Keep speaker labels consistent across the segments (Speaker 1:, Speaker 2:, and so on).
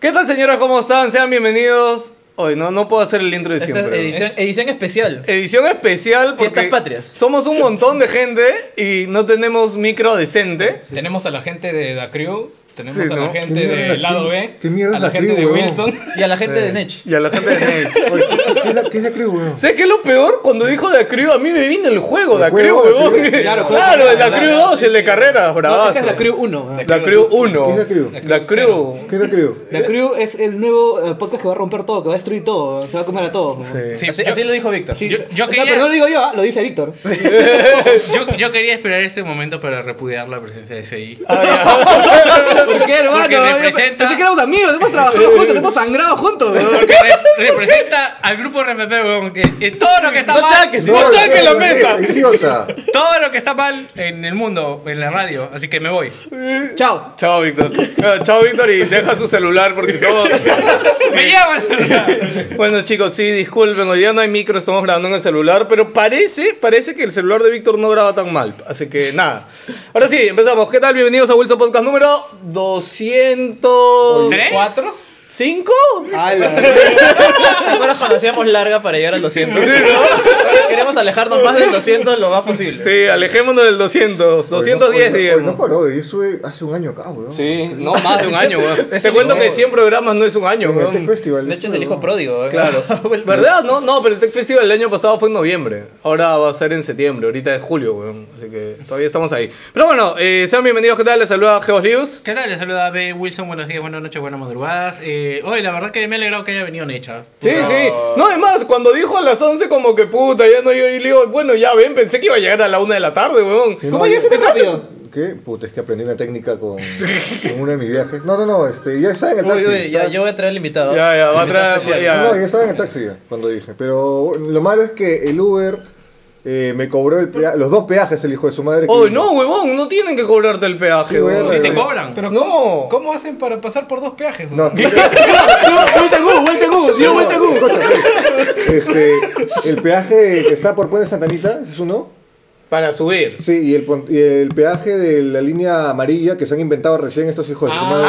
Speaker 1: ¿Qué tal, señoras? ¿Cómo están? Sean bienvenidos. Hoy no, no puedo hacer el intro de
Speaker 2: Esta es
Speaker 1: siempre.
Speaker 2: edición, edición especial.
Speaker 1: Edición especial porque
Speaker 2: Fiestas patrias.
Speaker 1: somos un montón de gente y no tenemos micro decente.
Speaker 3: Tenemos a la gente de Da Crew, tenemos
Speaker 1: Sí,
Speaker 3: a la
Speaker 1: ¿no?
Speaker 3: gente
Speaker 4: ¿Qué mierda
Speaker 3: de
Speaker 4: Da
Speaker 3: Lado
Speaker 4: Crew?
Speaker 3: B,
Speaker 4: ¿Qué mierda
Speaker 3: a la
Speaker 4: Da
Speaker 3: gente
Speaker 4: Crew,
Speaker 3: de
Speaker 4: huevón?
Speaker 3: Wilson.
Speaker 2: Y a la gente de Nech.
Speaker 1: Y a la gente de Nech.
Speaker 4: Oye, ¿Qué es la- qué es la crew, weón?
Speaker 1: ¿Sabes qué es lo peor? Cuando dijo de Acrew, a mí me vino el juego de
Speaker 4: El
Speaker 1: Acrew,
Speaker 4: juego,
Speaker 1: huevón.
Speaker 4: Da Crew.
Speaker 1: Claro,
Speaker 2: Claro,
Speaker 1: el de
Speaker 2: juego,
Speaker 1: Acrew
Speaker 2: claro,
Speaker 1: 2,
Speaker 2: sí,
Speaker 1: el de
Speaker 2: sí.
Speaker 1: carrera,
Speaker 2: No, esta
Speaker 1: bravazo.
Speaker 2: es la Crew 1.
Speaker 1: Da Crew 1.
Speaker 4: ¿Qué es Da Crew?
Speaker 1: Da Crew.
Speaker 4: ¿Qué es la crew?
Speaker 2: La Crew es el nuevo eh, podcast que va a romper todo, que va a destruir todo, se va a comer a todos. ¿no?
Speaker 1: Sí.
Speaker 5: Sí, yo,
Speaker 2: lo dijo Víctor.
Speaker 5: Yo- yo
Speaker 2: No,
Speaker 5: quería-
Speaker 2: pero no lo digo yo, ah, lo dice Víctor.
Speaker 5: yo- yo quería esperar ese momento para repudiar la presencia de CI.
Speaker 2: ¿Por qué, hermano?
Speaker 5: Ah, Porque
Speaker 2: Yo-
Speaker 5: representa-
Speaker 2: pensé que éramos amigos, hemos trabajado juntos, hemos sangrado juntos. ¿no?
Speaker 5: Porque re- representa al grupo RPP, weón, que eh, todo lo que está mal,
Speaker 1: no saques la
Speaker 4: no,
Speaker 1: mesa.
Speaker 4: idiota.
Speaker 5: todo lo que está mal en el mundo, en la radio, así que me voy.
Speaker 2: Chao.
Speaker 1: Chao, Víctor. Eh, Chao, Víctor, y deja su celular porque todo...
Speaker 5: Me llama el celular.
Speaker 1: Bueno chicos, sí, disculpen, hoy día no hay micro, estamos grabando en el celular, pero parece, parece que el celular de Víctor no graba tan mal, así que nada. Ahora sí, empezamos. ¿Qué tal? Bienvenidos a Wilson Podcast número 205.
Speaker 5: ¿Tres?
Speaker 2: ¿Cuatro?
Speaker 1: ¿Cinco?
Speaker 2: Ahora nos hacíamos larga para llegar al 200. Queremos alejarnos más del 200 lo más posible.
Speaker 1: Sí, alejémonos del 200,
Speaker 4: Oye,
Speaker 1: 210
Speaker 4: no- oye, No
Speaker 1: digamos.
Speaker 4: jodas, oye, yo sube hace un año acá, weón.
Speaker 1: Sí, no más de un año, weón.
Speaker 2: Es
Speaker 1: Te
Speaker 2: el
Speaker 1: cuento que
Speaker 2: mejor.
Speaker 1: 100 programas no es un año,
Speaker 4: En el Tech
Speaker 1: weón.
Speaker 4: Festival.
Speaker 2: De hecho, es el
Speaker 4: estuve,
Speaker 2: hijo
Speaker 4: weón.
Speaker 2: pródigo. ¿eh?
Speaker 1: Claro.
Speaker 2: Ha
Speaker 1: Pues,
Speaker 2: vuelto.
Speaker 1: ¿Verdad? No, no, pero el Tech Festival el año pasado fue en noviembre. Ahora va a ser en septiembre, ahorita es julio, weón. Así que todavía estamos ahí. Pero bueno, eh, sean bienvenidos, ¿qué tal? Les saluda Geos Lius.
Speaker 5: ¿Qué tal? Les saluda B. Wilson, buenos días, buenas noches, buenas madrugadas. Eh, hoy la verdad que me he alegrado que haya venido Necha.
Speaker 1: Sí, sí. No, además, cuando dijo a las 11 como que puta, ya no yo y le digo, bueno, ya ven, pensé que iba a llegar a la 1 de la tarde, weón.
Speaker 4: Sí,
Speaker 2: ¿Cómo
Speaker 4: no,
Speaker 2: ya
Speaker 4: yo-
Speaker 2: se te rápido?
Speaker 4: ¿Qué? Puta, es que aprendí una técnica con, con uno de mis viajes. No, no, no, este, ya estaba en el
Speaker 2: Uy,
Speaker 4: taxi.
Speaker 2: uy, ya, yo voy a traer al invitado.
Speaker 1: Ya, ya, va a
Speaker 2: Invitado
Speaker 1: traer-
Speaker 2: especial.
Speaker 1: ya.
Speaker 4: No, ya estaba en el taxi ya, cuando dije. Pero lo malo es que el Uber eh, me cobró el pea- los dos peajes el hijo de su madre. que-
Speaker 1: Oh, no, huevón, no tienen que cobrarte el peaje,
Speaker 4: Sí,
Speaker 1: weón.
Speaker 4: weón.
Speaker 5: Sí, te cobran.
Speaker 3: Pero
Speaker 1: No.
Speaker 3: ¿cómo, cómo hacen para pasar por dos peajes?
Speaker 4: No,
Speaker 3: weón?
Speaker 2: Vuelta Gu, vuelta Gu, dio vuelta Gu.
Speaker 4: escucha, este, el peaje que está por Puente Santanita, ¿ese es uno?
Speaker 1: Para subir.
Speaker 4: Sí, y el, pon- y el peaje de la línea amarilla que se han inventado recién estos hijos de su madre.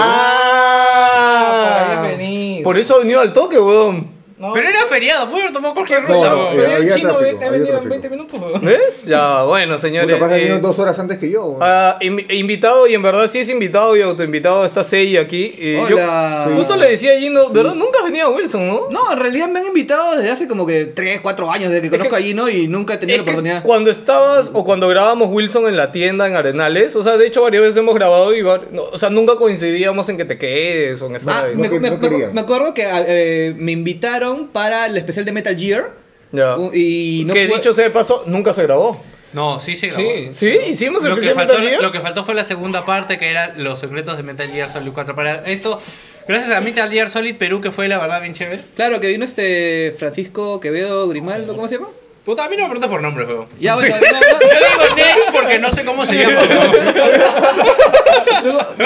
Speaker 1: Ah,
Speaker 3: para bien venir.
Speaker 1: Por eso ha venido al toque, weón.
Speaker 3: No,
Speaker 5: Pero era feriado, puedo tomar cualquier
Speaker 4: No,
Speaker 5: ruta,
Speaker 4: no,
Speaker 5: weón.
Speaker 4: eh,
Speaker 3: pero el
Speaker 4: había
Speaker 3: chino
Speaker 4: tráfico,
Speaker 3: ha
Speaker 4: había
Speaker 3: venido en
Speaker 4: tráfico.
Speaker 3: 20 minutos. weón.
Speaker 1: ¿Ves? Ya, bueno,
Speaker 4: Puta,
Speaker 1: señores.
Speaker 4: pasa que
Speaker 1: eh,
Speaker 4: vino dos horas antes que yo. weón.
Speaker 1: ah, in- invitado, y en verdad sí es invitado y autoinvitado, está Sei aquí. eh, yo
Speaker 2: Hola.
Speaker 1: justo le decía a Gino, ¿verdad? Nunca has venido a Wilson, ¿no?
Speaker 2: No, en realidad me han invitado desde hace como que 3, 4 años, desde que conozco a Gino y nunca he tenido
Speaker 1: Es
Speaker 2: la
Speaker 1: que
Speaker 2: oportunidad.
Speaker 1: Cuando estabas o cuando grabábamos Wilson en la tienda en Arenales, o sea, de hecho varias veces hemos grabado y var- no, o sea, nunca coincidíamos en que te quedes o en estar
Speaker 2: Ah,
Speaker 1: ahí.
Speaker 2: me,
Speaker 4: No que-
Speaker 2: me-
Speaker 4: no quería.
Speaker 2: me acuerdo que eh, me invitaron para el especial de Metal Gear
Speaker 1: Ya.
Speaker 2: u- Uh, y no
Speaker 1: Ah. que
Speaker 2: pude-
Speaker 1: dicho sea de paso, nunca se grabó.
Speaker 5: No, sí se grabó.
Speaker 3: Sí.
Speaker 1: Sí, hicimos el
Speaker 5: Lo que,
Speaker 1: especial
Speaker 5: faltó,
Speaker 1: Metal Gear.
Speaker 5: lo que faltó fue la segunda parte que era los secretos de Metal Gear Solid 4. Para esto, gracias a Metal Gear Solid Perú, que fue la verdad bien chévere.
Speaker 2: Claro, que vino este Francisco Quevedo Grimaldo, ¿cómo se llama?
Speaker 5: Puta, a mí no me preguntas por nombre, weón.
Speaker 2: Ya, bueno, no, no,
Speaker 5: Yo digo Nech porque no sé cómo se llama. weón.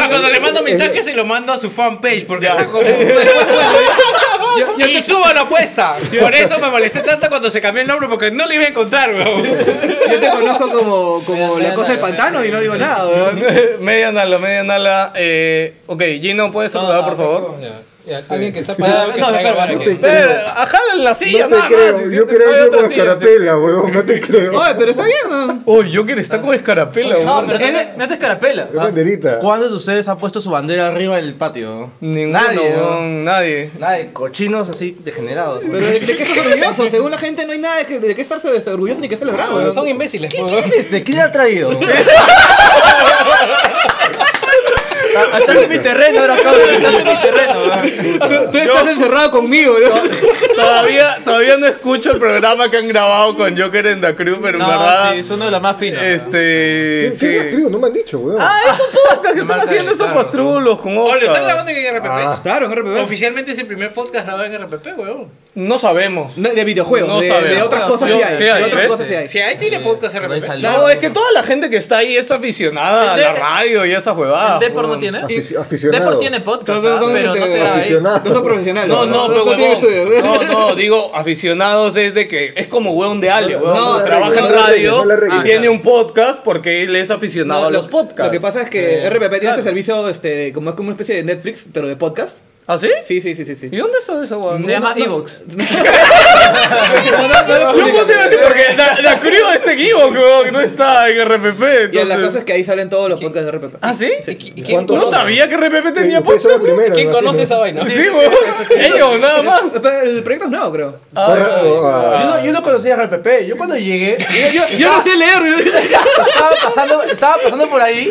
Speaker 5: Cuando le mando mensajes se lo mando a su fanpage porque está como-
Speaker 2: yo- yo-
Speaker 5: y subo la apuesta. Por eso me molesté tanto cuando se cambió el nombre porque no le iba a encontrar, weón.
Speaker 2: yo te conozco como, como la cosa del pantano y no digo nada, weón.
Speaker 1: media nala, media nala. Eh, ok, Gino, ¿puedes saludar, por favor?
Speaker 3: Ya, ya, Alguien que está parado. que
Speaker 2: no,
Speaker 3: traiga
Speaker 2: espera,
Speaker 3: vaso.
Speaker 4: no te
Speaker 1: Pero,
Speaker 4: creo.
Speaker 1: ajala Eh, en la silla,
Speaker 4: No te
Speaker 1: nada más.
Speaker 4: creo,
Speaker 1: y
Speaker 4: yo
Speaker 1: siéntate, no
Speaker 4: quería
Speaker 1: hay
Speaker 4: ir
Speaker 1: otra
Speaker 4: con
Speaker 1: silla,
Speaker 4: escarapela, weón, no te creo.
Speaker 1: Ah,
Speaker 2: Oye, pero está bien, weón.
Speaker 1: sí. Oh, yo quiero estar con escarapela,
Speaker 6: No,
Speaker 1: weón.
Speaker 6: pero no, haces carapela.
Speaker 4: Es banderita.
Speaker 6: ¿Cuándo de ustedes ha puesto su bandera arriba del patio?
Speaker 1: Ninguno,
Speaker 6: Nadie,
Speaker 1: weón, nadie.
Speaker 6: Nada de cochinos así degenerados.
Speaker 2: Pero de, de qué estás orgulloso, según la gente no hay nada de, que- de qué estarse orgulloso ni que
Speaker 5: Ah,
Speaker 2: celebrar,
Speaker 3: Weón,
Speaker 2: weón.
Speaker 3: Son imbéciles. weón.
Speaker 6: ¿De quién ha traído?
Speaker 2: Estás en mi terreno ahora, cabrón. Estás en mi terreno, Tú, tú estás encerrado conmigo, bro.
Speaker 1: Todavía, todavía no escucho el programa que han grabado con Joker en The Crew, pero en verdad.
Speaker 6: es uno de los más finos.
Speaker 1: Este.
Speaker 4: ¿Qué
Speaker 1: sí.
Speaker 4: qué es la crew? No me han dicho, weón.
Speaker 1: Ah, es un podcast que están
Speaker 6: marca de
Speaker 1: haciendo estos
Speaker 6: carro.
Speaker 1: pastrulos con
Speaker 5: O Oh, lo están
Speaker 1: Oscar.
Speaker 5: grabando en RPP.
Speaker 4: Ah,
Speaker 2: Claro, en RPP.
Speaker 5: Oficialmente es el primer podcast grabado en RPP, weón.
Speaker 1: No sabemos.
Speaker 2: No, de videojuegos,
Speaker 1: No
Speaker 2: de,
Speaker 1: sabemos.
Speaker 2: de otras cosas
Speaker 1: Yo-
Speaker 2: sí hay.
Speaker 1: sí hay,
Speaker 2: de otras
Speaker 1: ¿ves?
Speaker 2: cosas sí hay.
Speaker 5: Si ahí tiene podcast
Speaker 6: por ahí
Speaker 5: RPP.
Speaker 6: salió.
Speaker 1: No, es que toda la gente que está ahí es aficionada a la radio y esas huevadas.
Speaker 6: Depor no
Speaker 1: weón.
Speaker 6: tiene.
Speaker 4: afici- aficionado.
Speaker 6: Depor tiene podcast,
Speaker 2: Entonces
Speaker 6: ah,
Speaker 2: son,
Speaker 6: pero no
Speaker 2: este,
Speaker 6: se graba ahí.
Speaker 4: aficionado.
Speaker 2: No son profesionales.
Speaker 1: No, no, pero
Speaker 2: tienen
Speaker 1: huevón.
Speaker 2: estudios.
Speaker 1: No, no, digo aficionados es de que es como huevón de Ale,
Speaker 4: No,
Speaker 1: huevón.
Speaker 2: no,
Speaker 1: trabaja
Speaker 2: no,
Speaker 1: en
Speaker 2: no, no,
Speaker 1: radio
Speaker 4: no, no, no, no,
Speaker 1: y tiene un podcast porque él es aficionado
Speaker 2: No,
Speaker 1: a los
Speaker 2: Lo
Speaker 1: podcasts.
Speaker 2: que pasa es que RPP tiene este servicio, este, como es como una especie de Netflix, pero de podcast.
Speaker 1: ¿Ah, sí?
Speaker 7: Sí, sí, sí, sí. sí.
Speaker 1: ¿Y dónde está esa huevada?
Speaker 5: Se llama Evox.
Speaker 1: Yo puedo decir porque la, la crew está en Evox, huevón, que no está en
Speaker 7: Y
Speaker 1: RPP.
Speaker 7: la
Speaker 1: entonces.
Speaker 7: cosa es que ahí salen todos los podcasts de RPP.
Speaker 1: ¿Ah, sí?
Speaker 2: ¿Y quién,
Speaker 4: ¿Cuántos
Speaker 1: No
Speaker 4: son?
Speaker 1: sabía que RPP tenía
Speaker 4: Ustedes son los
Speaker 1: podcast.
Speaker 4: primeros,
Speaker 2: quién
Speaker 4: me
Speaker 2: conoce esa
Speaker 4: imagino.
Speaker 2: vaina?
Speaker 1: Sí, huevón. Ellos, nada más.
Speaker 7: El proyecto es nuevo, creo.
Speaker 4: Corre- ah,
Speaker 6: Yo no, yo no conocía RPP. Yo cuando llegué, yo, yo-
Speaker 7: Yo no sé leer.
Speaker 6: estaba, pasando, estaba pasando por ahí.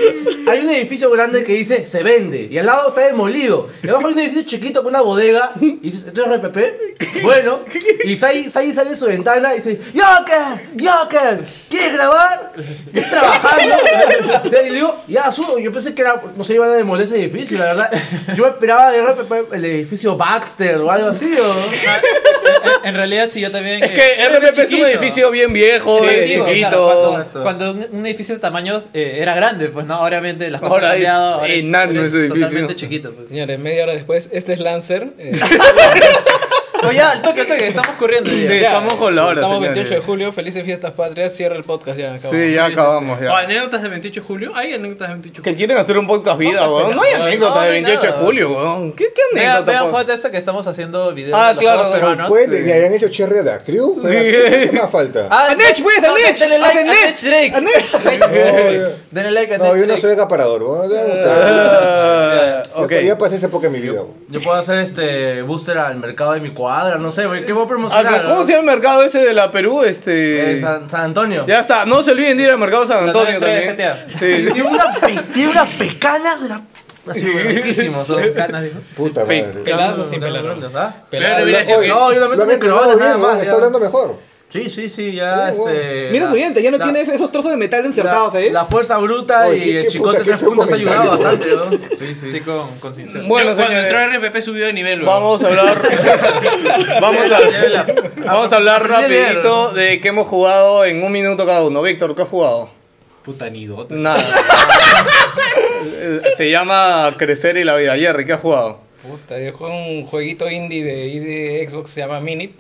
Speaker 6: Hay un edificio grande que dice se vende. Y al lado está demolido. Y abajo hay un edificio chiquito con una bodega. Y dices, ¿esto es RPP? Bueno. Y Sai, Sai sale de su ventana y dice, ¡Joker! ¡Joker! ¿Quieres grabar? Estoy trabajando. O sea, y le digo, ya subo. Yo pensé que era, no se iban a demoler ese edificio, la verdad. Yo me esperaba de RPP el edificio Baxter o algo así. ¿o?
Speaker 8: En realidad, sí, yo también. eh,
Speaker 1: Es que RPP es un edificio bien viejo,
Speaker 8: Sí,
Speaker 1: bien
Speaker 8: digo, claro,
Speaker 1: chiquito.
Speaker 8: cuando, cuando un, un edificio de tamaños eh, era grande, pues no, obviamente las cosas
Speaker 1: Ahora
Speaker 8: han cambiado.
Speaker 1: es
Speaker 8: ahora
Speaker 1: enano
Speaker 8: ahora es
Speaker 1: ese edificio.
Speaker 8: Totalmente chiquito. Pues.
Speaker 2: Señores, media hora después, este es Lancer. eh,
Speaker 8: No, ya, al toque, al toque, estamos corriendo.
Speaker 1: Sí,
Speaker 8: ya.
Speaker 1: estamos con la hora,
Speaker 2: Estamos
Speaker 1: señores.
Speaker 2: 28 de julio, felices fiestas patrias, cierra el podcast ya. acabamos.
Speaker 1: Sí, ya acabamos,
Speaker 5: ¿O
Speaker 1: ya.
Speaker 5: anécdotas de 28 de julio? Hay anécdotas de 28 de
Speaker 1: Que
Speaker 5: julio.
Speaker 1: quieren hacer un podcast vida, weón. No hay anécdotas
Speaker 8: no,
Speaker 1: de
Speaker 8: no hay
Speaker 1: 28 de
Speaker 8: nada.
Speaker 1: julio, weón. ¿Qué, qué
Speaker 8: Vean,
Speaker 1: anécdota?
Speaker 8: vean
Speaker 5: pues.
Speaker 1: po-
Speaker 8: justo esta que estamos haciendo videos
Speaker 1: Ah,
Speaker 8: de los
Speaker 1: claro,
Speaker 8: juegos
Speaker 1: claro.
Speaker 8: peruanos.
Speaker 4: Puede que le hayan hecho cherry de Crew. ¿Qué más falta?
Speaker 8: Ah,
Speaker 7: ¡A Nech, pues! ¡A
Speaker 8: no,
Speaker 7: Nech!
Speaker 8: denle like
Speaker 7: ¡A
Speaker 8: a Nech Drake!
Speaker 7: ¡A Nech!
Speaker 4: No,
Speaker 8: Denle like a
Speaker 4: no,
Speaker 8: Nech
Speaker 4: yo no
Speaker 8: Drake.
Speaker 4: soy acaparador. weón, ya me gusta.
Speaker 1: Ah,
Speaker 4: Ya-
Speaker 1: ok.
Speaker 4: Ya pasé esa época en mi vida. weón.
Speaker 6: Yo puedo hacer este booster al mercado de mi cuadra, no sé, ¿qué voy a
Speaker 1: Ah,
Speaker 6: promocionar?
Speaker 1: ¿Cómo se llama el mercado ese de la Perú? Este.
Speaker 6: Eh, San, San Antonio.
Speaker 1: Ya está, no se olviden de ir al mercado San
Speaker 8: La
Speaker 1: Antonio
Speaker 8: nueva entrega
Speaker 1: también.
Speaker 8: de GTA.
Speaker 1: Sí, sí.
Speaker 6: Tiene unas pe- tiene unas pecanas de la. Así, riquísimos son.
Speaker 8: Canas, dijo.
Speaker 4: Puta madre.
Speaker 2: Peladas o sin peladas.
Speaker 6: ¿verdad?
Speaker 5: Pero hubiera sido que-
Speaker 6: No, yo la
Speaker 4: Lo
Speaker 6: meto en
Speaker 4: han
Speaker 6: microondas
Speaker 4: empezado
Speaker 6: nada
Speaker 4: bien, weón,
Speaker 6: más.
Speaker 4: está
Speaker 6: ya.
Speaker 4: hablando mejor.
Speaker 6: Sí, sí, sí, ya
Speaker 4: Sí, bueno.
Speaker 6: este.
Speaker 7: Mira
Speaker 6: la-
Speaker 7: su diente, ya no
Speaker 6: la-
Speaker 7: tiene esos trozos de metal encerrados
Speaker 6: la,
Speaker 7: ahí.
Speaker 6: la fuerza bruta
Speaker 4: Oye,
Speaker 6: y
Speaker 4: qué-
Speaker 6: el
Speaker 4: qué puta,
Speaker 6: chicote de
Speaker 4: qué
Speaker 6: tres
Speaker 4: feo
Speaker 6: puntos ha ayudado bastante,
Speaker 4: comentario.
Speaker 6: ¿no? Sí, sí.
Speaker 8: Sí, con, con sinceridad.
Speaker 1: Bueno,
Speaker 5: Yo, cuando
Speaker 1: señores.
Speaker 5: entró RPP subió de nivel, weón.
Speaker 1: Vamos a hablar. vamos, a, vamos a hablar rapidito de que hemos jugado en un minuto cada uno. Víctor, ¿qué has jugado?
Speaker 5: Puta nidota.
Speaker 1: Nada. Eh, Se llama Crecer y la vida. Jerry, ¿qué has jugado?
Speaker 2: Puta, yo juego un jueguito indie de, ahí de Xbox, se llama Minute,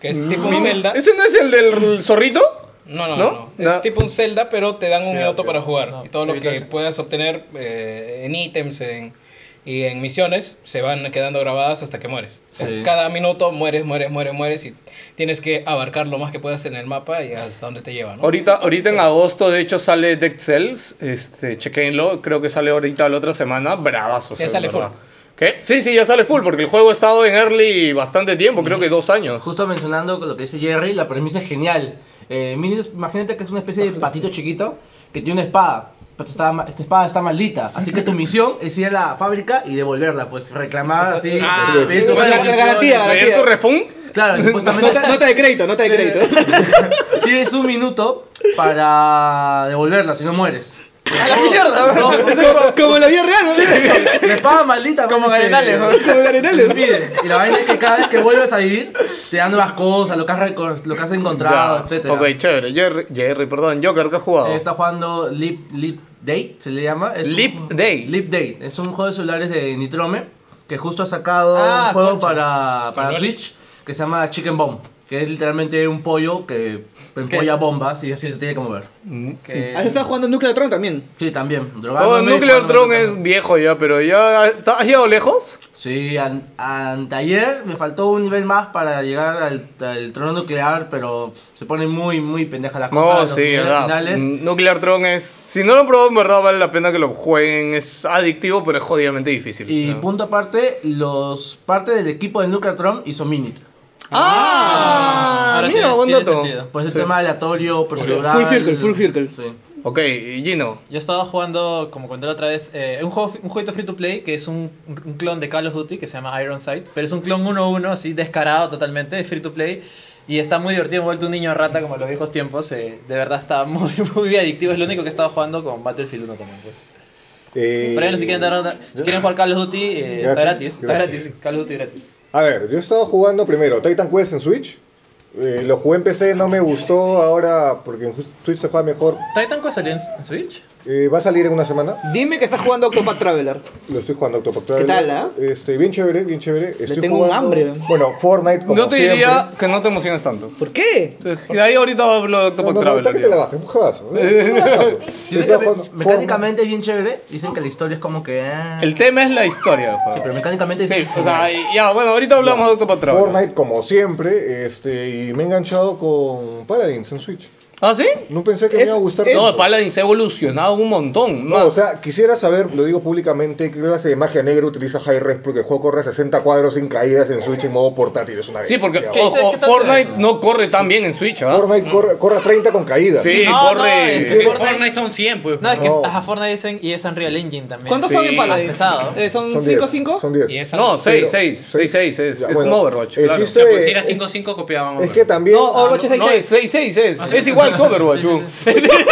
Speaker 2: que es tipo un Zelda.
Speaker 1: ¿Ese no es el del zorrito?
Speaker 2: No, no,
Speaker 1: ¿No?
Speaker 2: no, no.
Speaker 1: No.
Speaker 2: Es tipo un Zelda, pero te dan un minuto
Speaker 4: ok.
Speaker 2: para jugar.
Speaker 8: No,
Speaker 2: y todo lo que
Speaker 8: evitarse.
Speaker 2: puedas obtener eh, en ítems en, y en misiones se van quedando grabadas hasta que mueres. O sea,
Speaker 6: Sí.
Speaker 2: Cada minuto mueres, mueres, mueres, mueres y tienes que abarcar lo más que puedas en el mapa y hasta donde te lleva, ¿no?
Speaker 1: Ahorita, ahorita en agosto, de hecho, sale Dead Cells. Este, chequenlo. Creo que sale ahorita la otra semana. Bravazo. o sea,
Speaker 2: Ya sale
Speaker 1: de verdad. ¿Qué? Sí, sí, ya sale full, porque el juego ha estado en early bastante tiempo, creo que dos años.
Speaker 6: Justo mencionando lo que dice Jerry, la premisa es genial. Eh, Mini, imagínate que es una especie de
Speaker 7: Ah,
Speaker 6: patito chiquito que tiene una espada. Pero esta, ma- esta espada está maldita. Así que tu misión es ir a la fábrica y devolverla, pues reclamar así.
Speaker 1: Ah,
Speaker 6: pedir tu
Speaker 1: bueno,
Speaker 6: reembolso.
Speaker 7: garantía,
Speaker 1: ¿Pedir
Speaker 7: garantía.
Speaker 1: tu refund?
Speaker 6: Claro, y supuestamente
Speaker 7: Nota, nota de crédito, nota de crédito.
Speaker 6: tienes un minuto para devolverla, si no mueres.
Speaker 7: ¡A la mierda!
Speaker 6: No,
Speaker 7: weón. Como- Como la vida real, weón.
Speaker 6: La espada maldita.
Speaker 7: Como
Speaker 6: pues,
Speaker 7: Arenales,
Speaker 6: este,
Speaker 7: weón, como Arenales.
Speaker 6: te impide. Y la vaina es que cada vez que vuelves a vivir, te dan nuevas cosas, lo que has, reco- lo que has encontrado,
Speaker 1: Ya.
Speaker 6: etcétera.
Speaker 1: Ok, chévere. Jerry, Jerry, perdón, Joker, ¿qué has jugado?
Speaker 6: Eh, Está jugando Leap, Leap Date, se le llama. Es un
Speaker 1: Leap
Speaker 6: ju-
Speaker 1: Day.
Speaker 6: Leap Date. Es un juego de celulares de Nitrome que justo ha sacado
Speaker 8: Ah,
Speaker 6: un juego
Speaker 8: concha.
Speaker 6: para, para
Speaker 2: Colores.
Speaker 6: Switch que se llama Chicken Bomb. Que es literalmente un pollo que empolla bombas y así se tiene que mover.
Speaker 8: Que-
Speaker 7: Has estado jugando Nuclear Tron también.
Speaker 6: Sí, también.
Speaker 1: Mm. Oh,
Speaker 6: drogándome y
Speaker 1: Nuclear
Speaker 6: jugándome
Speaker 1: Tron
Speaker 6: también.
Speaker 1: es viejo ya, pero ya... ¿Has llegado lejos?
Speaker 6: Sí, an- anteayer me faltó un nivel más para llegar al, al trono nuclear, pero se pone muy, muy pendeja la cosa.
Speaker 1: No,
Speaker 6: los
Speaker 1: Oh, sí,
Speaker 6: niveles
Speaker 1: verdad. Mm.
Speaker 6: finales.
Speaker 1: Nuclear Tron es... Si no lo han probado, en verdad vale la pena que lo jueguen. Es adictivo, pero es jodidamente difícil.
Speaker 6: Y
Speaker 1: ¿no?
Speaker 6: punto aparte, los parte del equipo de Nuclear Tron hizo Minit.
Speaker 1: ¡Ah!
Speaker 8: Ahora
Speaker 1: mira,
Speaker 8: tiene-
Speaker 1: buen
Speaker 8: tiene
Speaker 1: dato.
Speaker 8: sentido.
Speaker 6: Por ese tema aleatorio, procedural.
Speaker 7: Full circle, full circle.
Speaker 6: Sí.
Speaker 1: Ok, Gino.
Speaker 8: Yo estaba jugando, como conté la otra vez, eh, un, juego, un jueguito free to play que es un, un clon de Call of Duty que se llama Ironside, pero es un clon 1-1, así descarado totalmente, es free to play. Y está muy divertido, me he vuelto un niño rata como en los viejos tiempos. eh, de verdad está muy, muy adictivo. Es lo único que estaba jugando con Battlefield 1 también. Pues.
Speaker 4: Eh,
Speaker 8: Pero bueno, si quieren, dar- si quieren jugar Call of Duty, eh, está
Speaker 4: Gratis,
Speaker 8: gratis. Está
Speaker 4: gratis.
Speaker 8: gratis, Call of Duty gratis.
Speaker 4: A ver, yo he estado jugando primero Titan Quest en Switch. Eh, lo jugué en PC, no me gustó ahora porque en Switch se juega mejor.
Speaker 8: ¿Titan Quest salió en en Switch?
Speaker 4: Eh, va a salir en una semana.
Speaker 2: Dime que estás jugando Octopath Traveler.
Speaker 4: Lo estoy jugando Octopath Traveler.
Speaker 2: ¿Qué tal, ah?
Speaker 4: Este, bien chévere, bien chévere. Estoy
Speaker 2: tengo
Speaker 4: jugando-
Speaker 2: hambre.
Speaker 4: Bueno, Fortnite como
Speaker 1: Yo te
Speaker 4: siempre.
Speaker 1: diría que no te emociones tanto.
Speaker 2: ¿Por qué?
Speaker 1: Entonces, Y de ahí ahorita hablo de
Speaker 4: No,
Speaker 1: Octopath
Speaker 4: no, no,
Speaker 1: Traveler.
Speaker 4: está que te la
Speaker 1: digamos.
Speaker 4: bajes, un juegazo. Un juegazo. Estaba jugando
Speaker 9: Mecánicamente es bien chévere. Dicen que la historia es como que. ah,
Speaker 1: El tema es la historia del
Speaker 9: sí,
Speaker 1: juego.
Speaker 9: pero mecánicamente dicen
Speaker 1: Sí,
Speaker 9: que-
Speaker 1: o sea, y- ya, bueno, ahorita hablamos de Octopath
Speaker 4: Fortnite,
Speaker 1: Traveler.
Speaker 4: Fortnite como siempre, este, y me he enganchado con Paladins en Switch.
Speaker 1: ¿Ah, sí?
Speaker 4: No pensé que me
Speaker 2: Es-
Speaker 4: iba a gustar
Speaker 2: es-
Speaker 1: No,
Speaker 4: tanto.
Speaker 1: Paladin se ha evolucionado un montón.
Speaker 4: No,
Speaker 1: más.
Speaker 4: o sea, quisiera saber, lo digo públicamente, qué clase de magia negra utiliza High Res porque el juego corre a 60 cuadros sin caídas en Switch en modo portátil. Es una
Speaker 1: sí, porque
Speaker 4: bestia.
Speaker 1: ojo,
Speaker 8: qué tal
Speaker 1: Fortnite no corre tan bien en Switch, ¿ah?
Speaker 4: Fortnite corre, corre a 30 con caídas.
Speaker 1: Sí,
Speaker 8: No, no,
Speaker 1: corre.
Speaker 8: es
Speaker 5: Porque
Speaker 8: que-
Speaker 5: Fortnite son 100, pues.
Speaker 8: No, es que
Speaker 4: No.
Speaker 8: ajá, Fortnite dicen y es Unreal Engine también.
Speaker 2: ¿Cuántos
Speaker 5: Sí,
Speaker 2: son en Paladins?
Speaker 8: más pesado.
Speaker 2: Eh, ¿Son
Speaker 4: Son
Speaker 2: 5
Speaker 4: 10.
Speaker 2: 5?
Speaker 4: Son 10.
Speaker 5: Y es
Speaker 1: No,
Speaker 5: algo-
Speaker 1: 6,
Speaker 4: Pero-
Speaker 1: 6, 6, 6, es,
Speaker 4: Ya,
Speaker 1: es
Speaker 4: bueno,
Speaker 1: como Overwatch,
Speaker 4: el
Speaker 1: claro.
Speaker 5: O sea,
Speaker 4: chiste
Speaker 5: pues si era
Speaker 4: es-
Speaker 5: 5-5 copiábamos.
Speaker 4: es que también...
Speaker 2: No, Overwatch es 6
Speaker 1: No, es
Speaker 2: 6.
Speaker 1: 6-6, es. Es igual que Overwatch. weón.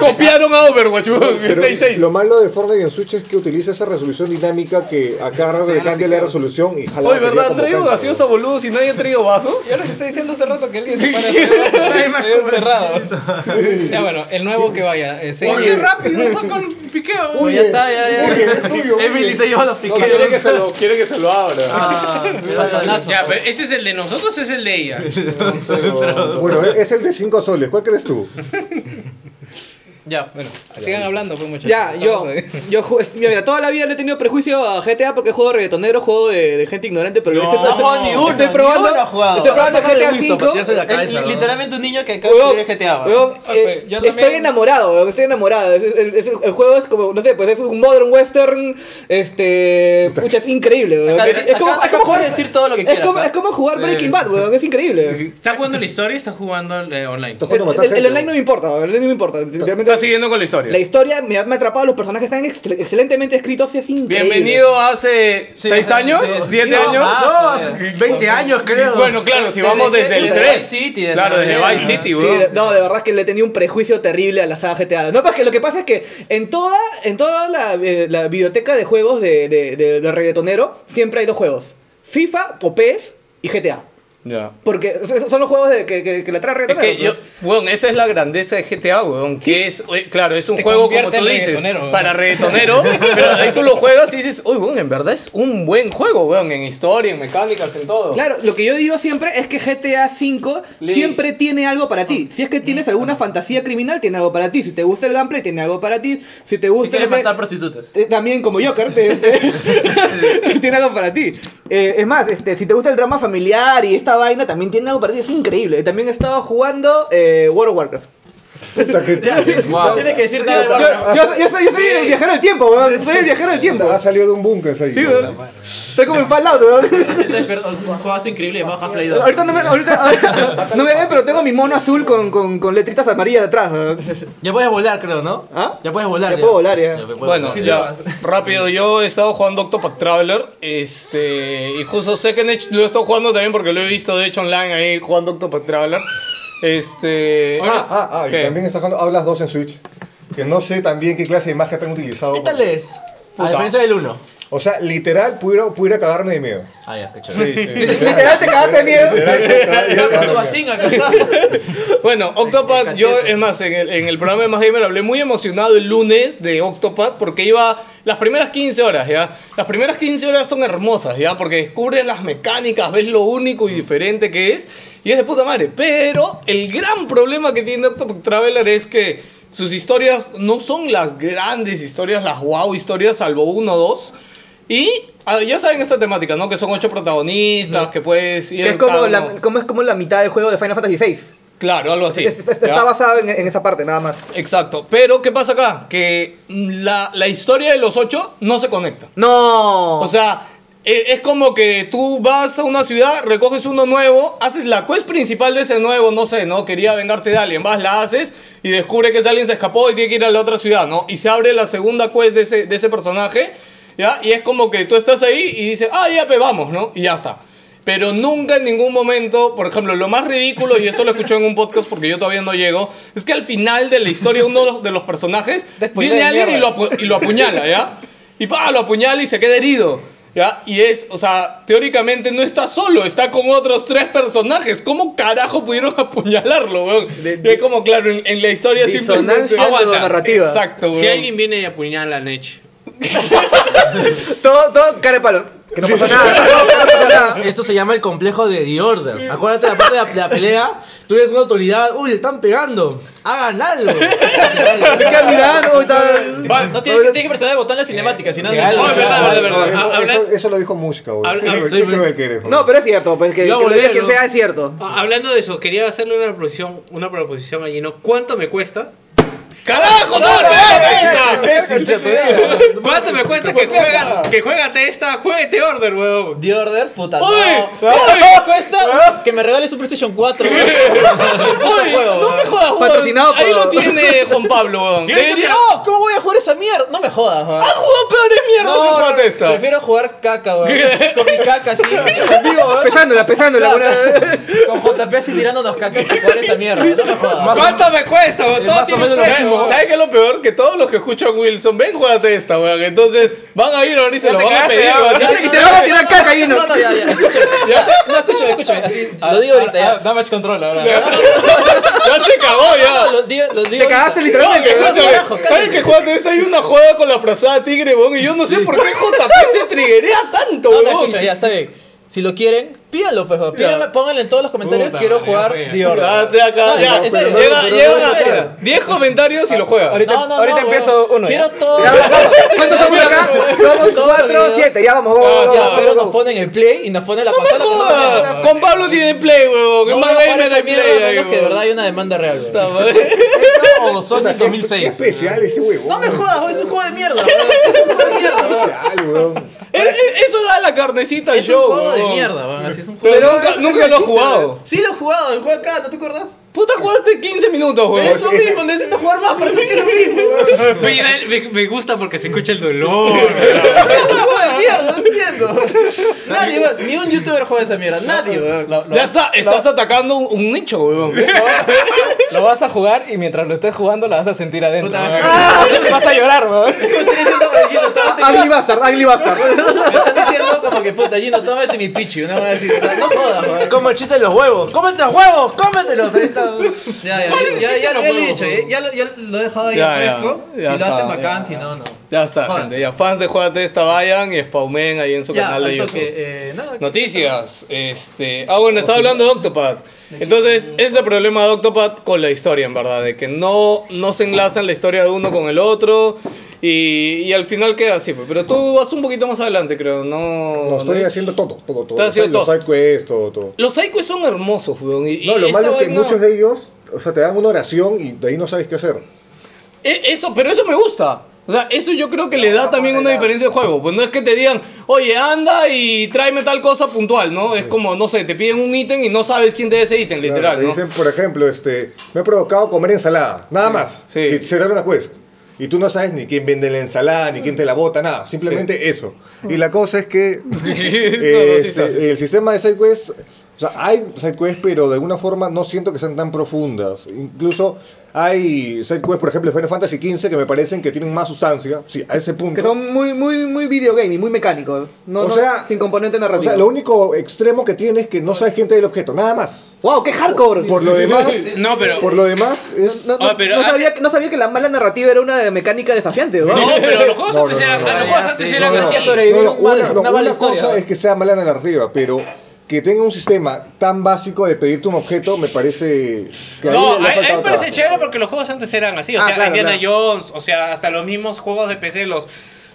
Speaker 1: Copiaron a Overwatch,
Speaker 4: Pero
Speaker 1: 6-6.
Speaker 4: Lo malo de Fortnite en Switch es que utiliza esa resolución dinámica que a cada rato le cambia la resolución y jala
Speaker 1: Oye,
Speaker 4: batería
Speaker 1: ¿verdad? ¿Han
Speaker 4: como
Speaker 1: traído
Speaker 4: cancha,
Speaker 1: gaseosa, boludo, si nadie ha traído vasos?
Speaker 3: Yo les estoy diciendo hace rato que alguien se para a hacer vaso, nadie más encerrado. ya bueno, el nuevo que vaya. eh, sí.
Speaker 5: Oye, rápido, saca el piqueo.
Speaker 4: güey. Oye,
Speaker 8: Ya está, ya, ya.
Speaker 4: oye, es tuyo,
Speaker 9: Emily
Speaker 4: oye.
Speaker 9: se lleva los
Speaker 1: No,
Speaker 9: piqueos.
Speaker 1: quiere que se lo, quiere que se lo abra.
Speaker 8: Ah, batonazo.
Speaker 5: Ya, pero ese es el de nosotros, es el de ella.
Speaker 4: Bueno, es el de 5 soles. ¿Cuál crees tú?
Speaker 8: Ya.
Speaker 3: Bueno, sigan hablando, pues muchachos.
Speaker 2: Ya,
Speaker 3: Estamos
Speaker 2: yo,
Speaker 3: ahí.
Speaker 2: yo ju- es- mira, mira, toda la vida le he tenido prejuicio a GTA porque es juego de reggaetonero, juego de, de gente ignorante, pero este
Speaker 8: No,
Speaker 2: estoy,
Speaker 8: no ha jugado ni uno,
Speaker 2: estoy
Speaker 8: ni
Speaker 2: probando,
Speaker 8: uno ha jugado.
Speaker 2: estoy probando
Speaker 8: Déjame
Speaker 2: GTA
Speaker 9: Listo, para tirarse de
Speaker 2: 5.
Speaker 9: la
Speaker 8: Es
Speaker 9: cabeza,
Speaker 8: li-
Speaker 9: ¿no?
Speaker 8: literalmente un niño que acaba
Speaker 2: Weón,
Speaker 8: de GTA. va.
Speaker 2: weón, eh,
Speaker 3: Ok, yo
Speaker 2: estoy
Speaker 3: también-
Speaker 2: enamorado, weón, estoy enamorado. Es- es- es- el, el juego es como, no sé, pues es un modern western. Este. Pucha, es increíble, weón.
Speaker 8: Acá-
Speaker 2: Es, es como,
Speaker 8: acá-
Speaker 2: es como
Speaker 8: acá
Speaker 2: jugar.
Speaker 8: puedes decir todo lo que
Speaker 2: es
Speaker 8: quieras,
Speaker 2: como-
Speaker 8: ¿ah?
Speaker 2: es como jugar Breaking Bad, weón. Es increíble.
Speaker 5: ¿Está jugando la historia? ¿Está jugando eh, online?
Speaker 4: Estás
Speaker 2: El,
Speaker 4: jugando a matar
Speaker 2: el- el
Speaker 4: gente,
Speaker 2: online no me importa, weón, el online no me importa. literalmente-
Speaker 1: Está siguiendo con la
Speaker 2: La
Speaker 1: historia.
Speaker 2: historia me ha, me ha atrapado, los personajes están excel- excelentemente escritos y es increíble.
Speaker 1: Bienvenido hace 6 años, 7
Speaker 8: No,
Speaker 1: años.
Speaker 8: más,
Speaker 9: No,
Speaker 8: eh.
Speaker 9: hace 20 años creo.
Speaker 1: pues. Bueno, claro, si vamos desde el
Speaker 8: desde
Speaker 1: 3.
Speaker 8: Vice City, desde
Speaker 1: Claro, desde
Speaker 8: Vice
Speaker 1: Vice
Speaker 8: City,
Speaker 1: City,
Speaker 2: Ah, Sí,
Speaker 1: weón.
Speaker 2: de- no, de verdad es que le tenía un prejuicio terrible a la saga GTA. No, pues que lo que pasa es que en toda, en toda la, eh, la biblioteca de juegos de, de, de- de reggaetonero siempre hay dos juegos: FIFA, o PES y GTA.
Speaker 1: Ya.
Speaker 2: Porque es- son los juegos de, que, que, que la trae
Speaker 1: Es
Speaker 2: reggaetonero.
Speaker 1: que yo,
Speaker 2: pues.
Speaker 1: weón, esa es la grandeza de GTA, weón. Que es, eh, claro, es un
Speaker 3: Te
Speaker 1: juego como
Speaker 3: convierte
Speaker 1: tú
Speaker 3: en
Speaker 1: dices,
Speaker 3: reggaetonero, weón.
Speaker 1: para reggaetonero. pero ahí tú lo juegas y dices, uy, weón, en verdad es un buen juego, weón, en historia, en mecánicas, en todo.
Speaker 2: Claro, lo que yo digo siempre es que GTA V
Speaker 1: Le-
Speaker 2: siempre tiene algo para ti. Si es que tienes alguna fantasía criminal, tiene algo para ti. Si te gusta el gameplay, tiene algo para ti. Si te
Speaker 8: Si
Speaker 2: gusta
Speaker 8: quieres
Speaker 2: no sé,
Speaker 8: matar prostitutas.
Speaker 2: Eh, También como Joker, te- te- tiene algo para ti. Eh, es más, este, si te gusta el drama familiar y esta vaina, también tiene algo para ti, es increíble. También he estado jugando eh, World of Warcraft.
Speaker 4: Puta, que-
Speaker 8: No tienes que decir nada de
Speaker 2: Yo,
Speaker 8: Warcraft.
Speaker 2: yo soy- yo soy, yo soy el viajero del tiempo, weón. Soy el viajero del tiempo.
Speaker 4: Ha salido de un búnker. Ah, esa
Speaker 2: Sí,
Speaker 4: idea.
Speaker 2: weón. Soy como en Fallout, weón.
Speaker 8: Si te despiertas, Un juegazo increíble llamado Half-Life 2.
Speaker 2: Ahorita no me, ahorita, ahorita- no me ven, pero tengo mi mono azul con, con, con letritas amarillas atrás. weón.
Speaker 9: Ya puedes volar, creo, ¿no?
Speaker 2: ¿Ah?
Speaker 9: Ya puedes volar.
Speaker 2: Ya puedo volar, ya.
Speaker 9: puedes
Speaker 1: Bueno,
Speaker 9: volar.
Speaker 1: ya, rápido, yo he estado jugando Octopath Traveler, este, y justo Second Edge lo he estado jugando también porque lo he visto de hecho online ahí jugando Octopath Traveler. Este,
Speaker 4: Ah, ah, ah, y
Speaker 1: ¿Qué?
Speaker 4: también está jugando Hablas 2 en Switch. Que no sé también qué clase de magia están utilizando.
Speaker 9: ¿Qué tal es? A
Speaker 1: Puta.
Speaker 9: diferencia del 1.
Speaker 4: O sea, literal, pudiera, pudiera cagarme de miedo.
Speaker 9: Ah, ya, qué chévere.
Speaker 1: sí, sí.
Speaker 2: Literal te cagas de miedo.
Speaker 8: Ya, pero tu
Speaker 4: Literal,
Speaker 8: vacín acá está.
Speaker 1: Bueno, Octopath, yo, es más, en el, en el programa de Más Gamer hablé muy emocionado el lunes de Octopath porque iba las primeras 15 horas, ¿ya? Las primeras 15 horas son hermosas, ¿ya? Porque descubres las mecánicas, ves lo único y diferente que es y es de puta madre. Pero el gran problema que tiene Octopath Traveler es que sus historias no son las grandes historias, las wow historias, salvo uno o dos. Y ah, ya saben esta temática, ¿no? Que son ocho protagonistas, que puedes ir...
Speaker 2: Que es como
Speaker 1: cada
Speaker 2: la,
Speaker 1: uno-
Speaker 2: como es como la mitad del juego de Final Fantasy VI.
Speaker 1: Claro, algo así.
Speaker 2: Es- es- está
Speaker 1: ¿ya?
Speaker 2: basado en, en esa parte, nada más.
Speaker 1: Exacto. Pero, ¿qué pasa acá? Que la, la historia de los ocho no se conecta.
Speaker 2: No.
Speaker 1: O sea, e- es como que tú vas a una ciudad, recoges uno nuevo, haces la quest principal de ese nuevo, no sé, ¿no? Quería vengarse de alguien, vas, la haces y descubre que ese alguien se escapó y tiene que ir a la otra ciudad, ¿no? Y se abre la segunda quest de ese, de ese personaje, ¿ya? Y es como que tú estás ahí y dices, ah, ya, pues vamos, ¿no? Y ya está. Pero nunca en ningún momento, por ejemplo, lo más ridículo, y esto lo escuché en un podcast porque yo todavía no llego, es que al final de la historia uno de los, de los personajes
Speaker 2: Después
Speaker 1: viene
Speaker 2: de
Speaker 1: alguien y
Speaker 2: mierda.
Speaker 1: lo, apu- y lo apuñala, ¿ya? Y pa, lo apuñala y se queda herido. ¿Ya? Y es, o sea, teóricamente no está solo, está con otros tres personajes. ¿Cómo carajo pudieron apuñalarlo, weón? Y es como, claro, en, en la historia simplemente.
Speaker 2: Disonancia narrativa.
Speaker 1: Exacto, weón.
Speaker 5: Si alguien viene y apuñala a Nech.
Speaker 2: Todo, todo, cara de palo.
Speaker 9: Que no pasa nada, que no pasa nada. Esto se llama el complejo de The Order. Acuérdate de la parte de la, de la pelea. Tú eres una autoridad. Uy, le están pegando. Hagan algo.
Speaker 2: Fica mirando y tal.
Speaker 8: Va, no tienes, que- tienes que presionar el botón de la cinemática, si no.
Speaker 5: Oh, es verdad, verdad, verdad.
Speaker 4: eso,
Speaker 5: Ha- habla-
Speaker 4: eso- eso lo dijo Mushka, güey.
Speaker 5: Habla-
Speaker 4: Qué,
Speaker 5: habla-
Speaker 4: qué
Speaker 5: sí,
Speaker 4: cruel que eres, güey.
Speaker 2: No, pero es cierto, pues que,
Speaker 9: Yo
Speaker 2: que lo diga
Speaker 9: volé,
Speaker 2: quien
Speaker 9: ¿no?
Speaker 2: sea es cierto.
Speaker 5: Ah, Hablando de eso, quería hacerle una proposición, una proposición a Gino. ¿Cuánto me cuesta?
Speaker 1: ¡Carajo, no, no, no, no!
Speaker 5: ¿Cuánto me cuesta que juega, que juegate esta, jueguete Order, weón?
Speaker 8: The Order, puta.
Speaker 1: ¡Uy!
Speaker 8: No. Me cuesta que me regales un PlayStation 4.
Speaker 1: Uy, no me jodas, weón.
Speaker 2: Patrocinado por-
Speaker 1: Ahí lo tiene Juan Pablo, weón. Debería- Ah,
Speaker 8: No, ¿cómo voy a jugar esa mierda? No me jodas, weón.
Speaker 1: ¡Ha jugado peores mierdas
Speaker 8: No,
Speaker 1: en
Speaker 8: no,
Speaker 1: protesta!
Speaker 8: prefiero jugar caca, weón. Con mi caca así. Conmigo, weón.
Speaker 2: Pesándola, pesándola. una-
Speaker 8: Con JP así tirándonos caca. que Jugar esa mierda. No me jodas.
Speaker 1: ¿Cuánto me cuesta, weón? Todo
Speaker 9: más o
Speaker 1: tiene
Speaker 9: menos lo
Speaker 1: precio.
Speaker 9: mismo.
Speaker 1: ¿Sabes qué es lo peor? Que todos los que escuchan Wilson, ven, juegate esta, weón. Entonces, van a ir ahora y se lo van a pedir, weón.
Speaker 2: Y te van a tirar caca ahí, ¿no?
Speaker 8: No, no, ya, ya. Escúchame. No, escúchame, escúchame. Así, lo digo ahorita ya.
Speaker 1: Damage control ahora. Ya se cagó,
Speaker 8: No,
Speaker 1: ya.
Speaker 8: lo digo, lo digo
Speaker 2: Te cagaste
Speaker 8: ahorita.
Speaker 1: No, que
Speaker 2: literalmente. ¿no?
Speaker 1: escúchame,
Speaker 8: carajo,
Speaker 1: ¿sabes que Juan esta hay una joda con la frazada tigre, weón? Y yo no sé por qué JP se triguea tanto,
Speaker 8: No, no,
Speaker 1: weón.
Speaker 8: escucha, ya, está bien. Si lo quieren, pídanlo, pues. weón. Pídanlo, pónganle en todos los comentarios.
Speaker 5: Puta
Speaker 8: quiero
Speaker 5: madre, ya
Speaker 8: jugar
Speaker 5: fue, ya.
Speaker 8: The Order.
Speaker 1: Date acá,
Speaker 8: No,
Speaker 1: ya.
Speaker 8: en serio, no,
Speaker 1: Llega,
Speaker 8: pero
Speaker 1: llega
Speaker 8: no,
Speaker 1: a
Speaker 8: en serio.
Speaker 1: 10 comentarios y lo juega.
Speaker 8: No, no,
Speaker 3: ahorita
Speaker 8: no,
Speaker 3: empiezo
Speaker 8: weón.
Speaker 3: uno, ya.
Speaker 8: Quiero todo.
Speaker 2: ¿Cuántos somos acá? Somos
Speaker 8: Todos los
Speaker 2: 4,
Speaker 8: videos.
Speaker 2: 7. Ya vamos, go, go, go,
Speaker 8: Ya,
Speaker 2: go,
Speaker 8: pero
Speaker 2: go,
Speaker 8: nos
Speaker 2: go.
Speaker 8: ponen el play y nos ponen la
Speaker 1: No me
Speaker 8: consola.
Speaker 1: jodas.
Speaker 8: no, no, no.
Speaker 1: Juan Pablo tiene play, weón. Es
Speaker 8: No,
Speaker 1: más
Speaker 8: no, para
Speaker 1: gamer
Speaker 8: esa
Speaker 1: hay
Speaker 8: mierda,
Speaker 1: play
Speaker 8: a
Speaker 1: ahí,
Speaker 8: menos que de
Speaker 1: weón.
Speaker 8: verdad hay una demanda real, weón.
Speaker 1: Puta madre.
Speaker 9: O Sonic
Speaker 4: Qué- Qué
Speaker 9: 2006.
Speaker 4: especial ese, weón.
Speaker 8: No me jodas, weón, es un juego de mierda, weón. Es un juego de mierda,
Speaker 4: Qué
Speaker 8: weón.
Speaker 4: especial, weón.
Speaker 1: Es- es- Eh, Eso da la carnecita al
Speaker 8: Es un
Speaker 1: show,
Speaker 8: juego de
Speaker 1: weón.
Speaker 8: mierda, weón. Así es un juego.
Speaker 1: Pero
Speaker 2: Pero
Speaker 1: nunca,
Speaker 2: es
Speaker 1: nunca lo has
Speaker 2: carnecita,
Speaker 1: jugado.
Speaker 8: Sí lo he jugado, el juego acá, ¿no te acuerdas?
Speaker 1: Puta, jugaste 15 minutos, weón.
Speaker 8: Pero es lo mismo, necesito jugar más, por eso es que es lo mismo, weón.
Speaker 5: Oye, me- me, me gusta porque se escucha el dolor. weón.
Speaker 8: Es un juego de mierda, no entiendo. Nadie, weón, ni un youtuber juega esa mierda, nadie, weón.
Speaker 1: Ya está, estás atacando un, un nicho, weón.
Speaker 3: Lo vas a jugar y mientras lo estés jugando la vas a sentir adentro.
Speaker 8: Puta,
Speaker 3: weón.
Speaker 8: ah.
Speaker 3: Vas a llorar, weón.
Speaker 8: Estoy diciendo, Gino, tómate
Speaker 2: Ugly Bastard, Ugly Bastard.
Speaker 8: Me están diciendo como que, puta, Gino, tómate mi pichi, una weón así. O sea, no jodas, weón.
Speaker 9: Como el chiste de los huevos. ¡Cómete los huevos! ¡Cómetelos! Ahí está.
Speaker 8: Ya, ya, ya, ya, ya, lo he dicho, ya, ya lo, ya lo he dejado ahí
Speaker 1: Ya, ya,
Speaker 8: fresco.
Speaker 1: ya
Speaker 8: si lo
Speaker 1: está,
Speaker 8: hacen bacán,
Speaker 1: ya.
Speaker 8: si no, no.
Speaker 1: Ya está,
Speaker 8: Jodas.
Speaker 1: gente. Ya, fans de Juegate Esta, vayan y spaumen ahí en su
Speaker 8: Ya,
Speaker 1: canal de
Speaker 8: al
Speaker 1: YouTube.
Speaker 8: toque, eh, nada.
Speaker 1: Noticias, este... Ah, bueno, estaba hablando de Octopad. Entonces, ese es el problema de Octopad con la historia, en verdad, de que no, no se enlazan la historia de uno con el otro y, y al final queda así. pues. Pero tú vas un poquito más adelante, creo, no...
Speaker 4: No, estoy haciendo todo, todo, todo.
Speaker 1: Estás haciendo
Speaker 4: los
Speaker 1: todo.
Speaker 4: side quests, todo, todo.
Speaker 1: Los Aikos son hermosos, weón. y-
Speaker 4: No,
Speaker 1: y
Speaker 4: lo
Speaker 1: esta
Speaker 4: malo es que
Speaker 1: vaina-
Speaker 4: muchos de ellos, o sea, te dan una oración y de ahí no sabes qué hacer.
Speaker 1: E- Eso, pero eso me gusta. O sea, eso yo creo que le da también una diferencia al juego. Pues no es que te digan, oye, anda y tráeme tal cosa puntual, ¿no? Es como, no sé, te piden un ítem y no sabes quién te da ese ítem,
Speaker 4: Claro,
Speaker 1: literal,
Speaker 4: te
Speaker 1: ¿no?
Speaker 4: Dicen, por ejemplo, este, me ha provocado comer ensalada, nada más.
Speaker 1: sí.
Speaker 4: Y se da una quest. Y tú no sabes ni quién vende la ensalada, ni quién te la bota, nada. Simplemente eso. Y la cosa es que eh,
Speaker 1: No, no, sí,
Speaker 4: este,
Speaker 1: sí, sí.
Speaker 4: el sistema de side quests, o sea, hay side quests, pero de alguna forma no siento que sean tan profundas. Incluso hay side quests, por ejemplo, de Final Fantasy XV que me parecen que tienen más sustancia. Sí, a ese punto.
Speaker 2: Que son muy, muy, muy videogaming, muy mecánicos. No,
Speaker 4: O
Speaker 2: no,
Speaker 4: sea-
Speaker 2: sin componente
Speaker 4: o
Speaker 2: narrativo.
Speaker 4: sea, lo único extremo que tiene es que no sabes quién te da el objeto, nada más.
Speaker 2: ¡Wow, qué hardcore!
Speaker 4: Por lo demás,
Speaker 5: No, pero.
Speaker 4: por lo demás es
Speaker 2: No, no-
Speaker 5: Ah, pero-
Speaker 2: no sabía, que- no sabía que la mala narrativa era una mecánica desafiante, ¿no?
Speaker 5: No, pero los juegos
Speaker 4: No,
Speaker 5: antes
Speaker 4: no,
Speaker 5: eran.
Speaker 4: no,
Speaker 5: ah,
Speaker 4: no.
Speaker 5: Los juegos antes
Speaker 8: Sí,
Speaker 5: eran
Speaker 8: no, no.
Speaker 5: así.
Speaker 8: Sí, sobre- sobrevivir un mal-
Speaker 4: una,
Speaker 8: una mala
Speaker 4: una
Speaker 8: historia,
Speaker 4: cosa
Speaker 8: ¿no?
Speaker 4: es que sea mala la narrativa, pero que tenga un sistema tan básico de pedirte un objeto me parece que ahí
Speaker 5: No,
Speaker 4: le ha
Speaker 5: a a mí
Speaker 4: faltado
Speaker 5: me parece
Speaker 4: trabajo.
Speaker 5: chévere porque los juegos antes eran así. O
Speaker 2: Ah,
Speaker 5: sea,
Speaker 2: claro,
Speaker 5: Indiana Jones, o sea, hasta los mismos juegos de PC, los.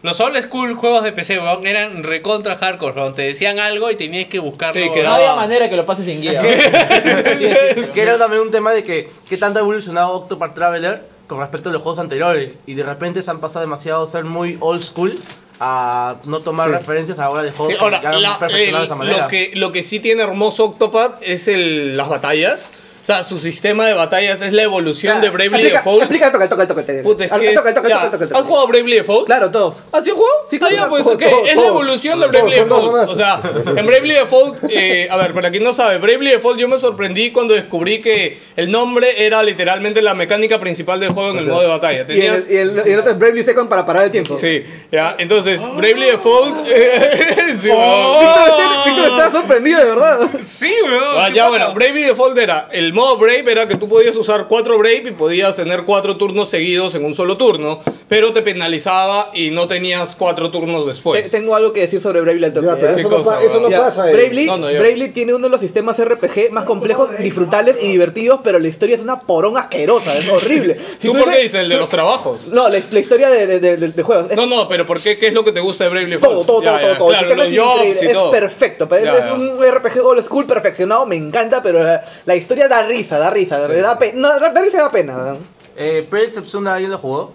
Speaker 5: Los old school juegos de PC, weón, eran recontra hardcore, weón. Te decían algo y tenías que buscarlo.
Speaker 1: Sí,
Speaker 5: weón.
Speaker 1: que
Speaker 8: No había manera que lo pases sin guía. weón. Sí, sí.
Speaker 9: Que era también un tema de que qué tanto ha evolucionado Octopath Traveler con respecto a los juegos anteriores. Y de repente se han pasado demasiado a ser muy old school a no tomar referencias ahora de juegos
Speaker 1: Sí, ahora,
Speaker 9: que ya han
Speaker 1: la-
Speaker 9: perfeccionado de esa
Speaker 1: el-
Speaker 9: manera.
Speaker 1: lo, que, lo que sí tiene hermoso Octopad es el, las batallas. O sea, su sistema de batallas es la evolución
Speaker 2: Ya,
Speaker 1: de Bravely
Speaker 2: Ah, aplica-
Speaker 1: Default.
Speaker 2: Aplica, toca, toca, toca. toca.
Speaker 1: Puta, es
Speaker 2: Al-
Speaker 1: que es-
Speaker 2: toca, toca,
Speaker 1: ya.
Speaker 2: toca, toca,
Speaker 1: ¿Has
Speaker 2: toca.
Speaker 1: jugado Bravely Default?
Speaker 2: Claro, todos.
Speaker 1: ¿Así jugó?
Speaker 2: Sí,
Speaker 1: ah,
Speaker 2: claro,
Speaker 1: ya, pues
Speaker 4: todo,
Speaker 1: ok,
Speaker 4: todo,
Speaker 1: es
Speaker 4: todo.
Speaker 1: la evolución de
Speaker 4: Todo,
Speaker 1: Bravely
Speaker 4: son dos
Speaker 1: Default.
Speaker 4: nomás.
Speaker 1: O sea, en Bravely Default, eh, a ver, para quien no sabe, Bravely Default yo me sorprendí cuando descubrí que el nombre era literalmente la mecánica principal del juego en el modo de batalla.
Speaker 2: Y el,
Speaker 1: Tenías...
Speaker 2: y el- y el otro es Bravely Second para parar el tiempo.
Speaker 1: Sí, ya, entonces, Bravely Default... eh, sí, weón.
Speaker 2: Víctor está, Víctor está sorprendido, de verdad.
Speaker 5: Sí, weón.
Speaker 1: Ah,
Speaker 5: ¿qué
Speaker 1: ya
Speaker 5: pasa?
Speaker 1: bueno, Bravely Default era, el modo Brave era que tú podías usar cuatro Brave y podías tener cuatro turnos seguidos en un solo turno, pero te penalizaba y no tenías cuatro turnos después.
Speaker 4: Eh,
Speaker 2: Te- Tengo algo que decir sobre Bravely al toque.
Speaker 4: Ya, pero
Speaker 2: ¿ya?
Speaker 1: ¿Qué
Speaker 4: eso no,
Speaker 1: cosa,
Speaker 4: pa- eso no
Speaker 2: Ya,
Speaker 4: pasa. eh.
Speaker 2: Bravely,
Speaker 1: No, no, yo-
Speaker 2: Bravely tiene uno de los sistemas RPG más complejos, disfrutables y divertidos, pero la historia es una porón asquerosa, es horrible. Si
Speaker 1: ¿Tú por qué
Speaker 2: dices-
Speaker 1: dices el de los trabajos?
Speaker 2: No, la, la historia de, de, de- de- de juegos. Es
Speaker 1: No, no, pero ¿por qué? ¿Qué es lo que te gusta de Bravely
Speaker 2: Todo,
Speaker 1: Default?
Speaker 2: todo,
Speaker 1: Ya,
Speaker 2: todo, todo,
Speaker 1: ya,
Speaker 2: todo. El
Speaker 1: Claro,
Speaker 2: sistema
Speaker 1: los
Speaker 2: es
Speaker 1: jobs
Speaker 2: increíble,
Speaker 1: y todo.
Speaker 2: Es perfecto. pero
Speaker 1: Ya,
Speaker 2: es
Speaker 1: ya.
Speaker 2: un RPG old school perfeccionado, me encanta, pero la, la historia da risa, da risa, da, pe- no, da risa y da pena.
Speaker 6: Eh, Project Setsuna, ¿alguien lo jugó?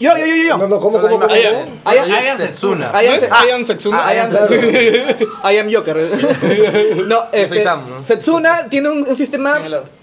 Speaker 2: Yo, yo, yo, yo.
Speaker 4: No, no, ¿cómo,
Speaker 6: Son
Speaker 4: cómo,
Speaker 6: la
Speaker 4: cómo?
Speaker 6: misma
Speaker 1: cómo?
Speaker 6: gente.
Speaker 2: Ay, ay,
Speaker 6: Project
Speaker 2: ay,
Speaker 6: Setsuna.
Speaker 2: Ay,
Speaker 1: ¿No es
Speaker 2: Ah,
Speaker 1: I am Setsuna?
Speaker 2: I am
Speaker 4: Claro.
Speaker 2: I am Joker. no, este,
Speaker 6: Sam, ¿no?
Speaker 2: Setsuna tiene un, un sistema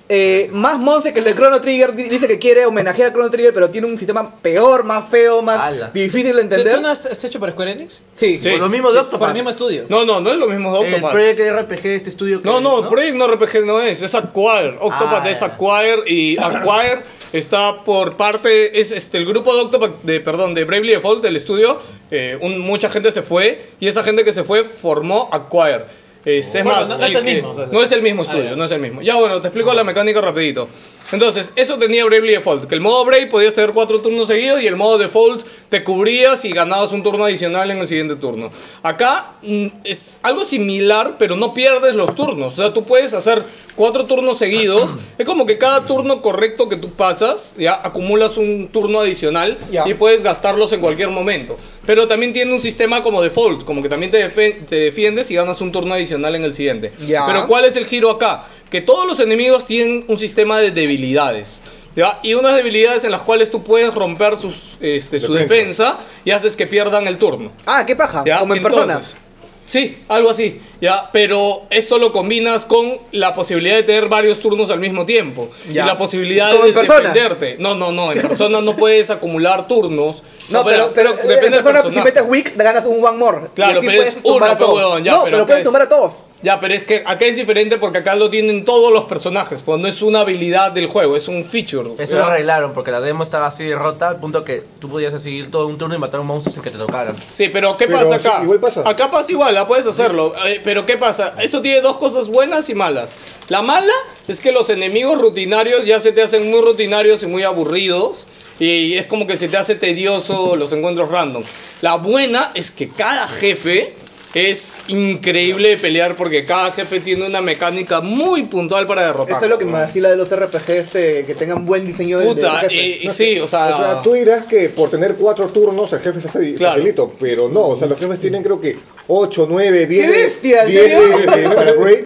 Speaker 2: eh, más monce que el de Chrono Trigger. Di- Dice que quiere homenajear a Chrono Trigger, pero tiene un sistema peor, más feo, más
Speaker 6: Ala.
Speaker 2: difícil de entender.
Speaker 8: ¿Setsuna está está este, hecho por Square Enix?
Speaker 2: Sí.
Speaker 1: Sí.
Speaker 6: Por lo mismo de
Speaker 8: Por el
Speaker 6: Octopath.
Speaker 8: mismo estudio.
Speaker 1: No, no, no es lo mismo de
Speaker 6: El
Speaker 1: Octopath.
Speaker 6: Project RPG de este estudio. que-
Speaker 1: No, no, Project no RPG no es, es Acquire. Octopath
Speaker 6: Ah,
Speaker 1: es
Speaker 6: ya.
Speaker 1: Acquire y Acquire está por parte, es este, el grupo de Octopath, de, perdón, de Bravely Default, del estudio. eh, un- mucha gente se fue y esa gente que se fue formó Acquire. Es, es
Speaker 8: Bueno,
Speaker 1: más,
Speaker 8: no- no es
Speaker 1: y
Speaker 8: el
Speaker 1: que-
Speaker 8: mismo, entonces.
Speaker 1: no es el mismo estudio, no es el mismo. Ya bueno, te explico la mecánica rapidito. Entonces, eso tenía Bravely Default, que el modo Brave podías tener cuatro turnos seguidos y el modo Default te cubrías y ganabas un turno adicional en el siguiente turno. Acá mm, es algo similar, pero no pierdes los turnos. O sea, tú puedes hacer cuatro turnos seguidos. Es como que cada turno correcto que tú pasas, ya acumulas un turno adicional
Speaker 3: Ya.
Speaker 1: y puedes gastarlos en cualquier momento. Pero también tiene un sistema como Default, como que también te, defe- te defiendes y ganas un turno adicional en el siguiente.
Speaker 2: Ya.
Speaker 1: Pero ¿cuál es el giro acá? Que todos los enemigos tienen un sistema de debilidades. ¿ya? Y unas debilidades en las cuales tú puedes romper sus, este, su defensa y haces que pierdan el turno.
Speaker 2: Ah, qué paja.
Speaker 1: ¿ya?
Speaker 2: Como en
Speaker 1: Entonces,
Speaker 2: persona.
Speaker 1: Sí, algo así, ¿ya? Pero esto lo combinas con la posibilidad de tener varios turnos al mismo tiempo.
Speaker 2: Ya.
Speaker 1: Y la posibilidad
Speaker 2: Como
Speaker 1: de
Speaker 2: en persona.
Speaker 1: defenderte. No, no, no, en persona no puedes acumular turnos.
Speaker 2: No, pero, pero, eh,
Speaker 1: pero depende
Speaker 2: en
Speaker 1: del
Speaker 2: persona, si
Speaker 1: personaje.
Speaker 2: metes weak, ganas un one more.
Speaker 1: Claro,
Speaker 2: y así
Speaker 1: pero es
Speaker 2: puedes tumbar
Speaker 1: uno,
Speaker 2: a
Speaker 1: pe,
Speaker 2: todos.
Speaker 1: huevón, ya, pero
Speaker 2: no,
Speaker 1: pues-
Speaker 2: pero
Speaker 1: acá
Speaker 2: puedes
Speaker 1: es-
Speaker 2: tumbar a todos.
Speaker 1: Ya, pero es que acá es diferente porque acá lo tienen todos los personajes, pues no es una habilidad del juego, es un feature.
Speaker 6: Eso
Speaker 1: ¿ya?
Speaker 6: lo arreglaron porque la demo estaba así rota al punto que tú podías seguir todo un turno y matar a un monstruo sin que te tocaran.
Speaker 1: Sí, pero ¿qué
Speaker 4: Pero
Speaker 1: pasa
Speaker 4: sí,
Speaker 1: acá?
Speaker 4: igual pasa.
Speaker 1: Acá pasa igual, la puedes hacerlo. eh, pero ¿qué pasa? Esto tiene dos cosas buenas y malas. La mala es que los enemigos rutinarios ya se te hacen muy rutinarios y muy aburridos. Y es como que se te hace tedioso los encuentros random. La buena es que cada jefe es increíble de pelear porque cada jefe tiene una mecánica muy puntual para derrotar.
Speaker 2: Eso es lo que me vacila de los RPGs, eh, que tengan buen diseño de-
Speaker 1: Puta,
Speaker 2: de, de jefes.
Speaker 1: eh, y sí, o sea,
Speaker 4: O sea, tú dirás que por tener cuatro turnos el jefe se hace
Speaker 1: Claro.
Speaker 4: facilito, pero no, o sea, los jefes tienen creo que 8, 9, 10,
Speaker 2: bestia, en
Speaker 4: 10
Speaker 2: serio?
Speaker 4: de- de- para break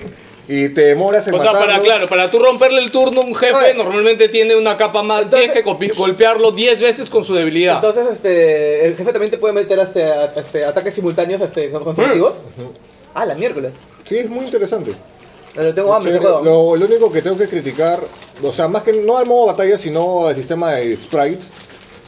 Speaker 4: y te demoras en
Speaker 1: O sea, para
Speaker 4: matarlo.
Speaker 1: claro, para tú romperle el turno a un jefe,
Speaker 2: Oye.
Speaker 1: normalmente tiene una capa más.
Speaker 2: Entonces-
Speaker 1: tienes que copi- golpearlo 10 veces con su debilidad.
Speaker 2: Entonces, este, el jefe también te puede meter hasta, este, ataques simultáneos este, con- consecutivos. Ah, la miércoles.
Speaker 4: Sí, es muy interesante.
Speaker 2: Pero tengo hambre, ese
Speaker 4: Chévere.
Speaker 2: juego.
Speaker 4: Lo, lo único que tengo que criticar, o sea, más que no al modo batalla, sino al sistema de sprites,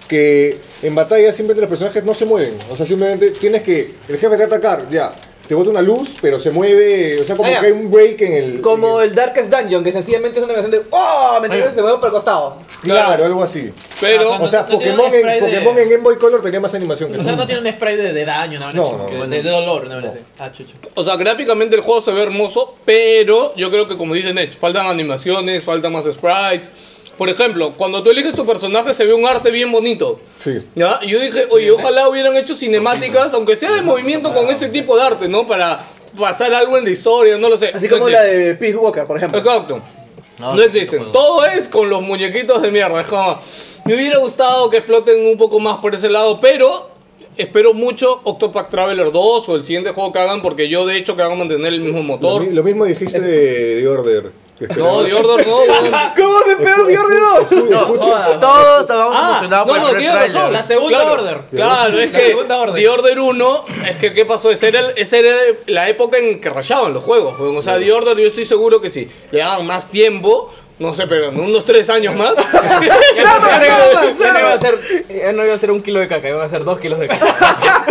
Speaker 4: que en batalla simplemente los personajes no se mueven. O sea, simplemente tienes que, el jefe te va a atacar, ya, te bota una luz, pero se mueve, o sea, como
Speaker 2: Ah, ya.
Speaker 4: que hay un break en el...
Speaker 2: Como
Speaker 4: en
Speaker 2: el Darkest Dungeon, que sencillamente es una canción de ¡Oh! ¿Me entiendes? Se mueve por el costado.
Speaker 4: Claro, algo así.
Speaker 1: pero,
Speaker 8: No,
Speaker 4: O sea,
Speaker 8: no tiene
Speaker 4: Pokémon,
Speaker 8: un
Speaker 4: en,
Speaker 8: spray de-
Speaker 4: Pokémon en Game Boy Color tenía más animación que
Speaker 8: O sea, no tiene un spray de, de daño, no,
Speaker 4: No,
Speaker 8: no,
Speaker 4: no,
Speaker 8: que-
Speaker 4: no.
Speaker 8: de, de dolor, no, no. Ah, chucho.
Speaker 1: o sea, gráficamente el juego se ve hermoso, pero yo creo que, como dicen Edge, faltan animaciones, faltan más sprites. Por ejemplo, cuando tú eliges tu personaje, se ve un arte bien bonito.
Speaker 4: Sí.
Speaker 1: ¿Ya? Y Yo dije, oye, ojalá hubieran hecho cinemáticas, aunque sea de movimiento con ese tipo de arte, ¿no? Para pasar algo en la historia, no lo sé.
Speaker 2: Así
Speaker 1: No
Speaker 2: como
Speaker 1: existe.
Speaker 2: la de Peace Walker, por ejemplo.
Speaker 1: Exacto. No, existen. Todo es con los muñequitos de mierda. Es como. Me hubiera gustado que exploten un poco más por ese lado, pero espero mucho Octopath Traveler 2 o el siguiente juego que hagan, porque yo de hecho que van a mantener el mismo
Speaker 4: Lo,
Speaker 1: motor.
Speaker 4: mi- lo mismo dijiste de, de Order. que
Speaker 1: No,
Speaker 4: esperaba-
Speaker 1: The Order no. weón.
Speaker 2: ¿Cómo se esperó el Dios de
Speaker 4: Escu- escucha-
Speaker 6: Todos estábamos
Speaker 1: Ah, no,
Speaker 6: emocionados por el
Speaker 1: no,
Speaker 6: primer
Speaker 1: tiene
Speaker 6: tráiler.
Speaker 1: razón.
Speaker 8: La segunda
Speaker 1: Claro,
Speaker 8: Order.
Speaker 1: Claro, es
Speaker 8: La
Speaker 1: que
Speaker 8: segunda Order.
Speaker 1: The Order 1, es que ¿qué pasó? Esa era, el- esa era la época en que rayaban los juegos. weón. O sea, The Order yo estoy seguro que sí. Le daban más tiempo. No sé, pero en unos tres años más.
Speaker 8: Ya no iba a ser, ya no iba a ser un kilo de caca, iban a ser dos kilos de caca.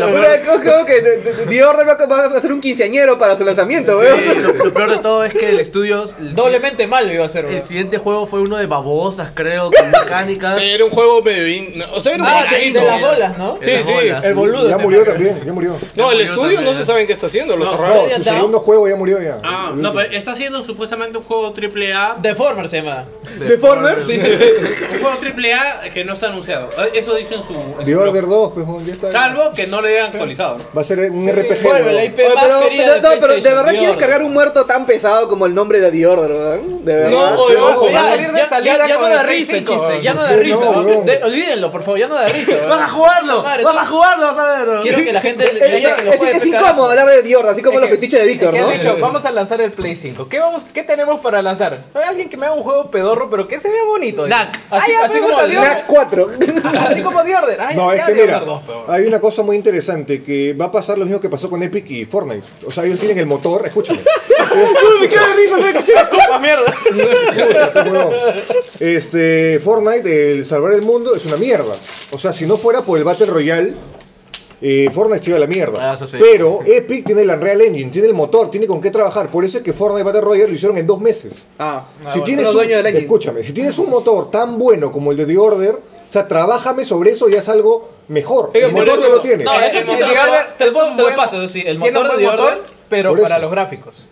Speaker 2: Ahora creo, creo que de- de- Dior va- va a hacer un quinceañero para su lanzamiento, weón.
Speaker 6: Lo, lo peor de todo es que el estudio. el-
Speaker 8: Doblemente mal iba a ser,
Speaker 6: El
Speaker 8: weón.
Speaker 6: siguiente juego fue uno de babosas, creo, con mecánicas.
Speaker 1: Sí, era un juego medio. in- O sea, era un
Speaker 8: Ah,
Speaker 1: juego
Speaker 8: sí,
Speaker 1: chiquito.
Speaker 8: de las bolas, ¿no?
Speaker 1: Sí,
Speaker 6: Las
Speaker 1: sí.
Speaker 6: bolas.
Speaker 4: El boludo. Ya murió también, ya murió.
Speaker 1: No, el
Speaker 5: Murió
Speaker 1: estudio
Speaker 5: también,
Speaker 1: no se
Speaker 5: ¿eh?
Speaker 1: sabe en qué está haciendo. Lo
Speaker 5: No,
Speaker 1: cerraron.
Speaker 4: No, su segundo juego ya murió ya.
Speaker 5: Ah,
Speaker 4: El
Speaker 5: no,
Speaker 4: último.
Speaker 5: pero está haciendo supuestamente un juego triple A.
Speaker 8: Deformer se llama.
Speaker 2: Deformer, sí.
Speaker 5: Un juego triple A que no está anunciado. Eh, Eso dice en su. en su
Speaker 4: The
Speaker 5: blog.
Speaker 4: Order 2, pues, bueno, ya está.
Speaker 5: Salvo que no le hayan actualizado. ¿no?
Speaker 4: Va a ser un RPG.
Speaker 8: Vuelve
Speaker 4: weón.
Speaker 8: la IP
Speaker 2: Oye,
Speaker 8: más
Speaker 2: pero,
Speaker 8: querida
Speaker 2: no,
Speaker 8: de
Speaker 2: no, pero de
Speaker 8: PlayStation,
Speaker 2: verdad quieres
Speaker 8: Dior.
Speaker 2: cargar un muerto tan pesado como el nombre de Dior, ¿verdad? De verdad.
Speaker 1: No, oye, ojo,
Speaker 8: Ya,
Speaker 1: va a
Speaker 8: ya-
Speaker 1: salir
Speaker 8: ya- ya no da risa el chiste, ya no da
Speaker 4: Sí,
Speaker 8: risa.
Speaker 4: no,
Speaker 8: weón.
Speaker 4: weón.
Speaker 8: De- olvídenlo, por favor, ya no da risa. weón.
Speaker 6: ¡Vas a jugarlo!
Speaker 8: Madre,
Speaker 6: ¡Vas
Speaker 8: tú-
Speaker 6: a jugarlo! ¡Vas a verlo!
Speaker 8: Quiero que la gente
Speaker 2: Es, es-
Speaker 8: que lo
Speaker 2: es-
Speaker 8: juegue,
Speaker 2: es
Speaker 8: pe,
Speaker 2: incómodo
Speaker 8: carajo.
Speaker 2: hablar de Dior, así como
Speaker 8: Es
Speaker 2: los
Speaker 8: que-
Speaker 2: fetiches de Víctor,
Speaker 8: ¿Qué
Speaker 2: ¿no?
Speaker 8: han dicho? Vamos a lanzar el Play 5. ¿Qué, vamos, ¿Qué tenemos para lanzar? Hay alguien que me haga un juego pedorro, pero que se vea bonito.
Speaker 6: Knack.
Speaker 8: Así,
Speaker 2: Ah, ya,
Speaker 8: así
Speaker 2: me
Speaker 8: como
Speaker 2: gusta
Speaker 8: el-
Speaker 2: Dior. Knack 4.
Speaker 8: Así como The Order. Ay,
Speaker 4: No,
Speaker 8: ya
Speaker 4: es que
Speaker 8: The
Speaker 4: mira,
Speaker 8: Order 2, pe, weón.
Speaker 4: hay una cosa muy interesante que va a pasar lo mismo que pasó con Epic y Fortnite. O sea, ellos tienen el motor, escúchame. Escucha, este huevón. Este, Fortnite, el salvar el mundo, es una mierda. O sea, si no fuera por el Battle Royale, eh, Fortnite se iba a la mierda.
Speaker 6: Ah, eso sí.
Speaker 4: Pero Epic tiene el Unreal Engine, tiene el motor, tiene con qué trabajar. Por eso es que Fortnite Battle Royale lo hicieron en dos meses.
Speaker 2: Ah,
Speaker 4: si
Speaker 2: bueno.
Speaker 4: tienes
Speaker 2: Los
Speaker 4: un-
Speaker 2: dueños del engine.
Speaker 4: escúchame, si tienes un motor tan bueno como el de The Order, o sea, trabájame sobre eso y haz algo mejor.
Speaker 1: Oiga,
Speaker 4: el
Speaker 1: por
Speaker 4: motor
Speaker 1: eso-
Speaker 4: no lo tienes.
Speaker 8: No,
Speaker 5: Eh,
Speaker 8: eso
Speaker 5: el
Speaker 8: sí,
Speaker 5: motor-
Speaker 8: The Order. Te
Speaker 5: es
Speaker 8: lo
Speaker 5: un
Speaker 8: te lo
Speaker 5: buen-
Speaker 8: paso, sí. El
Speaker 5: tiene un
Speaker 8: motor de The
Speaker 5: buen
Speaker 8: Order,
Speaker 5: motor.
Speaker 8: pero
Speaker 4: Por
Speaker 8: para
Speaker 4: eso.
Speaker 8: los gráficos.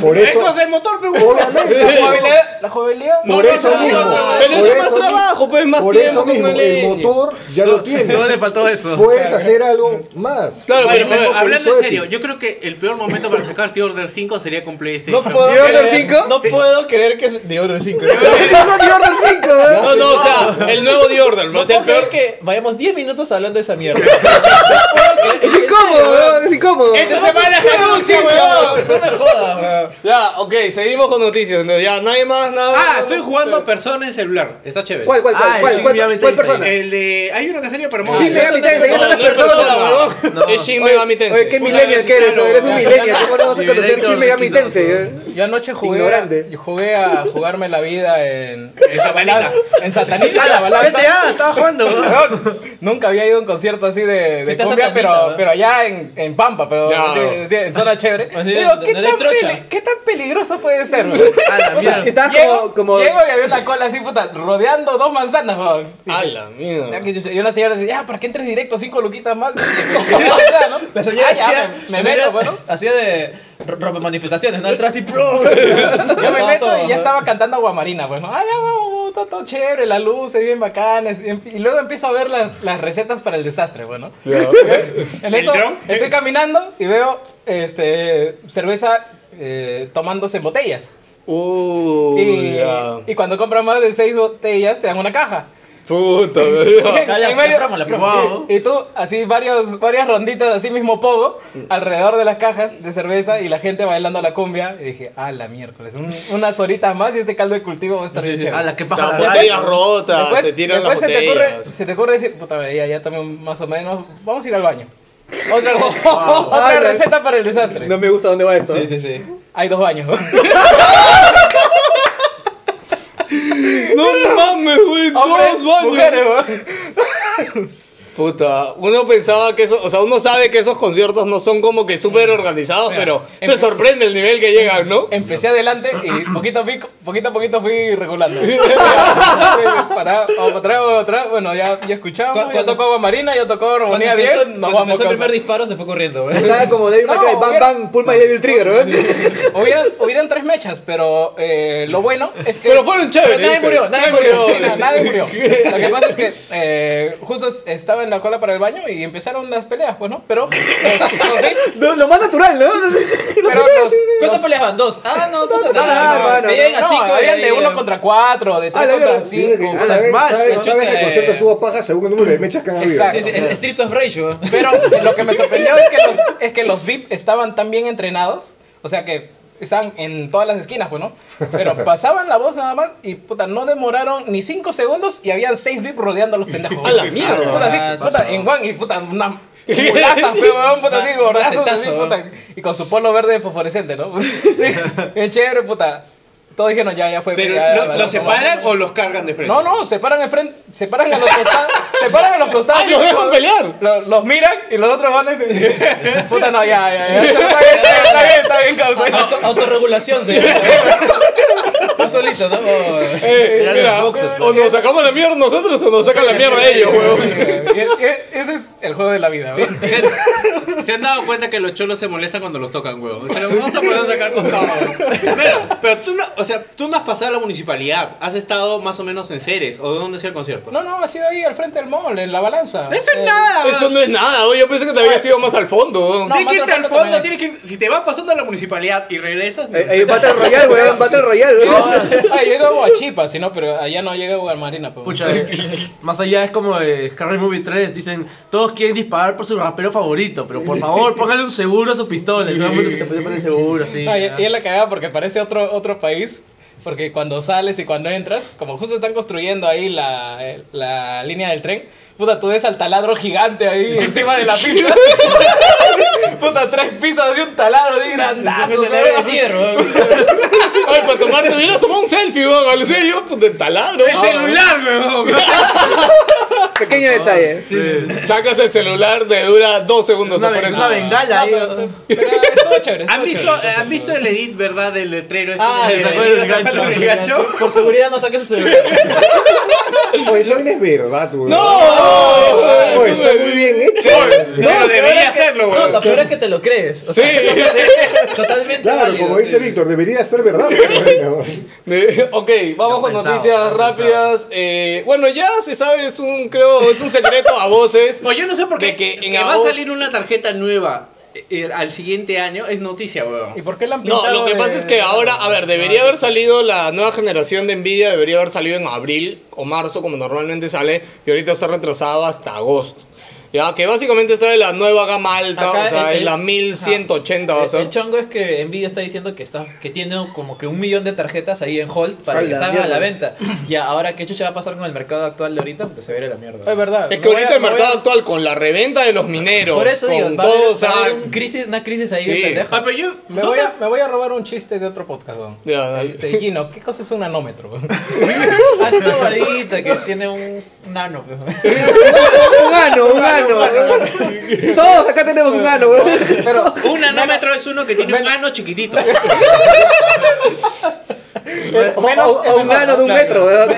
Speaker 4: Por eso,
Speaker 5: Eso es el motor, pero.
Speaker 4: obviamente,
Speaker 8: La jugabilidad- La jugabilidad.
Speaker 4: por
Speaker 5: no,
Speaker 4: eso
Speaker 5: no,
Speaker 4: mismo.
Speaker 5: no, no,
Speaker 1: Pero
Speaker 4: por
Speaker 1: es más
Speaker 4: eso mismo.
Speaker 1: trabajo, pues más
Speaker 4: Por
Speaker 1: tiempo
Speaker 4: eso
Speaker 1: con
Speaker 4: mismo,
Speaker 1: el
Speaker 4: el
Speaker 1: engine.
Speaker 4: motor ya lo tiene.
Speaker 6: No le faltó eso.
Speaker 4: Puedes hacer algo más.
Speaker 1: Claro,
Speaker 5: Bueno,
Speaker 1: pero,
Speaker 5: pero
Speaker 4: Lo que
Speaker 5: hablando
Speaker 4: hizo
Speaker 5: en serio,
Speaker 4: Epic.
Speaker 5: yo creo que el peor momento para sacar The Order 5 sería con
Speaker 8: No
Speaker 5: PlayStation.
Speaker 8: puedo,
Speaker 2: ¿The Order
Speaker 8: creer-
Speaker 2: 5?
Speaker 8: no puedo creer que es The Order 5.
Speaker 2: Dijo Dior del 5, ¿eh?
Speaker 1: No, no, o sea, el nuevo The Order,
Speaker 8: No
Speaker 1: o sea,
Speaker 8: puedo
Speaker 1: el peor.
Speaker 8: creer que vayamos 10 minutos hablando de esa mierda. No puedo creer-
Speaker 2: Es incómodo, weón, es incómodo.
Speaker 1: Esta semana es
Speaker 8: ¡Renuncia, weón! No me jodas, weón.
Speaker 1: Ya, ok, seguimos con noticias. no, Ya, nadie más, nada.
Speaker 5: Ah, estoy jugando a persona en celular. Está chévere.
Speaker 2: ¿Cuál, cuál,
Speaker 6: Ah,
Speaker 2: cuál,
Speaker 6: el
Speaker 2: cuál,
Speaker 6: Shin
Speaker 2: cuál,
Speaker 6: Megami
Speaker 2: cuál
Speaker 6: Tensei.
Speaker 2: persona?
Speaker 5: El de. Hay uno que salió para móvil.
Speaker 2: Shin Megami Tensei, esa es la
Speaker 1: no es
Speaker 2: persona.
Speaker 1: persona, es Shin Megami Tensei.
Speaker 2: Oye, qué
Speaker 5: Puta,
Speaker 2: millennial que eres,
Speaker 5: claro,
Speaker 2: eres un
Speaker 5: ya.
Speaker 2: millennial, ¿cómo no vas a conocer
Speaker 6: Liberator
Speaker 2: Shin Megami
Speaker 6: requisado,
Speaker 2: Tensei?
Speaker 6: weón.
Speaker 2: eh?
Speaker 8: Yo anoche jugué a,
Speaker 2: Ignorante.
Speaker 8: yo jugué a jugarme la vida en,
Speaker 5: En Satanita.
Speaker 8: en
Speaker 6: Ah,
Speaker 8: Satanita, la balanza.
Speaker 6: GTA, estaba jugando.
Speaker 8: Weón, Nunca había ido a un concierto así de, de
Speaker 10: Fuiste a
Speaker 8: cumbia,
Speaker 10: Satanita,
Speaker 8: pero,
Speaker 10: ¿verdad?
Speaker 8: pero allá en, en Pampa, pero
Speaker 1: Ya.
Speaker 8: sí, sí, en zona chévere.
Speaker 10: Así,
Speaker 8: Digo, ¿qué
Speaker 10: donde hay
Speaker 8: tan,
Speaker 10: trocha.
Speaker 8: peli- qué tan peligroso puede ser? weón?
Speaker 6: A la mierda.
Speaker 2: Estabas
Speaker 8: Llego,
Speaker 2: como, como...
Speaker 8: llego y había una cola así, puta, rodeando dos manzanas, weón.
Speaker 1: Ala, mierda.
Speaker 8: Ya que yo- Y una señora decía, ah, ¿para qué entres directo? Cinco luquitas más. La señora Ah, me meto, bueno.
Speaker 10: Hacía de ro- rompemanifestaciones, ¿no? Atrás y pro.
Speaker 8: Yo me
Speaker 10: Todo,
Speaker 8: meto
Speaker 10: todo,
Speaker 8: y ya
Speaker 10: ¿no?
Speaker 8: estaba cantando Aguamarina, pues, ¿no? Ah, ya, vamos, vamos, todo, todo chévere, las luces bien bacanas. Y y luego empiezo a ver las, las recetas para el desastre, bueno. En eso,
Speaker 5: dron?
Speaker 8: estoy caminando y veo este, cerveza eh, tomándose en botellas.
Speaker 1: Uy,
Speaker 8: Y,
Speaker 1: ya.
Speaker 8: y cuando compras más de seis botellas, te dan una caja.
Speaker 1: Puta,
Speaker 8: En-
Speaker 1: ya.
Speaker 8: en
Speaker 10: la
Speaker 8: medio-
Speaker 10: promo, la promo.
Speaker 8: y- Y, tú, así varios, varias ronditas, así mismo pogo, alrededor de las cajas de cerveza y la gente bailando la cumbia. Y dije, ah, la miércoles, un- unas horitas más y este caldo de cultivo va a estar bien chévere.
Speaker 6: A la que paja
Speaker 1: Las
Speaker 6: la
Speaker 1: botellas rotas,
Speaker 8: Después,
Speaker 1: te tiran
Speaker 8: después
Speaker 1: las
Speaker 8: se, te ocurre,
Speaker 1: botellas.
Speaker 8: se te ocurre decir, puta, ya, ya tomé un- más o menos, vamos a ir al baño. Otra, otra
Speaker 2: Ay, la-
Speaker 8: receta para el desastre.
Speaker 2: No me gusta dónde va esto.
Speaker 8: Sí, sí, sí. Hay dos baños.
Speaker 1: No mames, güey,
Speaker 8: Hombres,
Speaker 1: dos baños.
Speaker 8: mujeres, weón.
Speaker 1: Puta, uno pensaba que eso, o sea, uno sabe que esos conciertos no son como que
Speaker 8: Mm.
Speaker 1: súper organizados, pero te sorprende el nivel que llegan, ¿no?
Speaker 8: Empecé adelante y poquito a pico- poquito, a poquito fui regulando. para, para atrás, para atrás. Bueno, ya, ya escuchamos.
Speaker 10: Cuando-
Speaker 8: ya tocó agua marina, ya tocó armonía 10. Nos
Speaker 10: Cuando
Speaker 8: vamos
Speaker 10: empezó el
Speaker 8: causa.
Speaker 10: primer disparo se fue corriendo, weón.
Speaker 2: Estaba como Devil May
Speaker 8: No,
Speaker 2: Cry, bang,
Speaker 8: hubiera-
Speaker 2: bang, Pull My Devil Trigger, ¿eh?
Speaker 8: Hubieran, hubieran tres mechas, pero eh, lo bueno es que.
Speaker 1: Pero fueron chéveres,
Speaker 8: Pero nadie
Speaker 1: dice.
Speaker 8: murió, nadie
Speaker 1: Nadie
Speaker 8: murió.
Speaker 1: murió.
Speaker 8: Sí, no, nadie murió. Lo que pasa es que eh, justo es- estaba en la cola para el baño y empezaron las peleas, pues, ¿no? Pero. eh, ok,
Speaker 2: No, Lo más natural, ¿no?
Speaker 8: pero los.
Speaker 10: ¿Cuántas
Speaker 8: los-
Speaker 10: peleas van? ¿Dos? Ah, no, pasa
Speaker 8: No,
Speaker 10: nada,
Speaker 8: no, no,
Speaker 10: weón.
Speaker 8: no,
Speaker 10: Que lleguen a
Speaker 8: no,
Speaker 10: cinco,
Speaker 8: habían
Speaker 10: ya,
Speaker 8: de
Speaker 10: ya.
Speaker 8: uno contra cuatro, de
Speaker 2: Ah,
Speaker 8: tres
Speaker 2: la
Speaker 8: contra
Speaker 2: verdad, sí,
Speaker 8: cinco.
Speaker 4: Dicen que cada vez-
Speaker 6: Smash,
Speaker 4: Sabes
Speaker 8: chuta,
Speaker 4: sabes que el
Speaker 8: eh.
Speaker 4: concierto suba paja según el número de mechas que han habido.
Speaker 8: Exacto.
Speaker 10: Sí, sí, el el Street of Rage, weón.
Speaker 8: Pero eh, lo que me sorprendió es que los, es que los VIP estaban tan bien entrenados, o sea que están en todas las esquinas, pues, ¿no? Pero pasaban la voz nada más y puta, no demoraron ni 5 segundos y habían 6 VIP rodeando a los pendejos.
Speaker 1: A la mierda.
Speaker 8: Puta, así, puta, en Juan y puta, una mulazas, pero weón, puta, así, gordazos, así, puta, y con su polo verde fosforescente, ¿no? Bien chévere, puta.
Speaker 3: Todos dijeron, ya, ya fue.
Speaker 5: Pero
Speaker 3: ya, ya,
Speaker 5: ¿lo- ¿los
Speaker 3: vamos, vamos.
Speaker 5: separan o los cargan de frente?
Speaker 3: No, no, se paran enfrente, se paran a los costados, se paran a los costados.
Speaker 1: ¡Ay, los dejan pelear!
Speaker 3: Los, los miran y los otros van a decir, puta, no, ya, ya, ya. Está bien, está bien, está bien, causa.
Speaker 8: Auto- autorregulación, señor. Tú solito, ¿no?
Speaker 1: Eh, mira, o nos sacamos la mierda nosotros o nos sacan la mierda ellos, huevón.
Speaker 2: Eh,
Speaker 3: Y- y- Ese es el juego de la vida, ¿ves?
Speaker 5: Se han, se han dado cuenta que los cholos se molestan cuando los tocan, huevón. Pero vamos a poder sacar costado, huevón. Pero, pero tú, no, o sea, tú no has pasado a la municipalidad. Has estado más o menos en Ceres. ¿O dónde es el concierto?
Speaker 3: No, no, ha sido ahí al frente del mall, en la balanza.
Speaker 5: Eso
Speaker 3: Eh,
Speaker 5: es nada,
Speaker 1: Eso
Speaker 5: huevón.
Speaker 1: no es nada, huevón. Yo pensé que te había sido más al fondo, huevón.
Speaker 3: No,
Speaker 5: Tienes que
Speaker 3: más
Speaker 5: irte al
Speaker 3: al
Speaker 5: fondo.
Speaker 3: fondo también.
Speaker 5: Tienes que, si te vas pasando a la municipalidad y regresas.
Speaker 2: Eh, eh, Battle Royale, weón, Battle Royale, weón.
Speaker 3: Ah, yo he ido a Huachipa, si no, pero allá no llega a Guamarina, pues.
Speaker 6: Pucha, eh, más allá es como de Scary Movie 3, dicen, todos quieren disparar por su rapero favorito, pero por favor, póngale un seguro a su pistola, y todo el mundo te pone seguro, así.
Speaker 3: No, y, y
Speaker 6: ¿ya?
Speaker 3: es la cagada porque parece otro, otro país. Porque cuando sales y cuando entras, como justo están construyendo ahí la, eh, la línea del tren, puta, tú ves al taladro gigante ahí encima de la pista. puta, tres pisos de un taladro de
Speaker 8: Es
Speaker 3: grandazo. pues,
Speaker 8: un escenario de
Speaker 3: weón.
Speaker 8: hierro. weón.
Speaker 1: Ay, para tomarte, hubieras tomado un selfie, weón. Al serio, pues del taladro.
Speaker 5: El celular, huevón.
Speaker 2: Pequeño detalle.
Speaker 1: Sacas el celular, te dura dos segundos.
Speaker 6: Una,
Speaker 1: se pone
Speaker 6: es
Speaker 1: el-
Speaker 6: una bengala ahí.
Speaker 3: Pero, pero estuvo chévere. estuvo
Speaker 5: ¿Han visto,
Speaker 3: chévere,
Speaker 5: ¿Han visto el edit, verdad, del letrero? Este
Speaker 3: Ah,
Speaker 5: de-
Speaker 3: el
Speaker 5: de-
Speaker 6: recuerdo del
Speaker 5: de-
Speaker 6: gancho.
Speaker 5: del gancho?
Speaker 8: Por seguridad no saques su celular.
Speaker 4: Oye, eso no es verdad, weón.
Speaker 1: ¡No!
Speaker 4: Oye,
Speaker 1: Eso
Speaker 4: está
Speaker 1: es-
Speaker 4: muy bien hecho.
Speaker 5: Pero debería hacerlo,
Speaker 8: No,
Speaker 5: huevón.
Speaker 8: lo peor es que te lo crees. O
Speaker 1: Sí,
Speaker 8: sea, totalmente
Speaker 4: Claro,
Speaker 8: válido,
Speaker 4: como dice
Speaker 8: sí.
Speaker 4: Víctor, debería ser verdad. pero bueno.
Speaker 1: Eh, ok, vamos
Speaker 6: Lo
Speaker 1: con
Speaker 6: pensaba,
Speaker 1: noticias
Speaker 6: lo
Speaker 1: rápidas. Eh, bueno, ya se sabe, es un, creo, es un secreto a voces.
Speaker 5: O yo no sé por qué
Speaker 1: De que
Speaker 5: que
Speaker 1: en
Speaker 5: va a
Speaker 1: agosto-
Speaker 5: salir una tarjeta nueva eh, al siguiente año es noticia, weón.
Speaker 3: ¿Y por qué la han pintado?
Speaker 1: No, lo que
Speaker 3: de-
Speaker 1: pasa es que ahora, a ver,
Speaker 8: Ah,
Speaker 1: debería haber salido la nueva generación de Nvidia, debería haber salido en abril o marzo, como normalmente sale, y ahorita se ha retrasado hasta agosto. Ya, que básicamente sale la nueva gama alta,
Speaker 8: Acá
Speaker 1: o sea,
Speaker 8: el-
Speaker 1: es la
Speaker 8: el-
Speaker 1: 1180 va a
Speaker 8: El- El
Speaker 1: ser.
Speaker 8: chongo es que Nvidia está diciendo que está que tiene como que un millón de tarjetas ahí en hold para
Speaker 2: Ay,
Speaker 8: que
Speaker 2: la
Speaker 8: salgan a la
Speaker 2: mierda.
Speaker 8: venta. Y ahora, ¿qué chucha va a pasar con el mercado actual de ahorita? Pues se va a ir a la mierda.
Speaker 3: Es verdad. me
Speaker 1: Es que
Speaker 3: voy
Speaker 1: ahorita
Speaker 3: a-
Speaker 1: el
Speaker 3: me voy
Speaker 1: mercado
Speaker 3: a-
Speaker 1: actual, con la reventa de los mineros,
Speaker 8: Por eso
Speaker 1: con
Speaker 8: digo, va a haber,
Speaker 1: todo, o
Speaker 8: va a
Speaker 1: sea,
Speaker 8: haber un crisis, una crisis ahí
Speaker 1: Sí.
Speaker 8: bien pendeja.
Speaker 5: Ah, pero yo
Speaker 3: Me
Speaker 5: no
Speaker 3: voy,
Speaker 5: te-
Speaker 3: a, me voy a robar un chiste de otro podcast, weón.
Speaker 1: Ya, dale.
Speaker 3: Este, Gino, ¿qué cosa es un nanómetro? weón?
Speaker 8: Ah, es una guadita que tiene un nano. pues.
Speaker 2: Un ano, un ano. Todos acá tenemos un ano, weón.
Speaker 3: Pero
Speaker 5: un nanómetro es uno que tiene un ano chiquitito.
Speaker 2: O, o- o un ano de un metro, weón.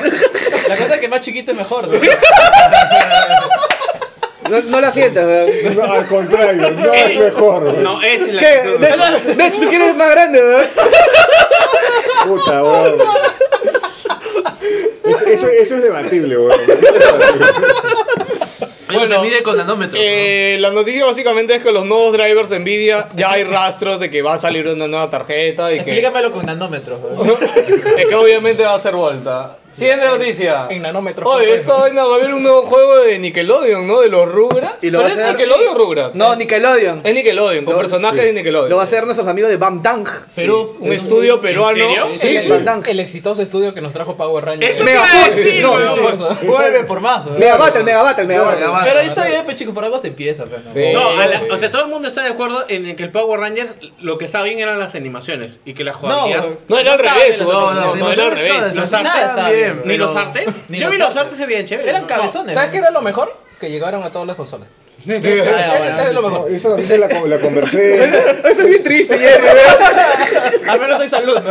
Speaker 8: La cosa es que más chiquito es mejor. ¿no?
Speaker 2: No, no la sientas, weón.
Speaker 4: No, al contrario, no es mejor. weón.
Speaker 5: No, esa es la
Speaker 2: ¿Qué?
Speaker 5: actitud.
Speaker 2: De, de hecho, tú quieres más grande, weón.
Speaker 4: Puta, weón. Eso, eso- eso es debatible, weón.
Speaker 6: Bueno, se mide con nanómetros.
Speaker 1: Eh, la noticia básicamente es que los nuevos drivers de Nvidia ya hay rastros de que va a salir una nueva tarjeta y que,
Speaker 8: Explícamelo con nanómetros. ¿no?
Speaker 1: es que obviamente va a ser vuelta. Siguiente noticia.
Speaker 3: en nanómetros.
Speaker 1: Oye, esta vaina va a haber un nuevo juego de Nickelodeon, ¿no? De los Rugrats.
Speaker 2: Y lo
Speaker 1: ¿Pero
Speaker 2: va a
Speaker 1: es
Speaker 2: hacer-
Speaker 1: Nickelodeon o Rugrats?
Speaker 2: No, Nickelodeon.
Speaker 1: Es Nickelodeon, con personajes de Nickelodeon.
Speaker 2: Lo va a hacer nuestros amigos de Bam Dunk.
Speaker 8: Perú.
Speaker 1: Un estudio peruano.
Speaker 5: serio?
Speaker 1: Sí,
Speaker 3: el,
Speaker 1: sí.
Speaker 2: Van Damme.
Speaker 3: el exitoso estudio que nos trajo Power Rangers.
Speaker 5: Eso
Speaker 2: Mega
Speaker 5: te iba a
Speaker 2: Force,
Speaker 5: decir,
Speaker 2: no,
Speaker 5: huevón.
Speaker 2: sí,
Speaker 8: Vuelve por más. ¿no?
Speaker 2: Mega Battle, Mega Battle, Mega
Speaker 6: Ya
Speaker 2: Battle.
Speaker 6: va,
Speaker 8: Pero ahí
Speaker 6: ya va.
Speaker 8: está bien, pues chicos, por algo se empieza. pues, ¿no?
Speaker 1: Sí.
Speaker 5: No, a la-
Speaker 1: sí.
Speaker 5: o sea, todo el mundo está de acuerdo en el que el Power Rangers lo que estaba bien eran las animaciones y que la jugabilidad.
Speaker 8: weón.
Speaker 1: No, era al
Speaker 8: estaba
Speaker 1: revés,
Speaker 8: bien
Speaker 1: weón,
Speaker 8: las
Speaker 1: no, no,
Speaker 6: animaciones
Speaker 1: era al
Speaker 6: todas,
Speaker 1: revés.
Speaker 6: las
Speaker 5: Los artes
Speaker 8: nada
Speaker 6: estaban
Speaker 8: está
Speaker 6: bien,
Speaker 8: bien,
Speaker 5: ¿Ni
Speaker 6: pero-
Speaker 5: los artes?
Speaker 8: Ni
Speaker 5: Yo
Speaker 8: los
Speaker 5: vi los
Speaker 8: artes.
Speaker 5: artes, se veían chéveres.
Speaker 8: Eran
Speaker 5: ¿no?
Speaker 8: cabezones.
Speaker 3: ¿Sabes
Speaker 8: ¿no?
Speaker 3: qué era lo mejor? Que llegaron a todas las consolas.
Speaker 8: Ah,
Speaker 3: Ese-
Speaker 8: bueno,
Speaker 3: ese es lo
Speaker 8: sí,
Speaker 4: No,
Speaker 3: mejor.
Speaker 4: esa noticia la, la conversé.
Speaker 2: Eso es bien triste, Jerry, weón.
Speaker 8: Al menos hay salud, ¿no?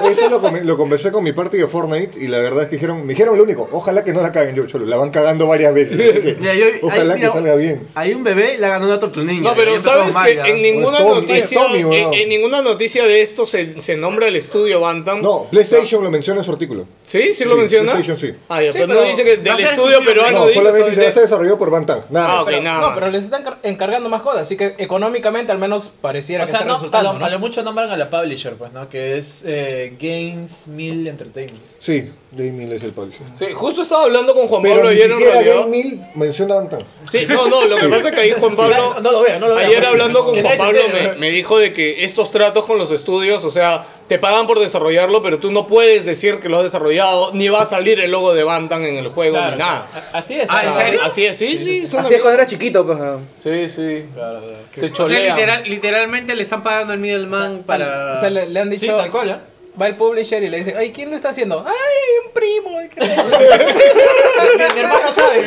Speaker 4: no, eso lo, com- lo conversé con mi party de Fortnite y la verdad es que dijeron, me dijeron lo único, ojalá que no la caguen yo, cholo. La van cagando varias veces.
Speaker 6: Mira, yo-
Speaker 4: Ojalá
Speaker 6: ahí,
Speaker 4: que
Speaker 6: mira,
Speaker 4: salga bien.
Speaker 6: Hay un bebé, la ganó una tortunilla.
Speaker 1: No, pero sabes que en ninguna
Speaker 4: Tommy, oye,
Speaker 1: noticia
Speaker 4: Tommy,
Speaker 1: en,
Speaker 4: weón.
Speaker 1: en ninguna noticia de esto se, se nombra el estudio Bantam.
Speaker 4: No, PlayStation lo menciona en su artículo.
Speaker 1: ¿Sí? ¿Sí lo
Speaker 4: Sí,
Speaker 1: menciona?
Speaker 4: PlayStation sí.
Speaker 1: Ah, ya,
Speaker 3: Sí,
Speaker 1: pero no
Speaker 3: pero
Speaker 1: dice que
Speaker 5: va a
Speaker 1: del
Speaker 5: ser
Speaker 1: estudio
Speaker 5: exclusivo.
Speaker 1: peruano
Speaker 4: No,
Speaker 1: dice
Speaker 4: solamente dice,
Speaker 1: solamente-
Speaker 4: se desarrolló por Bantam. Nada
Speaker 1: Ah,
Speaker 4: más.
Speaker 1: ok, nada
Speaker 3: No,
Speaker 1: más.
Speaker 3: pero les están encar- encargando más cosas, así que económicamente al menos pareciera
Speaker 8: O
Speaker 3: que
Speaker 8: sea,
Speaker 3: está
Speaker 8: no, a,
Speaker 3: resultando,
Speaker 8: lo,
Speaker 3: ¿no?
Speaker 8: a lo mucho nombran a la publisher, pues, ¿no? Que es eh, Games Mill Entertainment.
Speaker 4: Sí, Game Mill es el publisher.
Speaker 1: Sí, justo estaba hablando con Juan
Speaker 4: Pero
Speaker 1: Pablo
Speaker 4: ni
Speaker 1: ayer en
Speaker 4: siquiera
Speaker 1: realidad.
Speaker 4: Game Mill menciona Bantam.
Speaker 1: Sí, no, no, lo que pasa es que ahí Juan Pablo.
Speaker 8: No, no lo veo, no lo veo.
Speaker 1: Ayer hablando con
Speaker 8: Que
Speaker 1: Juan
Speaker 8: nadie se
Speaker 1: Pablo
Speaker 8: entere,
Speaker 1: me,
Speaker 8: ¿no?
Speaker 1: me dijo de que estos tratos con los estudios, o sea, te pagan por desarrollarlo, pero tú no puedes decir que lo has desarrollado, ni va a salir el logo de Bantam en el juego,
Speaker 8: Claro,
Speaker 1: ni nada.
Speaker 8: a- Así es.
Speaker 5: Ah, ¿en
Speaker 8: claro.
Speaker 5: serio?
Speaker 1: Así es, sí, sí.
Speaker 8: Ah,
Speaker 1: es una
Speaker 2: Así es cuando
Speaker 1: mierda.
Speaker 2: era chiquito, pues. weón.
Speaker 1: Sí, sí.
Speaker 8: Claro, claro.
Speaker 1: Te
Speaker 5: O sea,
Speaker 1: cholean.
Speaker 5: literal- literalmente le están pagando al middleman para.
Speaker 3: O sea, le, le han dicho.
Speaker 8: Sí, tal cual, ¿eh?
Speaker 3: va el publisher y le dice, ay, ¿quién lo está haciendo? Ay, un primo. ay, que-
Speaker 8: Mi, mi hermano sabe.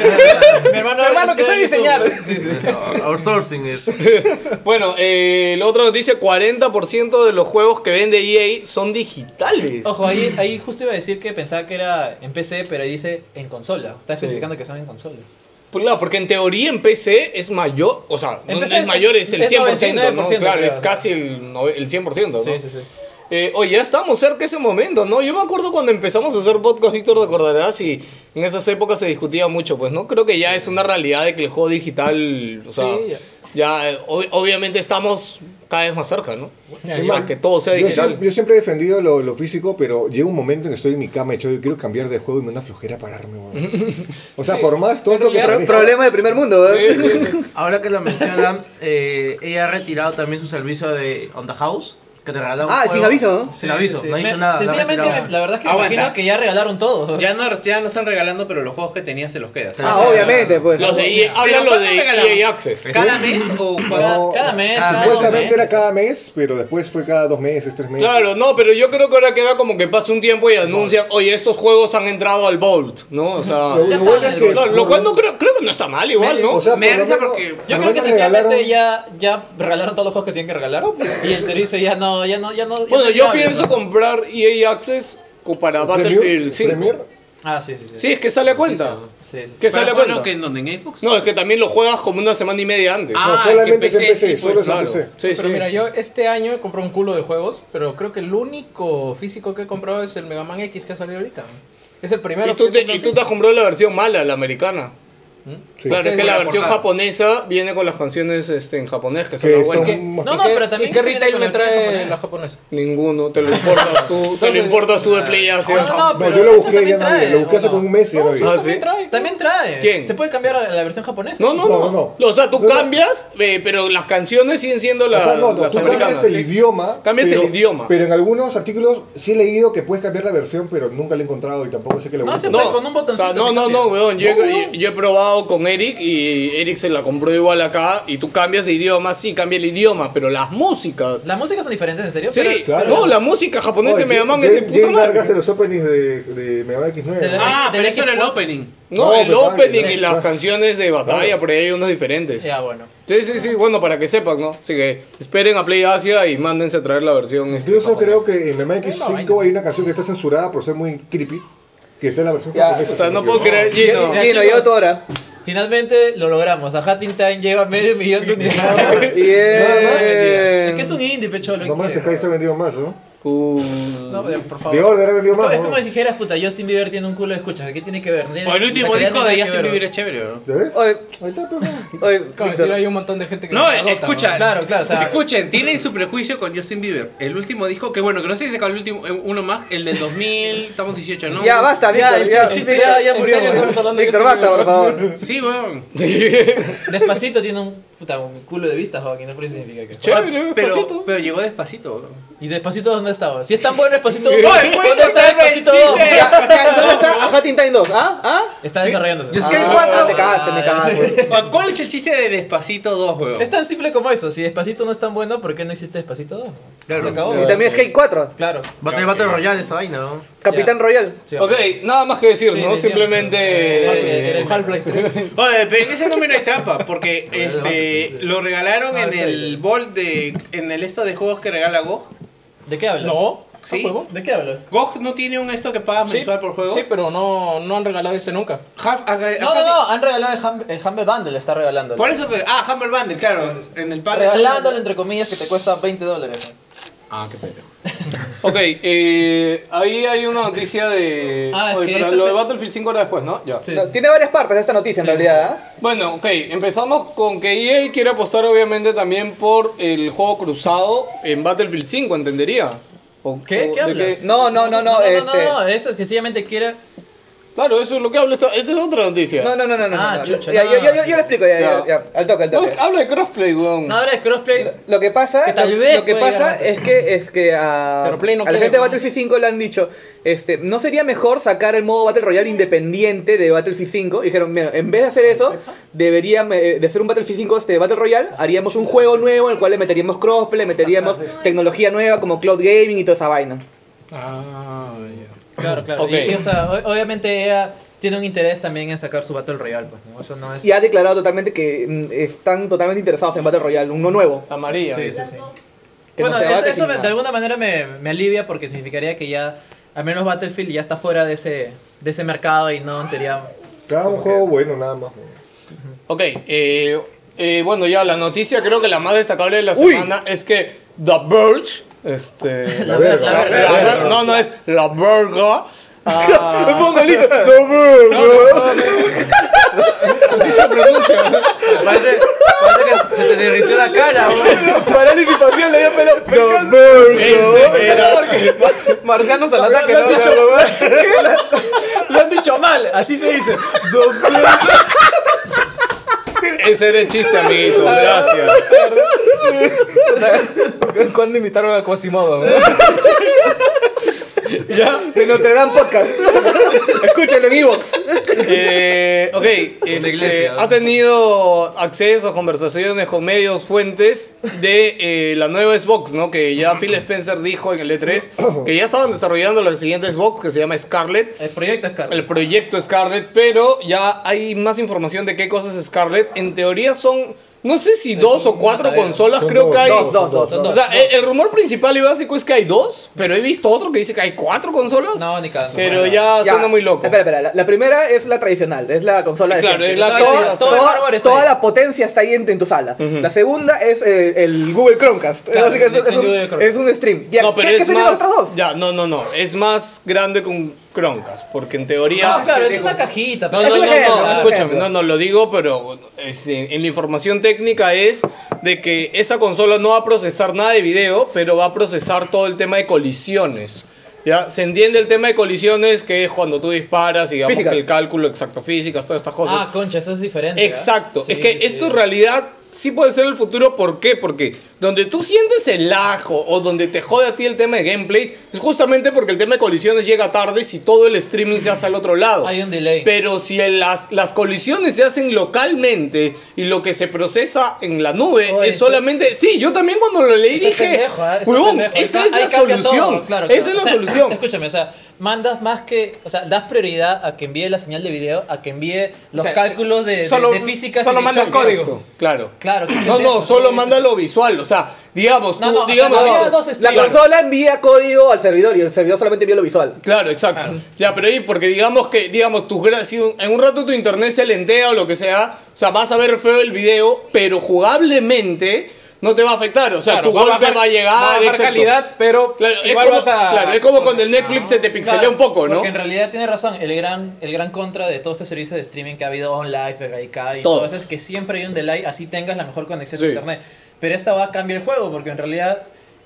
Speaker 8: Mi hermano,
Speaker 3: Mi hermano que sabe diseñar.
Speaker 6: Outsourcing es.
Speaker 1: Bueno, eh, la otra noticia, 40% de los juegos que vende EA son digitales.
Speaker 8: Ojo, ahí, ahí justo iba a decir que pensaba que era en PC, pero ahí dice en consola. Está especificando que son en consola.
Speaker 1: Por- Pues claro, porque en teoría en PC es mayor, o sea,
Speaker 8: En
Speaker 1: no
Speaker 8: PC
Speaker 1: es
Speaker 8: es-
Speaker 1: mayor, es el
Speaker 8: es
Speaker 1: 100%, ¿no?
Speaker 8: 99%,
Speaker 1: Claro,
Speaker 8: creo,
Speaker 1: es
Speaker 8: o sea.
Speaker 1: casi el, no- el 100%, ¿no?
Speaker 8: Sí, sí, sí.
Speaker 1: Eh, oye, ya estamos cerca de ese momento, ¿no? Yo me acuerdo cuando empezamos a hacer podcast, Víctor, te acordarás, y en esas épocas se discutía mucho, pues, ¿no? Creo que ya es una realidad de que el juego digital, o sea,
Speaker 3: Sí,
Speaker 1: ya, eh, ob- obviamente estamos cada vez más cerca, ¿no? Ya,
Speaker 4: Es más,
Speaker 1: que todo sea
Speaker 4: yo,
Speaker 1: digital.
Speaker 4: siempre, yo siempre he defendido lo, lo físico, pero llega un momento en que estoy en mi cama echado y quiero cambiar de juego y me da una flojera pararme, weón. O sea, por más tonto que
Speaker 2: Pro-
Speaker 4: parezca-
Speaker 2: problema de primer mundo, ¿verdad?
Speaker 6: Ahora que lo mencionan, eh, ella ha retirado también su servicio de On the House, que te regalaba un
Speaker 2: Ah,
Speaker 6: juego.
Speaker 2: sin aviso, ¿no?
Speaker 6: Sin aviso,
Speaker 8: Sí, sí.
Speaker 6: no ha dicho
Speaker 8: Me-
Speaker 6: nada. Ah, lo ha
Speaker 8: Sencillamente,
Speaker 6: retirado.
Speaker 8: me- la verdad es que
Speaker 5: Aguanta.
Speaker 8: me imagino que ya regalaron todo.
Speaker 5: Ya no, ya no están regalando, pero los juegos que tenías se los quedas.
Speaker 2: Ah, obviamente, pues.
Speaker 1: Los de EA,
Speaker 5: Pero
Speaker 1: hablan los
Speaker 5: ¿cuándo
Speaker 1: de
Speaker 5: regalaron?
Speaker 1: EA Access.
Speaker 5: ¿Cada mes o cada,
Speaker 4: No,
Speaker 5: cada mes?
Speaker 8: mes,
Speaker 6: cada
Speaker 8: cada dos
Speaker 4: Supuestamente era
Speaker 8: meses.
Speaker 4: cada mes, pero después fue cada dos meses, tres meses.
Speaker 1: Claro, no, pero yo creo que ahora queda como que pasa un tiempo y anuncian, oye, estos juegos han entrado al Vault, ¿no? O sea,
Speaker 4: Lo, lo
Speaker 8: está,
Speaker 4: bueno es que.
Speaker 1: lo, lo
Speaker 4: por-
Speaker 1: cual no creo, creo que no está mal igual, ¿no?
Speaker 4: O sea,
Speaker 5: Me
Speaker 4: por
Speaker 5: da
Speaker 4: lo
Speaker 5: risa
Speaker 4: menos-
Speaker 5: porque-
Speaker 4: por
Speaker 8: Yo
Speaker 4: lo
Speaker 8: creo que
Speaker 4: menos regalaron-
Speaker 8: sencillamente ya, ya regalaron todos los juegos que tienen que regalar. Y el servicio ya no, ya no, ya no. ya
Speaker 1: Bueno,
Speaker 8: no
Speaker 1: yo
Speaker 8: cabe,
Speaker 1: pienso
Speaker 8: ¿no?
Speaker 1: comprar EA Access co- para
Speaker 4: Premier-
Speaker 1: Battlefield 5.
Speaker 4: Premier,
Speaker 8: Ah, sí, sí, sí.
Speaker 1: Sí, es que sale a cuenta.
Speaker 8: Sí, sí, sí.
Speaker 1: ¿Qué
Speaker 5: Pero
Speaker 1: sale a
Speaker 5: bueno,
Speaker 1: cuenta?
Speaker 5: que en donde en Xbox.
Speaker 1: No, es que también lo juegas como una semana y media antes.
Speaker 5: Ah,
Speaker 4: No,
Speaker 5: es que
Speaker 4: solamente es en
Speaker 5: PC sí,
Speaker 4: PC,
Speaker 5: pues,
Speaker 4: solo es en
Speaker 1: claro.
Speaker 4: PC.
Speaker 1: Sí,
Speaker 3: Pero
Speaker 1: sí.
Speaker 3: mira, yo este año he comprado un culo de juegos, pero creo que el único físico que he comprado es el Mega Man X que ha salido ahorita. Es el primero
Speaker 1: y tú,
Speaker 3: que he
Speaker 1: te,
Speaker 3: comprado
Speaker 1: y tú te has comprado la versión mala, la americana.
Speaker 4: Sí.
Speaker 1: Claro, es que
Speaker 3: Con
Speaker 1: la
Speaker 3: la
Speaker 1: versión
Speaker 5: portada.
Speaker 1: japonesa viene con las canciones este, en japonés, que son
Speaker 4: Que
Speaker 1: las buenas.
Speaker 4: son-
Speaker 3: ¿Qué?
Speaker 4: No,
Speaker 3: ¿Y
Speaker 8: no,
Speaker 3: qué-
Speaker 8: pero también
Speaker 3: ¿Y qué
Speaker 8: que viene
Speaker 3: retail
Speaker 8: con
Speaker 3: me
Speaker 8: versión
Speaker 3: trae
Speaker 8: japonesa.
Speaker 3: la japonesa?
Speaker 1: Ninguno, te lo importas tú, te lo Ah. importas tú de Play
Speaker 6: Ah,
Speaker 1: Asia.
Speaker 8: No, no,
Speaker 4: No,
Speaker 8: pero
Speaker 4: yo lo
Speaker 8: esa
Speaker 4: busqué y ya
Speaker 8: también
Speaker 4: no había.
Speaker 8: trae,
Speaker 4: Lo busqué
Speaker 8: ¿o
Speaker 4: hace
Speaker 8: no?
Speaker 4: como un mes y ya no había.
Speaker 1: Ah, ¿sí?
Speaker 3: También trae.
Speaker 8: También trae.
Speaker 1: ¿Quién?
Speaker 8: Se puede cambiar a la versión japonesa.
Speaker 1: No, no, no,
Speaker 4: No, no,
Speaker 1: O sea, tú
Speaker 4: No, no.
Speaker 1: cambias, eh, pero las canciones siguen siendo
Speaker 4: O
Speaker 1: las,
Speaker 4: sea, no, no,
Speaker 1: las
Speaker 4: tú cambias
Speaker 1: americanas.
Speaker 4: el idioma.
Speaker 1: Cambias el idioma.
Speaker 4: Pero en algunos artículos sí he leído que puedes cambiar la versión, pero nunca la he encontrado y tampoco sé que la
Speaker 8: No,
Speaker 4: busque.
Speaker 8: se
Speaker 1: No,
Speaker 8: con un botoncito
Speaker 1: o sea, no,
Speaker 8: se
Speaker 1: no,
Speaker 8: cambia.
Speaker 1: no, weón. Yo, yo- yo he probado con Eric y Eric se la compró igual acá. Y tú cambias de idioma, sí, cambia el idioma, pero las músicas.
Speaker 8: Las músicas son diferentes, ¿en serio?
Speaker 1: sí,
Speaker 8: Pero-
Speaker 4: claro.
Speaker 1: no, la música japonesa
Speaker 4: Oye,
Speaker 1: me llaman
Speaker 4: Jane-
Speaker 1: de puta
Speaker 4: Jane
Speaker 1: madre.
Speaker 4: Vargas en los openings de, de Mega Man X9.
Speaker 8: Te la-
Speaker 5: Ah, pero
Speaker 8: del
Speaker 5: eso era el
Speaker 8: Xbox.
Speaker 5: opening.
Speaker 1: No,
Speaker 4: No,
Speaker 1: el
Speaker 4: pero
Speaker 1: opening
Speaker 4: vale,
Speaker 1: y las
Speaker 4: claro.
Speaker 1: canciones de batalla,
Speaker 4: Claro.
Speaker 1: por ahí hay unos diferentes.
Speaker 8: Ya, bueno.
Speaker 1: Sí, sí, sí, bueno, para que sepan, ¿no? Así que esperen a Play Asia y mándense a traer la versión. este,
Speaker 4: Incluso creo
Speaker 1: japonesa.
Speaker 4: que en Mega Man X5 hay una canción que está censurada por ser muy creepy, que está en la versión
Speaker 2: Ya,
Speaker 1: O sea,
Speaker 4: japonesa.
Speaker 1: no puedo creer,
Speaker 2: Gino,
Speaker 1: Gino.
Speaker 8: chicos.
Speaker 2: lleva tu hora.
Speaker 8: Finalmente lo logramos. A Hat in Time lleva medio millón de unidades. Eh,
Speaker 2: Bien.
Speaker 8: Es que es un indie, pecholo.
Speaker 4: No más
Speaker 8: ¿qué?
Speaker 4: Sky se ha vendido más, ¿no?
Speaker 1: Uh.
Speaker 8: No, eh, por favor.
Speaker 4: De Order ha vendido más.
Speaker 8: es
Speaker 4: ¿no?
Speaker 8: como si dijeras, puta, Justin Bieber tiene un culo de escuchas. ¿Qué tiene que ver? No tiene-
Speaker 5: O el último
Speaker 8: la calidad
Speaker 5: disco
Speaker 8: no
Speaker 5: de
Speaker 8: tiene que
Speaker 5: Justin
Speaker 8: ver,
Speaker 5: Bieber
Speaker 8: ¿no?
Speaker 5: es chévere, bro.
Speaker 4: ¿Ya ves?
Speaker 2: Oye,
Speaker 4: Ahí está, pero no.
Speaker 2: oye,
Speaker 3: Como
Speaker 2: Víctor,
Speaker 3: decir, hay un montón de gente que
Speaker 5: No,
Speaker 3: la adopta,
Speaker 5: escucha.
Speaker 8: Claro, claro, o sea-
Speaker 5: Escuchen, tienen su prejuicio con Justin Bieber. El último disco, que bueno, que no sé si sacó el último, eh, uno más, el del 2000, estamos 18, ¿no?
Speaker 2: Ya basta,
Speaker 8: Ya,
Speaker 2: Víctor.
Speaker 8: el
Speaker 2: Ya,
Speaker 8: chiste ya- ya
Speaker 2: En
Speaker 8: murió,
Speaker 2: serio,
Speaker 8: güey.
Speaker 2: estamos hablando de
Speaker 8: Víctor,
Speaker 2: Víctor, basta, por favor.
Speaker 5: Sí, weón.
Speaker 8: Despacito tiene un, puta, un culo de vistas, Joaquín. No por eso significa que.
Speaker 1: Chévere,
Speaker 5: Pero,
Speaker 1: despacito.
Speaker 5: pero llegó despacito, weón.
Speaker 8: ¿Y Despacito dónde estaba? Si es tan bueno Despacito 1,
Speaker 5: Oye,
Speaker 8: ¿dónde
Speaker 5: puedes
Speaker 8: está
Speaker 5: cortarme
Speaker 8: Despacito
Speaker 5: el
Speaker 8: 2?
Speaker 5: chiste.
Speaker 2: Ya, ya, ¿Dónde está Ajá Tintain 2? ¿Ah? ¿Ah?
Speaker 8: Está desarrollándose.
Speaker 6: Y es que hay
Speaker 2: Ah,
Speaker 6: cuatro-
Speaker 2: Te cagaste, me
Speaker 8: Ah,
Speaker 2: cagaste.
Speaker 5: Juan, Ah, ¿Cuál es el chiste de Despacito 2, weón?
Speaker 8: Es tan simple como eso. Si Despacito no es tan bueno, ¿por qué no existe Despacito 2?
Speaker 6: Claro.
Speaker 8: Se acabó.
Speaker 2: Y también Skate 4,
Speaker 8: Claro.
Speaker 6: Battle, Battle Royale, esa vaina, ¿no?
Speaker 2: Capitán Royal.
Speaker 8: Sí,
Speaker 1: Ok, nada más que decir,
Speaker 8: Sí,
Speaker 1: ¿no?
Speaker 8: sí,
Speaker 1: Simplemente.
Speaker 8: sí, sí.
Speaker 1: eh,
Speaker 8: Half-Life,
Speaker 2: Half-Life 3.
Speaker 5: Oye, pero en ese número hay trampa, porque este lo regalaron
Speaker 8: No,
Speaker 5: en
Speaker 8: está
Speaker 5: el
Speaker 8: bien.
Speaker 5: Vault de. en el esto de juegos que regala GOG.
Speaker 8: ¿De qué hablas?
Speaker 3: No,
Speaker 5: Sí.
Speaker 8: ¿De qué hablas?
Speaker 5: GOG no tiene un esto que pagas
Speaker 3: sí,
Speaker 5: mensual por juego.
Speaker 3: sí, pero no, no han regalado este nunca.
Speaker 5: Half- a- a-
Speaker 8: No, no, no. Han regalado el, Hum- el Humble Bundle. Está regalando.
Speaker 5: Eh, Por eso, pe- ah, Humble Bundle, claro. En el pack.
Speaker 8: Regalándolo, entre comillas, que te cuesta 20 dólares.
Speaker 5: Ah, qué pendejo.
Speaker 1: ok, eh, ahí hay una noticia de.
Speaker 8: Ah, es
Speaker 1: Oye,
Speaker 8: que
Speaker 1: pero
Speaker 8: esto
Speaker 1: lo
Speaker 8: se-
Speaker 1: de Battlefield 5 horas después, ¿no? Ya.
Speaker 8: Sí.
Speaker 2: No, Tiene varias partes esta noticia en realidad. ¿ah?
Speaker 1: Bueno, ok, empezamos con que EA quiere apostar obviamente también por el juego cruzado en Battlefield 5, ¿entendería? ¿O,
Speaker 8: ¿Qué?
Speaker 1: o
Speaker 8: ¿Qué
Speaker 1: de
Speaker 8: hablas?
Speaker 1: qué?
Speaker 2: No, no, no, no,
Speaker 8: No,
Speaker 2: este-
Speaker 8: no, no, eso es que sencillamente quiere...
Speaker 1: Claro, eso es lo que habla esta, esa es otra noticia.
Speaker 2: No, no, no, no. no,
Speaker 8: Ah,
Speaker 2: no.
Speaker 8: chucha,
Speaker 2: Ya,
Speaker 8: no.
Speaker 2: yo, yo, yo, yo lo explico, ya, ya, ya. Al toque, al
Speaker 1: No,
Speaker 2: toque.
Speaker 1: habla de crossplay, weón.
Speaker 8: No, ahora es crossplay.
Speaker 2: Lo- Lo que pasa,
Speaker 8: Que tal
Speaker 2: lo,
Speaker 8: vez
Speaker 2: lo que
Speaker 8: puede llegar
Speaker 2: pasa
Speaker 8: más tarde.
Speaker 2: es que es que a,
Speaker 3: Pero Play no
Speaker 2: a la
Speaker 3: quiere,
Speaker 2: gente de
Speaker 3: ¿no?
Speaker 2: Battlefield 5 le han dicho, este, no sería mejor sacar el modo Battle Royale independiente de Battlefield 5. Dijeron, mira, en vez de hacer eso, debería eh, de ser un Battlefield 5 este Battle Royale, haríamos un juego nuevo en el cual le meteríamos crossplay, le meteríamos tecnología nueva como cloud gaming y toda esa vaina.
Speaker 5: Ah, ya.
Speaker 8: Claro, claro.
Speaker 1: Ok.
Speaker 8: Y- y, o sea, o- obviamente ella tiene un interés también en sacar su Battle Royale, pues, ¿no? Eso no es...
Speaker 2: Y ha declarado totalmente que mm, están totalmente interesados en Battle Royale, uno nuevo.
Speaker 1: Amarilla.
Speaker 8: Sí, sí,
Speaker 11: Las
Speaker 8: sí.
Speaker 11: dos.
Speaker 2: Que no
Speaker 8: Bueno,
Speaker 2: se
Speaker 8: es-
Speaker 2: abate,
Speaker 8: eso me-
Speaker 2: sin
Speaker 8: de
Speaker 2: nada.
Speaker 8: alguna manera me, me alivia porque significaría que ya, al menos Battlefield ya está fuera de ese, de ese mercado y no, en teoría...
Speaker 4: Claro, un
Speaker 8: Como que-
Speaker 4: juego bueno, nada más.
Speaker 1: Ok, eh, eh, bueno, ya la noticia creo que la más destacable de la
Speaker 2: Uy.
Speaker 1: semana es que The Verge, este...
Speaker 4: La verga.
Speaker 8: la
Speaker 1: la
Speaker 8: verga.
Speaker 1: ver- no, no, es La Verga.
Speaker 2: Un
Speaker 1: Ah,
Speaker 2: mongolito. No, bro, bro.
Speaker 1: así se pronuncia.
Speaker 6: Parece, parece que se te derritió la cara, güey.
Speaker 2: Parálisis facial le dio pelo. No,
Speaker 1: Ese era...
Speaker 3: Marcianos al ataque,
Speaker 2: lo han
Speaker 3: ¿no?
Speaker 2: dicho,
Speaker 8: Lo han dicho mal, así se dice.
Speaker 1: Ese era el chiste, amiguito. Gracias.
Speaker 3: ¿Cuándo invitaron a Quasimodo? ¿no?
Speaker 2: De Notre Dame Podcast. Escúchalo en Evox.
Speaker 1: Eh, ok, este,
Speaker 6: iglesia.
Speaker 1: ha tenido acceso a conversaciones con medios, fuentes de eh, la nueva Xbox, ¿no? Que ya Phil Spencer dijo en el E3 que ya estaban desarrollando la siguiente Xbox que se llama Scarlett.
Speaker 8: El proyecto es caro.
Speaker 1: El proyecto Scarlett, pero ya hay más información de qué cosas es Scarlett. En teoría son, no sé si dos o cuatro
Speaker 8: matadero.
Speaker 1: consolas,
Speaker 4: Son
Speaker 1: creo
Speaker 4: dos,
Speaker 1: que hay.
Speaker 4: dos, dos, dos,
Speaker 1: o
Speaker 8: dos.
Speaker 1: sea, el, el rumor principal y básico es que hay dos, pero he visto otro que dice que hay cuatro consolas.
Speaker 8: No, ni caso.
Speaker 1: pero ya,
Speaker 2: Ya.
Speaker 1: Ah, suena muy loco.
Speaker 2: Espera, espera. La, la primera es la tradicional. Es la consola de
Speaker 1: Claro,
Speaker 2: siempre.
Speaker 1: es la
Speaker 2: toda,
Speaker 1: clásica.
Speaker 2: toda-
Speaker 8: Todo el hardware está
Speaker 2: toda
Speaker 8: ahí.
Speaker 2: la potencia está ahí en, en tu sala.
Speaker 1: Ujú.
Speaker 2: La segunda es eh, el Google Chromecast.
Speaker 8: Claro,
Speaker 2: es, es- es
Speaker 8: el Google
Speaker 2: un,
Speaker 8: Chromecast.
Speaker 2: es un stream. Ya,
Speaker 1: no, pero
Speaker 2: ¿qué,
Speaker 1: es
Speaker 2: qué serían
Speaker 1: más.
Speaker 2: las otras dos?
Speaker 1: Ya, no, no, no. Es más grande que un Chromecast. Porque en teoría.
Speaker 8: No, claro, es una cajita.
Speaker 1: No,
Speaker 8: pero-
Speaker 1: no,
Speaker 2: Ah, Es
Speaker 1: no,
Speaker 2: un ejemplo,
Speaker 1: no,
Speaker 2: es un
Speaker 1: escúchame,
Speaker 2: ejemplo.
Speaker 1: no, no, lo digo, pero este, en la información técnica es de que esa consola no va a procesar nada de video, pero va a procesar todo el tema de colisiones. ¿Ya? Se entiende el tema de colisiones, que es cuando tú disparas y digamos
Speaker 2: Físicas.
Speaker 1: que el cálculo exacto, físicas, todas estas cosas.
Speaker 8: Ah, concha, eso es diferente. ¿eh?
Speaker 1: Exacto,
Speaker 8: Sí,
Speaker 1: es que
Speaker 8: sí.
Speaker 1: esto en realidad sí puede ser el futuro, ¿por qué? Porque donde tú sientes el ajo o donde te jode a ti el tema de gameplay es justamente porque el tema de colisiones llega tarde si todo el streaming se hace al otro lado.
Speaker 8: Hay un delay.
Speaker 1: Pero si el- las, las colisiones se hacen localmente y lo que se procesa en la nube
Speaker 8: Oye,
Speaker 1: es
Speaker 8: sí.
Speaker 1: solamente... Sí, yo también cuando lo leí
Speaker 8: Ese
Speaker 1: dije...
Speaker 8: pendejo, ¿eh? Ese
Speaker 1: "Huevón,
Speaker 8: pendejo".
Speaker 1: esa
Speaker 8: Ahí
Speaker 1: es la
Speaker 8: cambia todo,
Speaker 1: solución.
Speaker 8: claro, claro.
Speaker 1: Esa es
Speaker 8: O
Speaker 1: la
Speaker 8: sea,
Speaker 1: solución.
Speaker 8: Escúchame, o sea, mandas más que. O sea, das prioridad a que envíe la señal de video, a que envíe los
Speaker 3: sea,
Speaker 8: cálculos de, de-
Speaker 3: solo-
Speaker 8: de física.
Speaker 3: solo
Speaker 8: sin
Speaker 3: mandas
Speaker 8: choque.
Speaker 3: código.
Speaker 1: Claro.
Speaker 8: Claro, qué
Speaker 1: No,
Speaker 8: pendejo,
Speaker 1: no, solo
Speaker 8: sí,
Speaker 1: manda lo visual, o sea, digamos,
Speaker 8: No,
Speaker 1: tú-
Speaker 8: no, o sea,
Speaker 1: digamos...
Speaker 8: no,
Speaker 1: esto.
Speaker 8: había dos
Speaker 2: La
Speaker 8: streams.
Speaker 2: consola envía código al servidor y el servidor solamente envía lo visual.
Speaker 1: Claro, exacto. Ya, pero ahí, porque digamos que, digamos, tus gra- si un- en un rato tu internet se lentea o lo que sea, o sea, vas a ver feo el video, pero jugablemente no te va a afectar. O sea,
Speaker 3: Claro,
Speaker 1: tu
Speaker 3: va a
Speaker 1: golpe
Speaker 3: bajar-
Speaker 1: va a llegar.
Speaker 3: Va a bajar
Speaker 1: exacto.
Speaker 3: calidad, pero
Speaker 1: Claro, es
Speaker 3: igual
Speaker 1: como,
Speaker 3: vas a.
Speaker 1: claro, es como cuando el Netflix se te pixelea
Speaker 8: Claro,
Speaker 1: un poco, ¿no?
Speaker 8: Porque en realidad tiene razón, el gran, el gran contra de todo este servicio de streaming que ha habido OnLive, VGIK y
Speaker 1: Todo.
Speaker 8: todo eso es que siempre hay un delay, así tengas la mejor conexión
Speaker 1: Sí.
Speaker 8: de internet. Pero esta va a cambiar el juego porque en realidad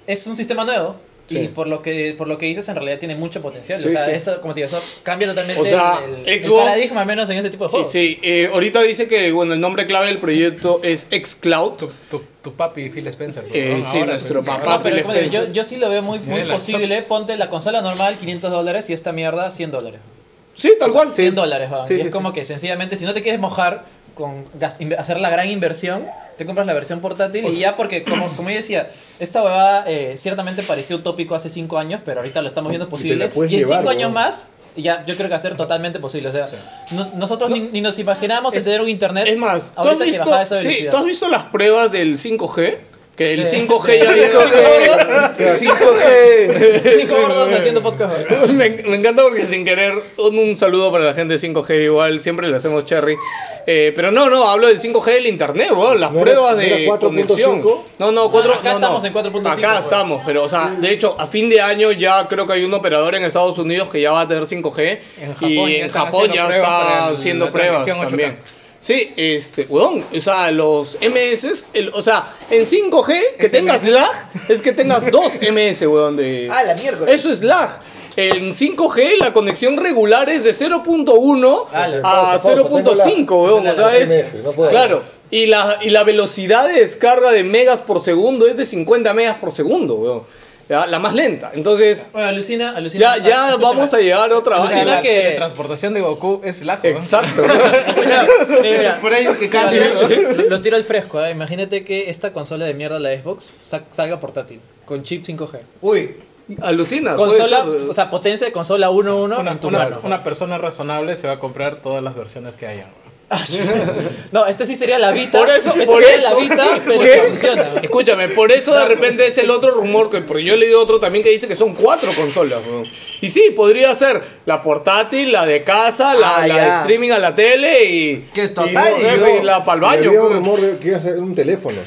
Speaker 8: es un sistema nuevo. Y por lo que por lo que dices, en realidad tiene mucho potencial. o sea, eso, como te digo, eso cambia totalmente
Speaker 1: O sea,
Speaker 8: el, el- el
Speaker 1: Xbox-
Speaker 8: paradigma, al menos en ese tipo de
Speaker 1: Y
Speaker 8: juegos.
Speaker 1: sí, eh, ahorita dice que, bueno, el nombre clave del proyecto es xCloud.
Speaker 3: Tu, tu, tu papi, Phil Spencer. pues,
Speaker 1: Eh,
Speaker 3: ¿no?
Speaker 1: sí,
Speaker 3: Ahora,
Speaker 1: nuestro
Speaker 3: pues.
Speaker 1: papá
Speaker 8: No, pero
Speaker 1: Phil
Speaker 8: como te digo, yo,
Speaker 1: Spencer.
Speaker 8: yo sí lo veo muy, muy
Speaker 3: Mira, la
Speaker 8: posible. Ponte la consola normal, 500 dólares, y esta mierda, 100 dólares.
Speaker 1: Sí, tal cual.
Speaker 8: 100 dólares, weón.
Speaker 2: Sí,
Speaker 8: Y
Speaker 2: sí,
Speaker 8: es
Speaker 2: sí.
Speaker 8: como que sencillamente, si no te quieres mojar con gas- inve- hacer la gran inversión, te compras la versión portátil y ya porque, como, como yo decía, esta huevada eh, ciertamente pareció utópico hace 5 años, pero ahorita lo estamos viendo
Speaker 4: te
Speaker 8: posible.
Speaker 4: la puedes
Speaker 8: Y, en
Speaker 4: llevar,
Speaker 8: 5 años
Speaker 4: weón.
Speaker 8: más, ya yo creo que va a ser totalmente posible. O sea, no- nosotros Ni, ni nos imaginamos en tener un internet
Speaker 1: Es más, ¿tú has,
Speaker 8: ahorita que bajaba
Speaker 1: visto,
Speaker 8: esa
Speaker 1: sí,
Speaker 8: velocidad.
Speaker 1: ¿tú has visto las pruebas del 5G? Que el
Speaker 8: Eh,
Speaker 1: 5G ya había-
Speaker 2: 5G.
Speaker 8: Cinco gordos haciendo podcast. weón.
Speaker 1: me, me encanta porque sin querer, un, un saludo para la gente de 5G igual, siempre le hacemos cherry. Eh, pero no, no, hablo del 5G del internet, weón, las
Speaker 4: ¿No era-
Speaker 1: pruebas
Speaker 4: no
Speaker 1: de
Speaker 4: era 4.5?
Speaker 1: conexión. No, no, cuatro,
Speaker 8: acá
Speaker 1: no, no.
Speaker 8: estamos en 4.5,
Speaker 1: Acá
Speaker 8: pues.
Speaker 1: estamos, pero o sea, de hecho, a fin de año ya creo que hay un operador en Estados Unidos que ya va a tener 5G
Speaker 3: En Japón
Speaker 1: y
Speaker 3: ya
Speaker 1: en
Speaker 3: están
Speaker 1: Japón
Speaker 3: haciendo
Speaker 1: ya
Speaker 3: pruebas para
Speaker 1: está
Speaker 3: el-
Speaker 1: haciendo
Speaker 3: la
Speaker 1: pruebas
Speaker 3: transmisión 8K.
Speaker 1: también. Sí, este, weón, o sea, los MS, el- o sea, en 5G que tengas lag es que tengas dos MS, weón, de...
Speaker 2: Ah, la miércoles.
Speaker 1: Eso es lag. En 5G la conexión regular es de 0.1
Speaker 8: Ala.
Speaker 1: a
Speaker 4: Pausa, pausa, tengo lag.
Speaker 1: 0.5, weón. O
Speaker 4: Esa es
Speaker 1: sea,
Speaker 4: la
Speaker 1: es...
Speaker 4: SMS, no puedo.
Speaker 1: Claro. Y la, y la velocidad de descarga de megas por segundo es de 50 megas por segundo, weón. Ya, La más lenta. Entonces,
Speaker 8: Bueno, alucina, alucina.
Speaker 1: ya, ya
Speaker 8: Escúchame.
Speaker 1: vamos a llegar a otra
Speaker 8: O sea,
Speaker 1: vaina.
Speaker 8: la- que-
Speaker 3: transportación de Goku es lajo. ¿no?
Speaker 1: Exacto.
Speaker 8: Mira, mira.
Speaker 5: Por ahí es que
Speaker 8: Claro,
Speaker 5: cambia.
Speaker 8: lo- lo, lo tiro al fresco, ¿eh? imagínate que esta consola de mierda, la Xbox, sa- salga portátil, con chip 5G.
Speaker 3: Uy,
Speaker 1: Alucina. Ah, puede
Speaker 8: Consola,
Speaker 1: ser. eh.
Speaker 8: o sea, potencia de consola 1-1 en tu
Speaker 3: una,
Speaker 8: mano.
Speaker 3: una persona razonable se va a comprar todas las versiones que hayan.
Speaker 8: Ah, No, este sí sería la Vita.
Speaker 1: Por eso,
Speaker 8: este
Speaker 1: por
Speaker 8: sería
Speaker 1: eso.
Speaker 8: la Vita, pero
Speaker 1: ¿Qué?
Speaker 8: que funciona.
Speaker 1: Escúchame, por eso de repente es el otro rumor, que, porque yo he leído otro también que dice que son cuatro consolas, weón. Y sí, podría ser la portátil, la de casa, la,
Speaker 2: Ah,
Speaker 1: la
Speaker 2: ya.
Speaker 1: de streaming a la tele y,
Speaker 9: Que es
Speaker 1: y
Speaker 9: total,
Speaker 1: no sé,
Speaker 9: yo-
Speaker 1: pues, la para
Speaker 4: Y
Speaker 1: baño.
Speaker 4: Había un
Speaker 1: weón.
Speaker 4: rumor de que iba a ser un teléfono.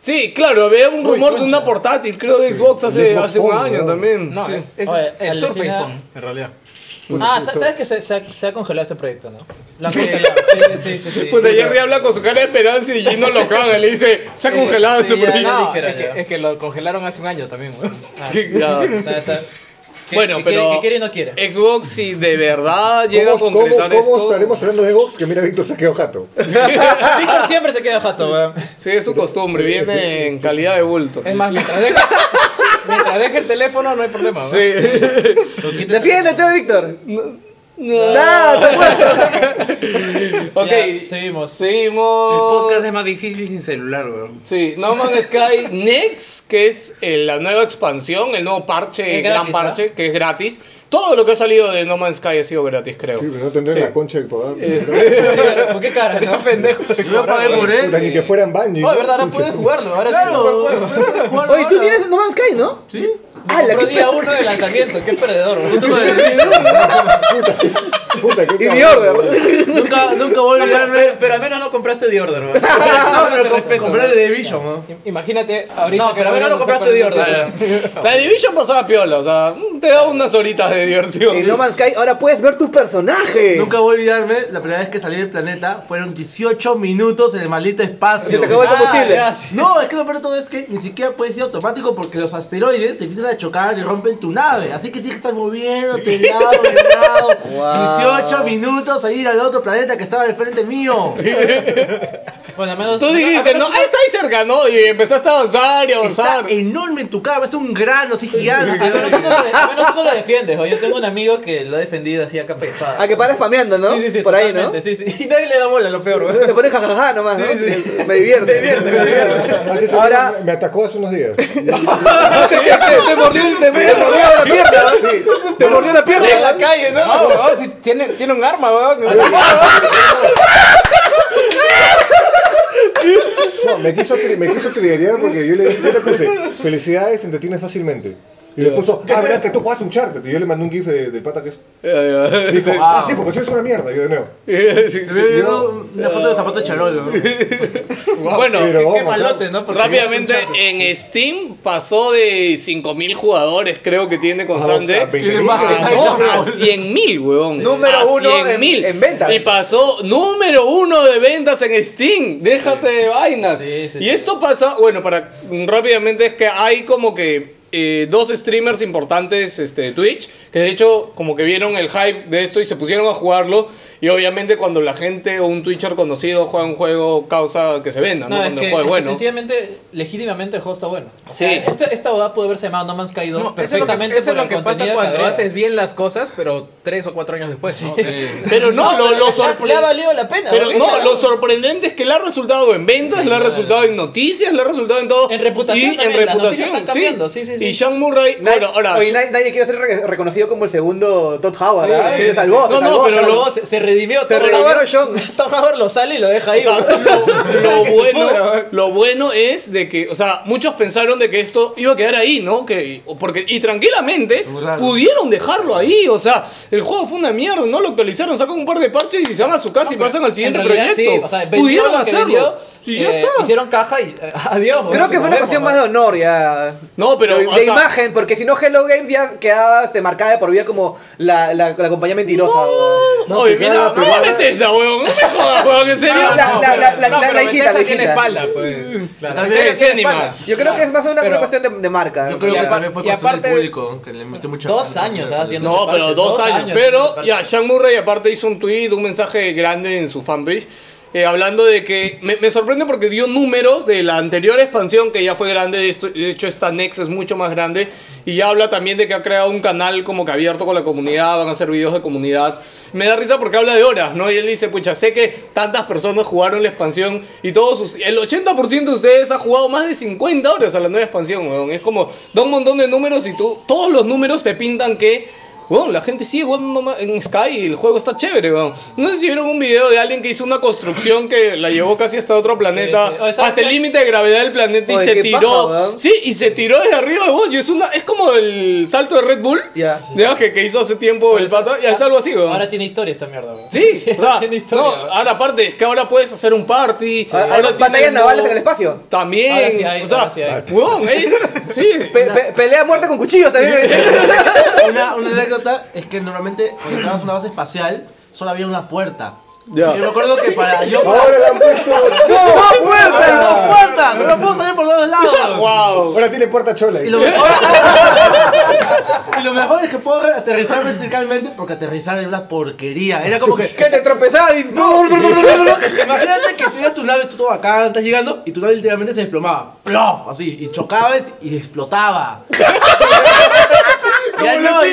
Speaker 1: Sí, claro, había un rumor de una portátil, creo, de Xbox
Speaker 4: de
Speaker 1: hace,
Speaker 4: Xbox
Speaker 1: hace un
Speaker 4: Phone,
Speaker 1: año
Speaker 4: weón.
Speaker 1: también.
Speaker 3: No,
Speaker 1: sí.
Speaker 3: es, es
Speaker 8: Oye,
Speaker 3: el
Speaker 8: alucina-
Speaker 3: Surface Phone, en realidad.
Speaker 8: Ah, sa- ¿sabes que se, se ha, se ha congelado ese proyecto, no? Lo han congelado. Sí, sí, sí. sí.
Speaker 1: Puta, Jerry habla con su cara Pues de esperanza y Gino lo caga, le dice, se ha congelado
Speaker 8: Sí,
Speaker 1: su
Speaker 8: ya,
Speaker 1: proyecto.
Speaker 8: no,
Speaker 3: Es
Speaker 8: dijera
Speaker 3: que,
Speaker 8: ya.
Speaker 3: es que lo congelaron hace un año también, weón.
Speaker 1: Ya.
Speaker 8: Está- está- que-
Speaker 1: Bueno,
Speaker 8: que
Speaker 1: pero-
Speaker 8: quiere- que quiere y no quiere.
Speaker 1: Xbox, si de verdad llega a
Speaker 4: ¿Cómo, cómo,
Speaker 1: concretar
Speaker 4: cómo
Speaker 1: esto-
Speaker 4: estaremos hablando de Xbox? Que mira, Víctor se quedó jato.
Speaker 8: Víctor siempre se queda jato, weón.
Speaker 1: Sí, es su costumbre, viene en calidad de bulto.
Speaker 3: Es más, mientras deje, mientras deje el teléfono no hay problema, weón.
Speaker 1: Sí.
Speaker 2: Defiéndete, Víctor.
Speaker 1: Nada. ok,
Speaker 8: Ya, seguimos.
Speaker 5: El
Speaker 1: seguimos.
Speaker 5: Oh. podcast es más difícil sin celular, weón.
Speaker 1: Sí, No Man's Sky Next, que es eh, la nueva expansión, el nuevo parche,
Speaker 8: Es
Speaker 1: gran
Speaker 8: gratis,
Speaker 3: ¿ah?
Speaker 1: parche, que es gratis. Todo lo que ha salido de No Man's Sky ha sido gratis, creo.
Speaker 4: Sí, pero no tendrán la concha del poder.
Speaker 8: ¿Por qué cara, no? pendejo.
Speaker 6: Yo pagué por
Speaker 4: Puta, Ni
Speaker 6: él.
Speaker 4: que fueran Bungie.
Speaker 8: No,
Speaker 4: ¿no?
Speaker 8: Oh, de verdad, ahora puedes jugarlo. Ahora sí se puede jugar.
Speaker 2: Oye, tú tienes No Man's Sky, ¿no?
Speaker 6: ¿Sí?
Speaker 2: Ah, la
Speaker 8: Compró
Speaker 2: que...
Speaker 8: día uno de lanzamiento. Qué perdedor, weón.
Speaker 6: Junto con el-
Speaker 4: Puta, qué
Speaker 2: Y The
Speaker 4: cabrón,
Speaker 2: Order.
Speaker 4: weón.
Speaker 6: Nunca, nunca voy a olvidarme.
Speaker 8: Pero, pero al menos no compraste The Order, weón.
Speaker 6: No, pero comp- compré The Division, ¿no?
Speaker 3: Imagínate ahorita
Speaker 8: No,
Speaker 3: que
Speaker 8: pero al menos no
Speaker 3: podemos
Speaker 8: compraste The
Speaker 3: hacer
Speaker 8: Order,
Speaker 3: para-
Speaker 8: weón.
Speaker 1: La Division pasaba piola, o sea, te da unas horitas de diversión.
Speaker 2: En No Man's Sky ahora puedes ver tu personaje.
Speaker 6: Nunca voy a olvidarme, la primera vez que salí del planeta fueron 18 minutos en el maldito espacio.
Speaker 2: Se te acabó el
Speaker 8: Ah,
Speaker 2: combustible.
Speaker 8: ya, sí.
Speaker 6: No, es que lo peor de todo es que ni siquiera puede ser automático porque los asteroides se empiezan a chocar y rompen tu nave. Así que tienes que estar moviéndote de lado de lado. 18 minutos a ir al otro planeta que estaba al frente mío.
Speaker 8: Bueno, al menos.
Speaker 1: Tú dijiste, no, ah, está ahí cerca, ¿no? Y empezaste a avanzar y
Speaker 6: Está
Speaker 1: avanzar.
Speaker 6: enorme en tu cara, es un grano así
Speaker 8: Al menos
Speaker 6: gigante.
Speaker 8: tú no lo de- al menos tú no lo defiendes, weón. Yo tengo un amigo que lo ha defendido así a capa y espada.
Speaker 2: A Ah, que paras spameando, ¿no?
Speaker 8: Sí, sí, sí.
Speaker 2: Por ahí, ¿no?
Speaker 8: totalmente, Sí, sí. Y nadie le da bola, lo peor, weón.
Speaker 2: Le pones jajaja nomás, ¿no? Me divierte.
Speaker 4: Así salió,
Speaker 2: Ahora-
Speaker 4: Me atacó hace unos días.
Speaker 2: te mordió, te, te mordió la pierna. Te mordió la pierna.
Speaker 3: En la calle, ¿no? No, weón, si tiene, tiene un arma, weón.
Speaker 4: No, me quiso, tri- me quiso triggerear porque yo le dije, yo le puse, felicidades, te entretienes fácilmente. Y le puso, ah, verdad que tú juegas un charter. Y yo le mandé un gif de- del pata que es. Dijo, ah, sí, porque yo soy una mierda. Yo de nuevo.
Speaker 6: Una foto de zapatos de charol, ¿no?
Speaker 1: Bueno,
Speaker 4: Pero
Speaker 8: Qué
Speaker 4: vamos, o sea,
Speaker 8: malote, ¿no? Porque
Speaker 1: Rápidamente en Steam pasó de 5.000 jugadores, creo que ¿eh? tiene constante,
Speaker 4: a
Speaker 1: a,
Speaker 4: 20.000.
Speaker 1: no, a 100.000, huevón.
Speaker 2: Número
Speaker 1: A
Speaker 2: uno en-
Speaker 1: 100.000.
Speaker 2: en ventas.
Speaker 1: Y pasó número uno de ventas en Steam. Déjate de vainas.
Speaker 8: Sí, sí,
Speaker 1: y
Speaker 8: sí.
Speaker 1: esto pasa, bueno, para rápidamente es que hay como que eh, dos streamers importantes este, de Twitch que de hecho como que vieron el hype de esto y se pusieron a jugarlo. Y obviamente cuando la gente o un Twitcher conocido juega un juego causa que se venda, ¿no?
Speaker 8: No, es
Speaker 1: cuando
Speaker 8: que
Speaker 1: el juego es bueno.
Speaker 8: sencillamente, legítimamente el juego está bueno. O
Speaker 1: Sí.
Speaker 8: sea, esta, esta boda puede haberse llamado No Man's Sky 2
Speaker 3: No, eso es lo que, eso
Speaker 8: perfectamente
Speaker 3: es
Speaker 8: por
Speaker 3: lo
Speaker 8: el
Speaker 3: que pasa
Speaker 8: contenido
Speaker 3: cuando
Speaker 8: había.
Speaker 3: haces bien las cosas, pero tres o cuatro años después. ¿no?
Speaker 1: Pero no, lo, lo sorpre-
Speaker 8: Le ha valido la pena.
Speaker 1: Pero
Speaker 8: weón.
Speaker 1: no, lo sorprendente es que le ha resultado en ventas, le ha resultado en noticias, le ha resultado en todo.
Speaker 8: En reputación
Speaker 1: Y en
Speaker 8: también, las noticias
Speaker 1: reputación,
Speaker 8: están cambiando, sí, sí, sí.
Speaker 1: Y Sean Murray,
Speaker 2: Nadie-
Speaker 1: bueno, ahora.
Speaker 2: oye, nadie, nadie quiere ser re- reconocido como el segundo Todd Howard. ¿ah?
Speaker 1: sí,
Speaker 2: se salvó,
Speaker 1: sí. No,
Speaker 2: se
Speaker 1: no,
Speaker 2: salvó,
Speaker 1: pero
Speaker 2: se
Speaker 1: lo-
Speaker 2: salvó.
Speaker 8: No, se, se redimió.
Speaker 2: Se
Speaker 8: Tom
Speaker 2: redimió
Speaker 8: Howard-
Speaker 2: John.
Speaker 8: Tom Howard lo sale y lo deja
Speaker 1: o
Speaker 8: ahí.
Speaker 1: sea,
Speaker 8: weón.
Speaker 1: lo, lo
Speaker 8: Que se pudra,
Speaker 1: bueno,
Speaker 8: weón.
Speaker 1: lo bueno es de que, o sea, muchos pensaron de que esto iba a quedar ahí, ¿no? Que, porque, y tranquilamente
Speaker 6: Claro.
Speaker 1: pudieron dejarlo ahí, o sea, el juego fue una mierda, no lo actualizaron, sacan un par de parches y se van a su casa y pasan al siguiente
Speaker 8: En realidad,
Speaker 1: proyecto.
Speaker 8: sí, o sea, vendió
Speaker 1: pudieron
Speaker 8: lo que
Speaker 1: hacerlo.
Speaker 8: vendió,
Speaker 1: y ya
Speaker 8: eh,
Speaker 1: está.
Speaker 8: Hicieron caja y eh, adiós. weón,
Speaker 2: Creo que
Speaker 8: nos
Speaker 2: fue una
Speaker 8: vemos,
Speaker 2: cuestión más
Speaker 8: weón.
Speaker 2: de honor ya.
Speaker 1: No, pero,
Speaker 2: De,
Speaker 1: o
Speaker 2: de
Speaker 1: sea-
Speaker 2: imagen, porque si no, Hello Games ya quedaba este, marcada de por vida como la, la, la compañía mentirosa. weón.
Speaker 1: Oye, mira, no me metes ya, weón. No me jodas, weón, en serio.
Speaker 2: La- la- la- la- la-
Speaker 3: No,
Speaker 2: la-
Speaker 3: pero
Speaker 2: la
Speaker 3: Bethesda
Speaker 2: hijita, la
Speaker 3: tiene
Speaker 2: hijita.
Speaker 3: espalda, pues.
Speaker 1: Tiene que animar.
Speaker 2: Yo creo que es más una,
Speaker 3: Pero-
Speaker 2: una cuestión de, de marca.
Speaker 6: Yo creo
Speaker 2: Ya.
Speaker 6: que también fue
Speaker 3: Y
Speaker 6: cuestión del
Speaker 3: aparte-
Speaker 6: público, que le metió mucha
Speaker 8: Dos
Speaker 6: plata.
Speaker 8: años ¿ah? haciendo
Speaker 1: No,
Speaker 8: ese
Speaker 1: pero
Speaker 8: parche,
Speaker 1: dos años.
Speaker 8: haciendo ese
Speaker 1: Pero
Speaker 8: parche.
Speaker 1: ya, Sean Murray aparte hizo un tweet, un mensaje grande en su fanpage. eh, hablando de que me, me sorprende porque dio números de la anterior expansión que ya fue grande, de, esto- de hecho esta Next es mucho más grande y ya habla también de que ha creado un canal como que abierto con la comunidad, van a hacer videos de comunidad. Me da risa porque habla de horas, ¿no? Y él dice, pucha, sé que tantas personas jugaron la expansión y todos sus, el 80% de ustedes ha jugado más de 50 horas a la nueva expansión, weón. Es como, da un montón de números y tú, todos los números te pintan que Weón, la gente sigue jugando ma- en Sky y el juego está chévere, weón. No sé si vieron un video de alguien que hizo una construcción que la llevó casi hasta otro planeta,
Speaker 8: sí. O sea,
Speaker 1: hasta el
Speaker 8: que-
Speaker 1: límite de gravedad del planeta y
Speaker 2: Oye,
Speaker 1: se
Speaker 2: qué
Speaker 1: tiró.
Speaker 2: paja, weón.
Speaker 1: sí, y se tiró desde arriba, weón. Y es, una, es como el salto de Red Bull,
Speaker 2: Ya.
Speaker 1: ya, que, que hizo hace tiempo el pato, y es algo así, weón.
Speaker 8: Pues Ahora tiene historia esta mierda, weón.
Speaker 1: Sí, o sea, no,
Speaker 8: tiene historia. weón.
Speaker 1: ahora aparte, es que ahora puedes hacer un party.
Speaker 2: Hay
Speaker 1: ahora
Speaker 2: ah, batallas
Speaker 1: tienen
Speaker 2: navales
Speaker 1: nuevo-
Speaker 2: en el espacio.
Speaker 1: También,
Speaker 8: Ahora sí hay,
Speaker 1: o sea,
Speaker 8: ahora sí hay.
Speaker 1: weón, es, sí.
Speaker 2: Pe- pe- pelea a muerte con cuchillos también.
Speaker 6: Una, una anécdota es que normalmente cuando entrabas a una base espacial solo había una puerta.
Speaker 1: Ya.
Speaker 6: Y Yo me acuerdo que para yo
Speaker 4: Ahora le han puesto
Speaker 6: ¡Dos
Speaker 4: dos
Speaker 6: puertas! ¡Dos
Speaker 4: puertas.
Speaker 6: puertas! ¡No puedo salir por dos lados!
Speaker 1: Wow.
Speaker 4: Ahora tiene puerta chola.
Speaker 6: Y lo, mejor, y lo mejor es que puedo aterrizar verticalmente porque aterrizar era una porquería. Era como que.
Speaker 2: que te tropezaba y.
Speaker 6: Imagínate que tenía tu nave, tú todo acá, estás llegando y tu nave literalmente se desplomaba. ¡Plof! Así. Y chocabas y explotaba. ya no,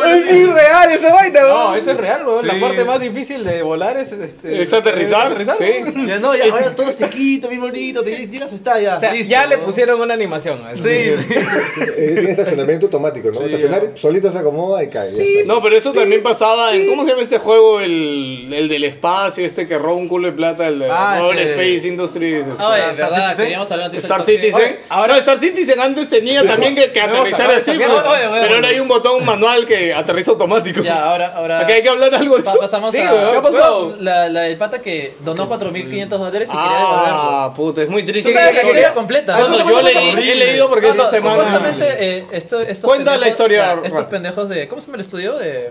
Speaker 6: ya.
Speaker 2: Es irreal esa vaina,
Speaker 3: No,
Speaker 2: weón.
Speaker 3: eso es real, weón.
Speaker 1: Sí.
Speaker 3: La parte más difícil de volar es este.
Speaker 1: Es aterrizar, sí.
Speaker 6: Ya no, ya ahora es todo sequito, bien bonito, te llegas está ya.
Speaker 3: O sea,
Speaker 6: listo,
Speaker 3: ya le
Speaker 6: ¿no?
Speaker 3: pusieron una animación. al-
Speaker 6: Sí, sí.
Speaker 4: Eh, tiene estacionamiento automático, ¿no? Estacionar, solito se acomoda y cae. ya está.
Speaker 1: No, pero eso también pasaba en. ¿Cómo se llama este juego? El, el del espacio, este que roba un culo de plata, el de
Speaker 6: Ah,
Speaker 1: Robert
Speaker 6: este-
Speaker 1: Space Industries. este.
Speaker 8: Ay,
Speaker 6: Star
Speaker 8: verdad,
Speaker 6: Citizen.
Speaker 8: queríamos hablar antes de
Speaker 1: Star Citizen.
Speaker 8: Oye,
Speaker 1: Ahora no, Star Citizen antes tenía también que, que aterrizar
Speaker 3: hablado de
Speaker 1: así,
Speaker 3: esa
Speaker 1: pero,
Speaker 8: mierda. Oye, oye,
Speaker 1: pero ahora
Speaker 8: oye.
Speaker 1: hay un botón manual que aterriza automático.
Speaker 8: Ya, ahora, ahora.
Speaker 1: Acá hay que hablar algo de
Speaker 8: pa-
Speaker 1: eso.
Speaker 8: pasamos
Speaker 1: Sí,
Speaker 8: a.
Speaker 1: weón. ¿Qué ha pasado?
Speaker 8: La, la del pata que donó 4.500 dólares y quería devolverlo.
Speaker 1: Ah, puta, es muy triste.
Speaker 8: pues. Tú sabes la
Speaker 1: historia.
Speaker 8: historia completa.
Speaker 1: Bueno, Ah,
Speaker 8: ¿no?
Speaker 1: yo leí, he leído porque
Speaker 8: No,
Speaker 1: esta
Speaker 8: no,
Speaker 1: semana.
Speaker 8: Supuestamente, eh, esto, estos
Speaker 1: Cuenta la historia,
Speaker 8: ya,
Speaker 1: Rafa.
Speaker 8: estos pendejos de. ¿Cómo se llama el estudio? De,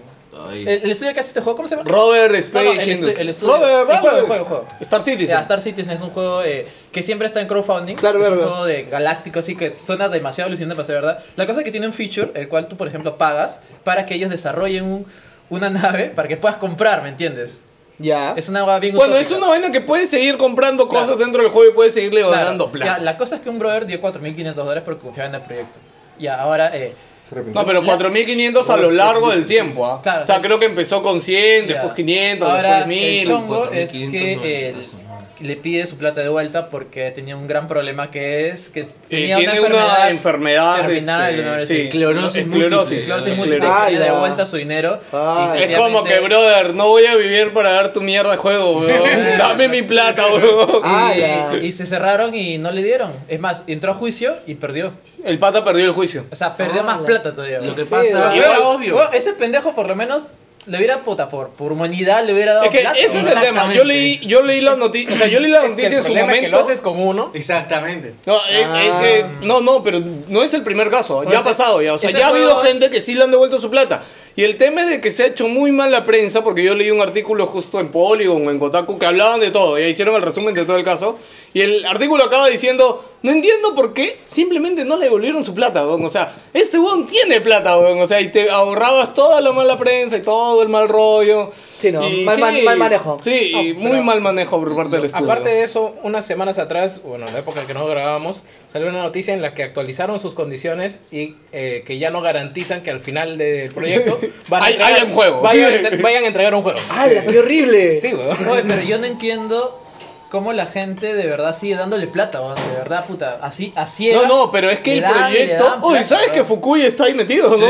Speaker 8: el, el estudio que hace este juego, ¿cómo se llama?
Speaker 1: Robert
Speaker 8: No,
Speaker 1: Space
Speaker 8: no, el estu-
Speaker 1: Industries.
Speaker 8: el estudio.
Speaker 1: Robert,
Speaker 8: El juego, el
Speaker 1: Robert.
Speaker 8: juego, el juego.
Speaker 1: Star Citizen.
Speaker 8: Ya, Star Citizen es un juego eh, que siempre está en crowdfunding.
Speaker 2: Claro,
Speaker 8: es
Speaker 2: claro,
Speaker 8: un
Speaker 2: claro.
Speaker 8: juego de galáctico, así que suena demasiado alucinante para ser verdad. La cosa es que tiene un feature, el cual tú, por ejemplo, pagas para que ellos desarrollen un- una nave para que puedas comprar, ¿me entiendes?
Speaker 2: Ya.
Speaker 8: Es una hueá bien
Speaker 1: Ah. Bueno,
Speaker 8: utópica.
Speaker 1: es una vaina que puedes seguir comprando
Speaker 8: Claro.
Speaker 1: cosas dentro del juego y puedes seguirle
Speaker 8: Claro.
Speaker 1: donando plata.
Speaker 8: Ya, la cosa es que un brother dio 4.500 dólares porque confiaba en el proyecto. Y ahora, eh,
Speaker 4: Se arrepintió.
Speaker 1: No, pero 4.500 a lo largo del tiempo. ¿ah?
Speaker 8: Claro,
Speaker 1: o sea,
Speaker 8: es-
Speaker 1: creo que empezó con 100,
Speaker 8: ya.
Speaker 1: después 500,
Speaker 8: ahora,
Speaker 1: después
Speaker 8: El
Speaker 1: 1000.
Speaker 8: chongo
Speaker 11: 4.500
Speaker 8: es que
Speaker 11: no,
Speaker 8: eh,
Speaker 11: su madre.
Speaker 8: le pide su plata de vuelta porque tenía un gran problema que es que tenía
Speaker 1: Eh, tiene
Speaker 8: una enfermedad,
Speaker 1: una enfermedad
Speaker 8: terminal,
Speaker 1: este,
Speaker 8: una vez-
Speaker 1: sí,
Speaker 11: esclerosis múltiple.
Speaker 1: esclerosis,
Speaker 8: Claro, sí,
Speaker 1: esclerosis.
Speaker 8: muy triste,
Speaker 2: Ah,
Speaker 8: que le
Speaker 2: ya.
Speaker 8: de vuelta su dinero.
Speaker 2: Ah.
Speaker 8: y
Speaker 1: Es como que,
Speaker 8: sencillamente-
Speaker 1: brother, no voy a vivir para dar tu mierda de juego, weón. Dame mi plata, weón.
Speaker 2: Ah,
Speaker 8: y-
Speaker 2: ya.
Speaker 8: y, se cerraron y no le dieron. Es más, entró a juicio y perdió.
Speaker 1: El pata perdió el juicio.
Speaker 8: O sea, perdió más plata todavía.
Speaker 11: Lo
Speaker 8: weón.
Speaker 11: que pasa.
Speaker 1: Y era obvio.
Speaker 8: Weón, ese pendejo por lo menos le hubiera puta por, por humanidad le hubiera dado
Speaker 1: Es que
Speaker 8: plata.
Speaker 1: ese es el
Speaker 8: weón.
Speaker 1: tema. Yo leí, yo leí la noticia, o sea, yo leí la noticia en su
Speaker 3: problema es que lo
Speaker 1: momento.
Speaker 3: haces con uno. Ah.
Speaker 5: Exactamente.
Speaker 1: No, es- es que- no, no, pero no es el primer caso. Ya
Speaker 8: Pues
Speaker 1: ha
Speaker 8: ese-
Speaker 1: pasado, ya. O sea,
Speaker 8: ese
Speaker 1: ya ha habido
Speaker 8: juego-
Speaker 1: gente que sí le han devuelto su plata. Y el tema es de que se ha hecho muy mal la prensa, porque yo leí un artículo justo en Polygon o en Kotaku que hablaban de todo, ya hicieron el resumen de todo el caso. Y el artículo acaba diciendo: No entiendo por qué simplemente no le devolvieron su plata, weón. O sea, este weón tiene plata, weón. O sea, y te ahorrabas toda la mala prensa y todo el mal rollo.
Speaker 2: Sí, no,
Speaker 1: Y
Speaker 2: mal man- mal manejo.
Speaker 1: Sí, y
Speaker 3: No,
Speaker 1: muy
Speaker 3: pero-
Speaker 1: mal manejo por parte del estudio.
Speaker 3: Aparte de eso, unas semanas atrás, bueno, en la época en que no grabábamos, salió una noticia en la que actualizaron sus condiciones y eh, que ya no garantizan que al final del proyecto
Speaker 1: Hay- haya un juego.
Speaker 3: Vayan, vayan a entregar un juego.
Speaker 2: ¡Hala, qué horrible!
Speaker 3: Sí, weón.
Speaker 8: Oye, pero yo no entiendo cómo la gente de verdad sigue dándole plata, weón. De verdad, puta. Así, así
Speaker 1: No, no, pero es que el proyecto. Oye, ¿sabes que Fukui está ahí metido, no?
Speaker 11: Sí,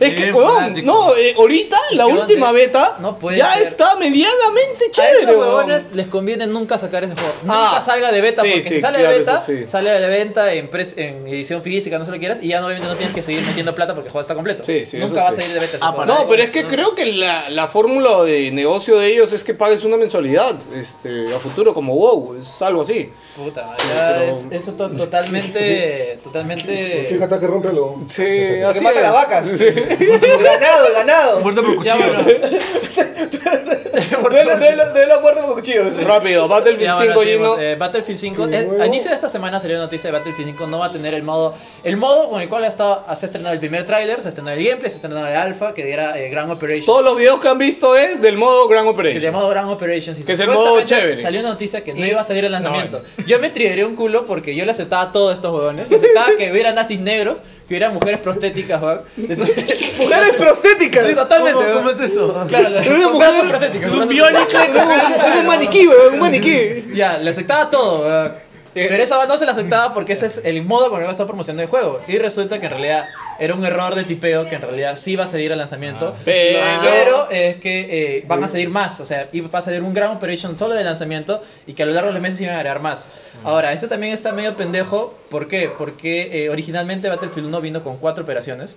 Speaker 1: es que,
Speaker 11: bien
Speaker 1: weón,
Speaker 11: fanático.
Speaker 1: no, eh, ahorita, la
Speaker 8: qué
Speaker 1: última
Speaker 8: onda?
Speaker 1: beta,
Speaker 8: No puede
Speaker 1: ya
Speaker 8: ser.
Speaker 1: está medianamente
Speaker 8: A
Speaker 1: chévere,
Speaker 8: esos
Speaker 1: weón.
Speaker 8: huevones les conviene nunca sacar ese juego. Nunca
Speaker 1: Ah,
Speaker 8: salga de beta,
Speaker 1: sí,
Speaker 8: porque
Speaker 1: sí,
Speaker 8: si sale
Speaker 1: claro,
Speaker 8: de beta,
Speaker 1: eso sí.
Speaker 8: sale de venta en, pres- en edición física, no se lo quieras, y ya obviamente no tienes que seguir metiendo plata porque el juego está completo.
Speaker 1: Sí, sí, eso
Speaker 8: nunca va a
Speaker 1: sí.
Speaker 8: salir de beta ese
Speaker 6: Ah,
Speaker 8: juego.
Speaker 6: para
Speaker 1: No, pero es que creo que la, la fórmula de negocio de ellos es que pagues una mensualidad este, a futuro, como WoW, es algo así.
Speaker 8: Puta, ya es, eso to- totalmente, totalmente...
Speaker 4: Fíjate que rompe algo.
Speaker 1: Sí,
Speaker 2: Porque
Speaker 1: así
Speaker 2: mata
Speaker 1: es.
Speaker 2: las vacas. Ganado, ganado.
Speaker 6: Muerto por cuchillo.
Speaker 2: Ya, bueno. Duelo, duelo, duelo muerto por cuchillos.
Speaker 1: Rápido,
Speaker 8: Ya,
Speaker 1: Battlefield
Speaker 8: bueno,
Speaker 1: 5
Speaker 8: seguimos.
Speaker 1: Gino.
Speaker 8: Eh, Battlefield 5,
Speaker 4: Qué
Speaker 8: eh,
Speaker 4: huevo.
Speaker 8: a inicio de esta semana salió la noticia de Battlefield 5, no va a tener el modo, el modo con el cual está, se ha estrenado el primer tráiler, se ha estrenado el gameplay, se ha estrenado el alfa, que era eh, Grand Operation.
Speaker 1: Todos los videos que han visto es del modo Grand
Speaker 8: Que se
Speaker 1: Operation.
Speaker 8: llamaba Grand Operations. y
Speaker 1: Que es el
Speaker 8: supuestamente
Speaker 1: modo chévere.
Speaker 8: Salió una noticia que no iba a salir el lanzamiento. Yo me trideré un culo porque yo le aceptaba todos estos huevones. Le aceptaba que hubiera nazis negros, que hubiera mujeres prostéticas, weón. Les- Sí,
Speaker 2: Mujeres prostéticas.
Speaker 8: totalmente,
Speaker 6: ¿Cómo,
Speaker 8: weón.
Speaker 6: cómo es eso?
Speaker 8: Claro, las-
Speaker 2: Una
Speaker 8: con
Speaker 2: mujer-
Speaker 8: brazos prostéticos. con
Speaker 2: Un
Speaker 8: brazos
Speaker 2: biónico. Es un maniquí, weón, un maniquí.
Speaker 8: Ya, le aceptaba todo, weón.
Speaker 1: Eh,
Speaker 8: Pero esa no se la aceptaba porque ese es el modo con el que está promocionando el juego. Y resulta que en realidad era un error de tipeo, que en realidad sí va a salir al lanzamiento.
Speaker 1: Ah, Pero-
Speaker 8: Pero es que eh, van a salir más, o sea, y va a salir un Grand Operation solo de lanzamiento y que a lo largo de los meses iban a agregar más.
Speaker 1: Mm.
Speaker 8: Ahora, esto también está medio pendejo, ¿por qué? Porque eh, originalmente Battlefield 1 vino con cuatro operaciones.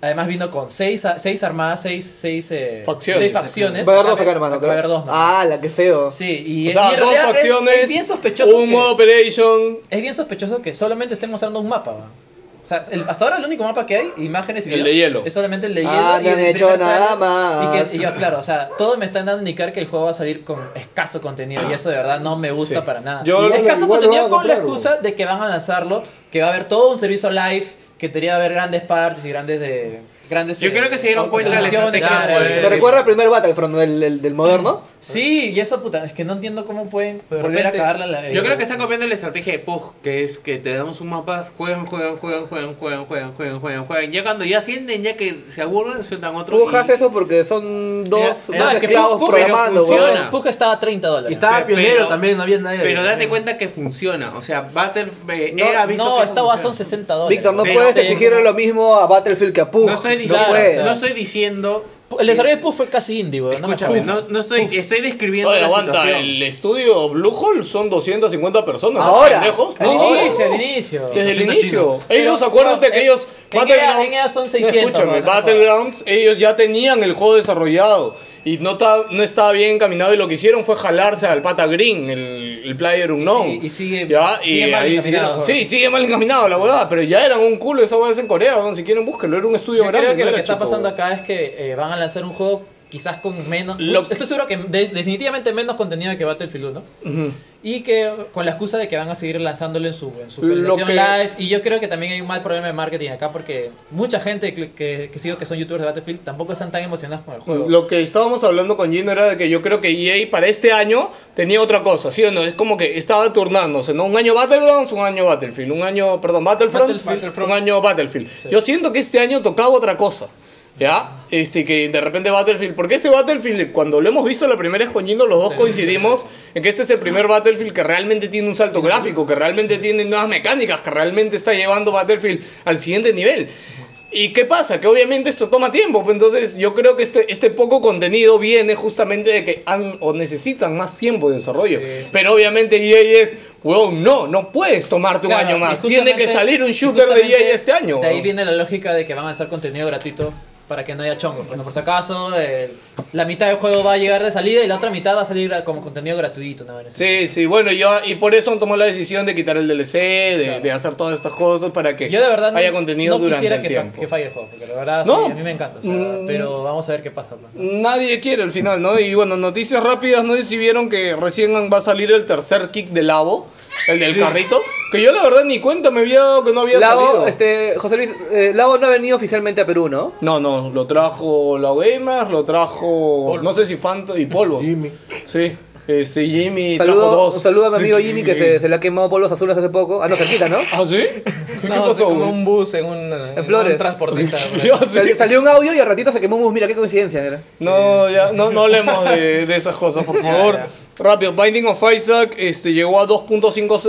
Speaker 8: Además vino con seis, a- seis armadas, seis, seis, eh,
Speaker 1: Facciones.
Speaker 8: seis facciones.
Speaker 2: Va a haber dos acá, hermano.
Speaker 8: Va a haber dos, ¿no?
Speaker 2: Ah, la que feo.
Speaker 8: Sí, y,
Speaker 1: O
Speaker 8: es- y
Speaker 1: sea,
Speaker 8: en
Speaker 1: dos
Speaker 8: realidad es-
Speaker 1: facciones,
Speaker 8: Es, bien sospechoso.
Speaker 1: un
Speaker 8: que,
Speaker 1: modo Operation.
Speaker 8: Es bien sospechoso que solamente estén mostrando un mapa. weón. O sea, el- hasta ahora el único mapa que hay, imágenes y
Speaker 1: El
Speaker 8: videos,
Speaker 1: de hielo.
Speaker 8: es solamente el de
Speaker 2: Ah,
Speaker 8: hielo.
Speaker 2: no
Speaker 8: el
Speaker 2: han hecho
Speaker 8: primer
Speaker 2: nada
Speaker 8: trailer. Y,
Speaker 2: más.
Speaker 8: que, y yo, claro, o sea, todo me está dando a indicar que el juego va a salir con escaso contenido y eso de verdad no me gusta para nada.
Speaker 1: Yo lo-
Speaker 8: escaso
Speaker 4: igual lo
Speaker 8: contenido
Speaker 4: van a
Speaker 8: con la
Speaker 4: comprar,
Speaker 8: excusa de que van a lanzarlo, que va a haber todo un servicio live, que tenía que haber grandes partes y grandes de... Grandes,
Speaker 5: Yo
Speaker 8: eh,
Speaker 5: creo que se dieron cuenta de la
Speaker 8: operaciones,
Speaker 5: estrategia pues.
Speaker 8: claro,
Speaker 5: del-
Speaker 8: eh,
Speaker 2: Me recuerda al primer Battlefront, el, el del moderno.
Speaker 8: Sí, y esa puta, es que no entiendo cómo pueden volver a
Speaker 5: repente-
Speaker 8: cagarla. la-
Speaker 5: Yo creo que están copiando la estrategia de Pug, que es que te damos un mapa, juegan, juegan, juegan, juegan, juegan, juegan, juegan, juegan, juegan. Ya cuando ya sienten, ya que se aburren, sueltan otro.
Speaker 2: Tú
Speaker 5: y-
Speaker 2: haces eso porque son dos,
Speaker 5: Era-
Speaker 2: dos
Speaker 5: era que
Speaker 2: esclavos
Speaker 5: Pug- Pug-
Speaker 2: programando,
Speaker 5: pero
Speaker 2: weón.
Speaker 5: funciona.
Speaker 8: Puja estaba a 30 dólares.
Speaker 6: Y estaba
Speaker 5: Pero-
Speaker 6: pionero
Speaker 5: pero-
Speaker 6: también, no había nadie.
Speaker 5: Pero date cuenta que funciona. O sea, Butter eh,
Speaker 8: No,
Speaker 5: era visto
Speaker 8: no,
Speaker 5: que eso
Speaker 8: esta son
Speaker 5: funciona.
Speaker 8: 60 dólares.
Speaker 2: Víctor, no
Speaker 5: Pero
Speaker 2: puedes
Speaker 5: sí,
Speaker 2: exigirle lo mismo a Battlefield que a Pug.
Speaker 5: No estoy
Speaker 2: No
Speaker 5: diciendo,
Speaker 2: puedes.
Speaker 5: no estoy diciendo.
Speaker 8: El desarrollo de Puff fue casi indie, weón. no me
Speaker 5: Escúchame,
Speaker 8: jodas.
Speaker 5: no, no estoy, estoy describiendo
Speaker 1: Oye,
Speaker 5: la
Speaker 1: aguanta,
Speaker 5: situación.
Speaker 1: el estudio Bluehole son 250 personas.
Speaker 2: Ahora.
Speaker 1: pendejos.
Speaker 8: Al
Speaker 1: Ahora.
Speaker 8: inicio, al inicio.
Speaker 1: Desde el
Speaker 6: 200
Speaker 1: inicio.
Speaker 6: chinos.
Speaker 1: Ellos,
Speaker 8: Pero,
Speaker 1: acuérdate
Speaker 8: no,
Speaker 1: que
Speaker 8: en-
Speaker 1: ellos.
Speaker 8: en EA- en EA son 600,
Speaker 1: Escúchame,
Speaker 8: no, no,
Speaker 1: Battlegrounds, ellos ya tenían el juego desarrollado. Y no, ta- no estaba bien encaminado. Y lo que hicieron fue jalarse al pata Green, el, el player unknown.
Speaker 8: sigue- y sigue-
Speaker 1: Ya,
Speaker 8: sigue
Speaker 1: y
Speaker 8: mal
Speaker 1: ahí
Speaker 8: encaminado
Speaker 1: siguieron-
Speaker 8: el juego.
Speaker 1: Sí, sigue mal encaminado la huevada. Pero ya eran un culo esa huevada es en Corea. weón, Si quieren, búsquenlo. Era un estudio
Speaker 8: Yo
Speaker 1: grande.
Speaker 8: creo
Speaker 1: no
Speaker 8: que lo que
Speaker 1: era
Speaker 8: está
Speaker 1: chico,
Speaker 8: pasando
Speaker 1: weón.
Speaker 8: acá es que eh, van a lanzar un juego quizás con menos.
Speaker 1: Lo-
Speaker 8: Estoy seguro que de- definitivamente menos contenido que Battlefield 1.
Speaker 1: Ujú.
Speaker 8: Y que con la excusa de que van a seguir lanzándolo en su, en su
Speaker 1: Lo
Speaker 8: actualización
Speaker 1: que-
Speaker 8: live. Y yo creo que también hay un mal problema de marketing acá porque mucha gente que, que, que sigo que son youtubers de Battlefield tampoco están tan emocionados con el juego.
Speaker 1: Lo que estábamos hablando con Gino era de que yo creo que EA para este año tenía otra cosa, ¿sí o no? Es como que estaba turnándose, ¿no? Un año Battlegrounds, un año Battlefield, un año, perdón, Battlefront,
Speaker 8: Battlefield.
Speaker 1: un año Battlefield. Yo siento que este año tocaba otra cosa, ¿ya? Este, que de repente Battlefield, porque este Battlefield, cuando lo hemos visto la primera vez con Gino, los dos coincidimos en que este es el primer Battlefield que realmente tiene un salto gráfico, que realmente tiene nuevas mecánicas, que realmente está llevando Battlefield al siguiente nivel. ¿Y qué pasa? Que obviamente esto toma tiempo. pues, Entonces, yo creo que este, este poco contenido viene justamente de que han o necesitan más tiempo de desarrollo. Pero obviamente EA es, weón, no, no puedes tomarte un
Speaker 8: Claro,
Speaker 1: año
Speaker 8: y
Speaker 1: más.
Speaker 8: justamente-
Speaker 1: Tiene que salir un
Speaker 8: y
Speaker 1: shooter de
Speaker 8: justamente
Speaker 1: EA este año.
Speaker 8: De ahí
Speaker 1: weón.
Speaker 8: viene la lógica de que van a lanzar contenido gratuito para que no haya chongo. Bueno, por si acaso, el- la mitad del juego va a llegar de salida y la otra mitad va a salir como contenido gratuito. ¿no?
Speaker 1: Sí, sí, bueno, y yo, y por eso han tomado la decisión de quitar el DLC, de, de hacer todas estas cosas para que
Speaker 8: Yo de verdad no,
Speaker 1: haya contenido
Speaker 8: no
Speaker 1: durante
Speaker 8: quisiera
Speaker 1: el
Speaker 8: que, fa-
Speaker 1: tiempo.
Speaker 8: que falle el juego, porque la verdad
Speaker 1: No.
Speaker 8: sí, a mí me encanta. o sea,
Speaker 1: Mm.
Speaker 8: Pero vamos a ver qué pasa. pues, ¿no?
Speaker 1: Nadie quiere al final, ¿no? Y bueno, noticias rápidas, no sé si vieron que recién va a salir el tercer kick de Lavo, el del carrito, que yo la verdad ni cuenta me había dado que no había
Speaker 2: Lavo,
Speaker 1: salido.
Speaker 2: este, José Luis, eh, Lavo no ha venido oficialmente a Perú, ¿no?
Speaker 1: No, no, lo trajo Lao Gamers, lo trajo, no sé si Fanto y Polvo. Jimmy. Sí, este, Jimmy trajo
Speaker 2: Saludo,
Speaker 1: dos.
Speaker 2: un saludo a mi amigo Jimmy que se, se le ha quemado polvos azules hace poco. Ah, no, cerquita, ¿no?
Speaker 1: ¿Ah, sí? ¿Qué, qué
Speaker 3: No,
Speaker 1: pasó?
Speaker 3: se comió un bus en un, en
Speaker 2: Flores.
Speaker 3: un transportista.
Speaker 1: Yo sí.
Speaker 2: Sal- salió un audio y al ratito se quemó un bus. Mira, qué coincidencia, mira.
Speaker 1: No, ya, no, no hablemos de, de esas cosas, por favor. Rápido, Binding of Isaac este, llegó a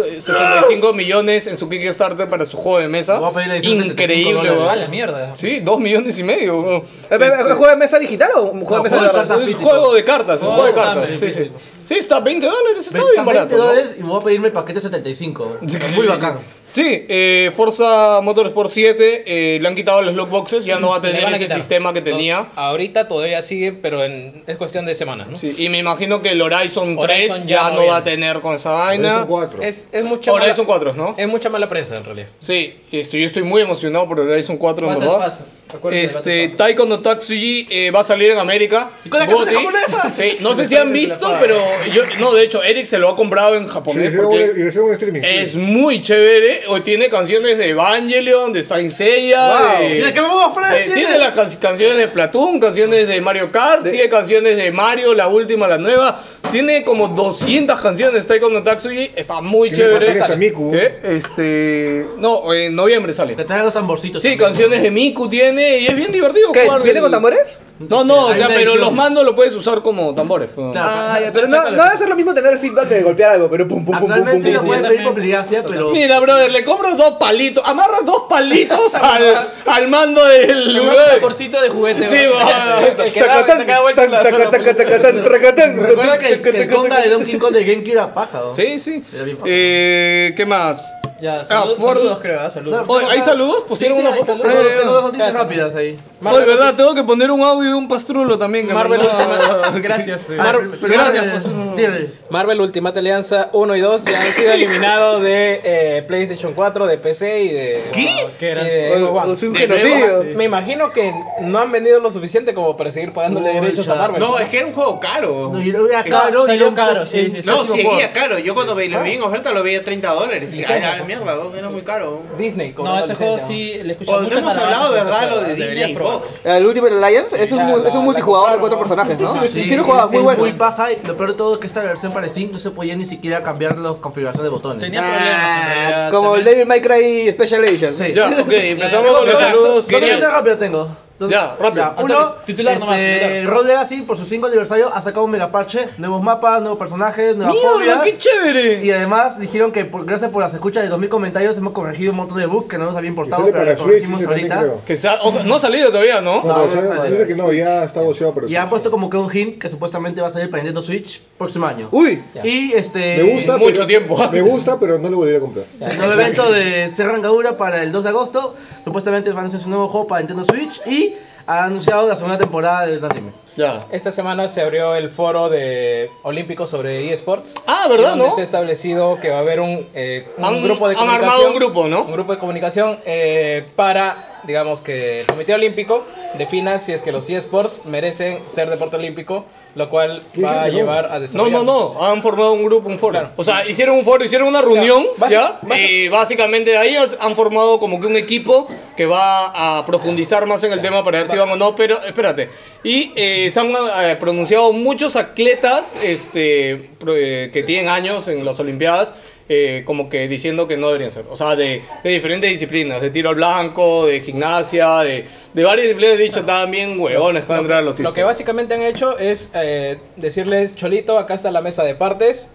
Speaker 1: 2.65 millones en su Kickstarter para su juego de mesa.
Speaker 6: Voy a pedir la edición de 75
Speaker 1: Increíble,
Speaker 6: dólares.
Speaker 1: weón.
Speaker 8: A la mierda.
Speaker 1: Sí, 2 millones y medio. weón.
Speaker 2: Eh, eh, ¿Juego de mesa digital o un juego de mesa
Speaker 6: juego
Speaker 2: de
Speaker 6: Este, está
Speaker 2: verdad?
Speaker 6: tan-
Speaker 1: Es
Speaker 6: físico.
Speaker 1: juego de cartas, es
Speaker 8: Oh,
Speaker 1: juego de
Speaker 8: está
Speaker 1: cartas. Sí, sí.
Speaker 6: físico.
Speaker 1: sí, está 20 dólares, está bien
Speaker 6: 20
Speaker 1: barato. ¿no?
Speaker 6: dólares y voy a pedirme el paquete 75. Muy bacán.
Speaker 1: Sí, eh, Forza Motorsport 7 eh, le han quitado los lockboxes, ya no va a
Speaker 3: Le
Speaker 1: tener
Speaker 3: van a
Speaker 1: ese
Speaker 3: quitar.
Speaker 1: sistema que
Speaker 3: No,
Speaker 1: tenía.
Speaker 3: ahorita todavía sigue, pero en- es cuestión de semanas, ¿no?
Speaker 1: Sí, y me imagino que el Horizon 3
Speaker 3: Horizon ya no
Speaker 1: ya, no va
Speaker 3: viene.
Speaker 1: a tener con esa
Speaker 4: Son
Speaker 1: vaina.
Speaker 4: cuatro.
Speaker 3: Es, es mucha
Speaker 1: Ahora
Speaker 3: mala,
Speaker 1: Horizon 4, ¿no?
Speaker 3: es mucha mala prensa en realidad.
Speaker 1: Sí, estoy, yo estoy muy emocionado por Horizon 4, en
Speaker 8: Battle
Speaker 1: verdad.
Speaker 8: Pass, acuérdense de
Speaker 1: Este,
Speaker 8: Battle
Speaker 1: Taiko no Tatsuji eh, va a salir en América.
Speaker 2: con la
Speaker 1: Goti.
Speaker 2: caseta japonesa?
Speaker 1: Sí, no sé si han visto, pero yo, no, de hecho, Eric se lo ha comprado en
Speaker 4: Sí,
Speaker 1: japonés
Speaker 4: hicieron un-
Speaker 1: porque
Speaker 4: hicieron un streaming. sí.
Speaker 1: es muy chévere. Hoy tiene canciones de Evangelion, de Saint Seiya, de-
Speaker 2: Mira, qué vamos a
Speaker 1: eh, tiene las can- canciones de Platoon, canciones de Mario Kart, tiene canciones de Mario, la última, la nueva. Tiene como 200 canciones Taiko no Tatsuji, está muy
Speaker 4: Tiene
Speaker 1: chévere.
Speaker 4: canciones de Miku.
Speaker 1: ¿Qué? Este, no, en noviembre sale.
Speaker 6: Le traen los tamborcitos.
Speaker 1: Sí,
Speaker 6: también.
Speaker 1: canciones de Miku tiene y es bien divertido
Speaker 2: ¿Qué?
Speaker 1: jugar
Speaker 2: ¿Viene
Speaker 1: el-
Speaker 2: con tambores?
Speaker 1: No, no, o
Speaker 6: Hay
Speaker 1: sea,
Speaker 6: una
Speaker 1: pero
Speaker 6: edición.
Speaker 1: los mandos lo puedes usar como tambores. ¿no?
Speaker 6: Claro.
Speaker 2: Ah, ya, pero no, no va a ser lo mismo tener el feedback de golpear algo, pero pum, pum, pum, pum, pum,
Speaker 6: Actualmente sí
Speaker 2: pum.
Speaker 6: lo
Speaker 2: pum.
Speaker 6: pueden pedir por plegacia, pero.
Speaker 1: Mira, brother, le compro dos palitos, amarras dos palitos al, al mando del lugar.
Speaker 8: tamborcito de juguete.
Speaker 1: Sí,
Speaker 8: weón.
Speaker 1: va.
Speaker 3: El que da, se acaba vuelta
Speaker 4: Tan,
Speaker 3: la
Speaker 4: taca,
Speaker 3: sola-
Speaker 4: taca, taca, tan, tracatán,
Speaker 6: Recuerda que el,
Speaker 4: taca,
Speaker 6: que el
Speaker 4: taca,
Speaker 6: conga
Speaker 4: taca.
Speaker 6: de Donkey Kong de GameCube era paja, ¿no?
Speaker 1: Sí, sí.
Speaker 6: Era bien fácil.
Speaker 1: Eh, ¿Qué más?
Speaker 8: Ya, saludos,
Speaker 1: Ah, Ford.
Speaker 8: saludos creo, ah, saludos.
Speaker 1: Oye, ¿Hay saludos? Pues
Speaker 6: Sí,
Speaker 1: ¿Pusieron
Speaker 6: sí,
Speaker 1: una
Speaker 6: hay
Speaker 1: foto?
Speaker 6: saludos,
Speaker 1: Eh,
Speaker 6: Tengo dos noticias rápidas ahí. Ah,
Speaker 1: Oye, verdad, tengo que poner un audio de un pastrulo también. Que
Speaker 3: Marvel,
Speaker 1: mandó a-
Speaker 3: Ultimate-
Speaker 8: Gracias. eh.
Speaker 1: Mar- gracias,
Speaker 6: Gracias,
Speaker 1: pues.
Speaker 3: Marvel Ultimate Alianza 1 y 2 ya han sido eliminados de eh, PlayStation 4, de PC y de.
Speaker 8: ¿Qué
Speaker 3: y
Speaker 8: era?
Speaker 3: de
Speaker 8: ah,
Speaker 3: Xbox One.
Speaker 2: Es un
Speaker 3: De
Speaker 2: genocidio.
Speaker 3: nuevo, Me imagino que no han vendido lo suficiente como para seguir pagándole
Speaker 6: Mucha.
Speaker 3: derechos a Marvel.
Speaker 5: No, eh, es que era un juego caro.
Speaker 6: No, y luego era caro.
Speaker 8: salió
Speaker 6: y pues, era-
Speaker 8: caro, sí, sí,
Speaker 6: el-
Speaker 8: sí.
Speaker 5: No,
Speaker 6: el-
Speaker 5: sí, era caro. Yo cuando ve- lo vi en oferta lo veía 30 dólares. Y
Speaker 3: Licencia,
Speaker 5: ay, ay,
Speaker 3: ¿no?
Speaker 5: mierda, don, era muy caro.
Speaker 3: Disney.
Speaker 8: No,
Speaker 3: cobrando
Speaker 8: ese juego
Speaker 3: licencia.
Speaker 8: sí le escuché
Speaker 5: O-
Speaker 8: muchas
Speaker 5: hemos
Speaker 8: alabanzas
Speaker 5: hablado,
Speaker 8: por ese
Speaker 5: ¿verdad?
Speaker 8: juego,
Speaker 5: Lo de
Speaker 8: deberías
Speaker 5: Disney y
Speaker 8: probarlo.
Speaker 5: Fox.
Speaker 2: El Ultimate Alliance es un,
Speaker 3: ya,
Speaker 2: mu-
Speaker 3: la-
Speaker 2: es un
Speaker 3: la
Speaker 2: multijugador
Speaker 3: compraron,
Speaker 2: de cuatro
Speaker 3: ¿no?
Speaker 2: personajes, ¿no?
Speaker 6: Ah,
Speaker 2: Sí, sí lo jugaba,
Speaker 6: es
Speaker 2: muy bueno.
Speaker 6: muy paja. y Lo peor de todo es que esta versión para Steam no se podía ni siquiera cambiar las configuraciones de botones.
Speaker 8: Tenía problemas en realidad.
Speaker 2: Ah, Como el
Speaker 8: también.
Speaker 2: David May Cry Special Edition.
Speaker 6: Sí.
Speaker 1: Ya, ok, empezamos
Speaker 6: Tengo
Speaker 1: con los
Speaker 6: dos-
Speaker 1: saludos.
Speaker 6: Dos noticias
Speaker 1: Quería-
Speaker 6: rápidas tengo. Dos-
Speaker 1: Ya, rápido.
Speaker 6: uno,
Speaker 8: Entonces, titular nomás,
Speaker 6: este,
Speaker 8: titular.
Speaker 6: Road Legacy por su 5 aniversario ha sacado un megaparche, nuevos mapas, nuevos personajes, nuevas
Speaker 1: ¡Mierda, qué
Speaker 6: fobias.
Speaker 1: chévere!
Speaker 6: Y además dijeron que por- gracias por las escuchas de 2000 comentarios hemos corregido un montón de bugs que no nos
Speaker 4: Que
Speaker 6: había importado,
Speaker 4: sale
Speaker 6: pero
Speaker 4: para
Speaker 6: los
Speaker 4: Switch,
Speaker 6: corregimos
Speaker 4: ese también
Speaker 6: ahorita.
Speaker 4: creo.
Speaker 1: Que sea- o- no ha salido todavía, ¿no?
Speaker 4: No, pero
Speaker 2: No,
Speaker 4: sale-
Speaker 2: no sale.
Speaker 4: dice que no, ya está boceado para
Speaker 6: Y han
Speaker 4: Switch.
Speaker 6: puesto como que un hint que supuestamente va a salir para Nintendo Switch próximo año.
Speaker 2: Uy.
Speaker 6: Y este.
Speaker 4: Uh, Me gusta,
Speaker 1: mucho
Speaker 4: pero-
Speaker 1: tiempo.
Speaker 4: Me gusta, pero no lo volvería a comprar.
Speaker 6: El nuevo evento de Serran Gaura para el 2 de agosto. Supuestamente van a hacer un nuevo juego para Nintendo Switch. Y ha anunciado la segunda temporada del anime.
Speaker 1: Ya.
Speaker 3: Esta semana se abrió el foro de olímpico sobre eSports.
Speaker 1: Ah, ¿verdad,
Speaker 3: Donde
Speaker 1: no?
Speaker 3: se ha establecido que va a haber un, eh, un
Speaker 1: Han-
Speaker 3: grupo de
Speaker 1: han
Speaker 3: comunicación.
Speaker 1: armado un grupo, ¿no?
Speaker 3: Un grupo de comunicación eh, para, digamos, que el Comité Olímpico defina si es que los eSports merecen ser deporte olímpico, lo cual
Speaker 4: Dicen
Speaker 3: va a
Speaker 4: que no.
Speaker 3: llevar a
Speaker 1: No,
Speaker 3: desarrollar.
Speaker 1: no, no. Han formado un grupo, un foro.
Speaker 3: Claro.
Speaker 1: O sea, hicieron un foro, hicieron una reunión,
Speaker 3: basi-
Speaker 1: ¿ya?
Speaker 3: basi-
Speaker 1: Y básicamente de ahí has- han formado como que un equipo que va a profundizar más en el tema para ver si van o no. Pero, espérate. Y eh, se han eh, pronunciado muchos atletas este, pro- eh, que tienen años en las Olimpiadas. eh, como que diciendo que no deberían ser, o sea, de, de diferentes disciplinas, de tiro al blanco, de gimnasia, de, de varias disciplinas, he dicho, también huevones para entrar a los
Speaker 3: Lo que básicamente han hecho es eh, decirles, Cholito, acá está la mesa de partes.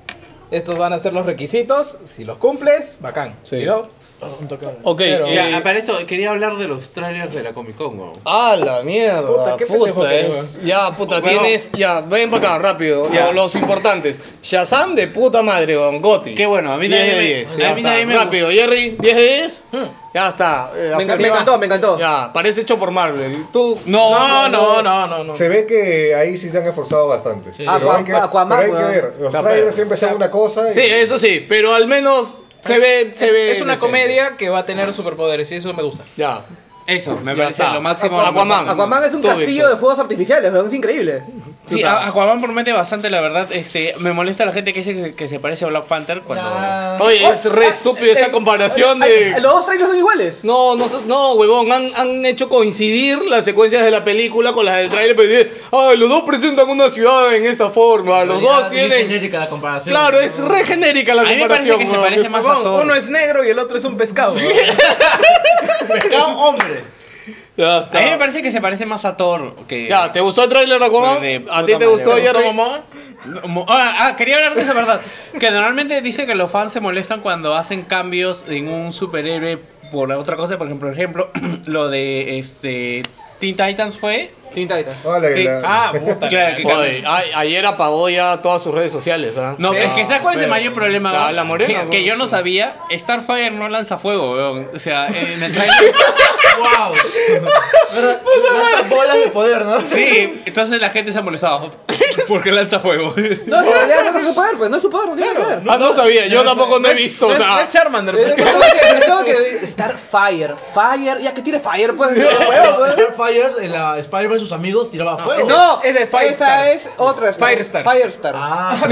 Speaker 3: Estos van a ser los requisitos. Si los cumples, bacán. Si no,
Speaker 1: Ok,
Speaker 3: Pero-
Speaker 1: eh,
Speaker 5: Ya, para eso quería hablar de los trailers de la Comic Con, weón.
Speaker 1: Ah, la mierda.
Speaker 3: Puta,
Speaker 1: Puta,
Speaker 3: qué pendejo que
Speaker 1: es- Ya, puta, tienes. Ya, ven para acá, rápido. Lo- Los importantes. Shazam de puta madre, Don Gotti.
Speaker 5: Qué bueno, a mí
Speaker 1: 10
Speaker 5: nadie
Speaker 1: de
Speaker 5: me-
Speaker 1: 10.
Speaker 5: a
Speaker 1: ya
Speaker 5: mí
Speaker 1: está.
Speaker 5: nadie me
Speaker 1: Rápido, Jerry, 10 de 10. Ya está. eh,
Speaker 2: Me, enca- me
Speaker 1: ofensiva.
Speaker 2: encantó, me encantó.
Speaker 1: Ya, parece hecho por Marvel. Tú.
Speaker 5: No, no, no.
Speaker 3: no, no.
Speaker 4: Se ve que ahí sí se han esforzado bastante. Pero
Speaker 2: Aqua-
Speaker 4: hay que,
Speaker 2: Aquaman,
Speaker 4: pero hay
Speaker 2: weón.
Speaker 4: que ver. Los
Speaker 1: Está
Speaker 4: trailers
Speaker 1: feo.
Speaker 4: siempre son una cosa. y-
Speaker 1: Sí, eso sí, pero al menos se ve. Se ve
Speaker 3: Es una
Speaker 1: decente.
Speaker 3: comedia que va a tener superpoderes y eso me gusta.
Speaker 1: Ya.
Speaker 5: Eso, me
Speaker 1: Ya
Speaker 5: parece
Speaker 1: está.
Speaker 5: lo máximo.
Speaker 1: Aquaman.
Speaker 2: Aquaman es un
Speaker 1: Tú,
Speaker 2: castillo
Speaker 1: Víctor.
Speaker 2: de fuegos artificiales, weón, es increíble.
Speaker 5: Sí, a- Aquaman promete bastante, la verdad. Este, me molesta la gente que dice que se, que se parece a Black Panther cuando.
Speaker 1: Oye,
Speaker 2: Oh,
Speaker 1: es re
Speaker 2: ah,
Speaker 1: estúpido
Speaker 2: eh,
Speaker 1: esa comparación de.
Speaker 2: Los dos trailers son iguales.
Speaker 1: No, no, seas- no, huevón, han, han hecho coincidir las secuencias de la película con las del tráiler, pero dicen, "Ay, los dos presentan una ciudad en esa forma, los dos tienen...
Speaker 6: genérica la comparación.
Speaker 1: Claro, es re genérica la
Speaker 5: A mí me parece
Speaker 1: comparación.
Speaker 5: que se
Speaker 1: huevón,
Speaker 5: parece más a
Speaker 1: huevón,
Speaker 5: Thor.
Speaker 1: uno es-
Speaker 3: negro y el otro es un pescado.
Speaker 6: Era un hombre.
Speaker 1: Ya
Speaker 5: A
Speaker 1: está.
Speaker 5: mí me parece que se parece más a Thor que.
Speaker 1: Ya, ¿te gustó el tráiler de Aquaman?
Speaker 5: De
Speaker 1: ¿A
Speaker 5: puta
Speaker 1: ti te
Speaker 5: madre,
Speaker 1: gustó,
Speaker 5: ¿te
Speaker 1: Jerry?
Speaker 5: Momoa? Mo- Ah, ah, quería hablar de esa verdad. Que normalmente dice que los fans se molestan cuando hacen cambios en un superhéroe por otra cosa. Por ejemplo, por ejemplo lo de este Teen Titans fue.
Speaker 3: Teen Titans.
Speaker 11: Hola,
Speaker 5: que- ah, puta, claro, que cambió.
Speaker 1: Oye, a- ayer apagó ya todas sus redes sociales, ¿ah?
Speaker 5: No, es que ¿sabes cuál es el mayor problema?
Speaker 1: La-
Speaker 5: weón?
Speaker 1: la morena,
Speaker 5: Que-
Speaker 1: weón.
Speaker 5: que, yo no sabía, Starfire no lanza fuego, weón. O sea, en el trailer...
Speaker 8: ¡Wow!
Speaker 6: Lanzan bolas de poder, ¿no?
Speaker 5: Sí, entonces la gente se ha molestado. Porque lanza fuego.
Speaker 2: No, en realidad no es su poder, pues no es su poder, no tiene que ver.
Speaker 1: Ah, no sabía, yo tampoco no he visto, o
Speaker 3: No es- no
Speaker 1: sea...
Speaker 3: es Charmander.
Speaker 2: Pero es como que- es como que Star Fire, Fire, ya que tiene Fire, pues. No, huevo,
Speaker 8: ¿eh?
Speaker 2: pues.
Speaker 6: Starfire, en la Spider-Man y sus amigos tiraba fuego.
Speaker 3: ese-
Speaker 2: No,
Speaker 3: es de Firestar.
Speaker 2: Esa es otra. Star.
Speaker 3: Firestar.
Speaker 2: Firestar.
Speaker 6: Ah,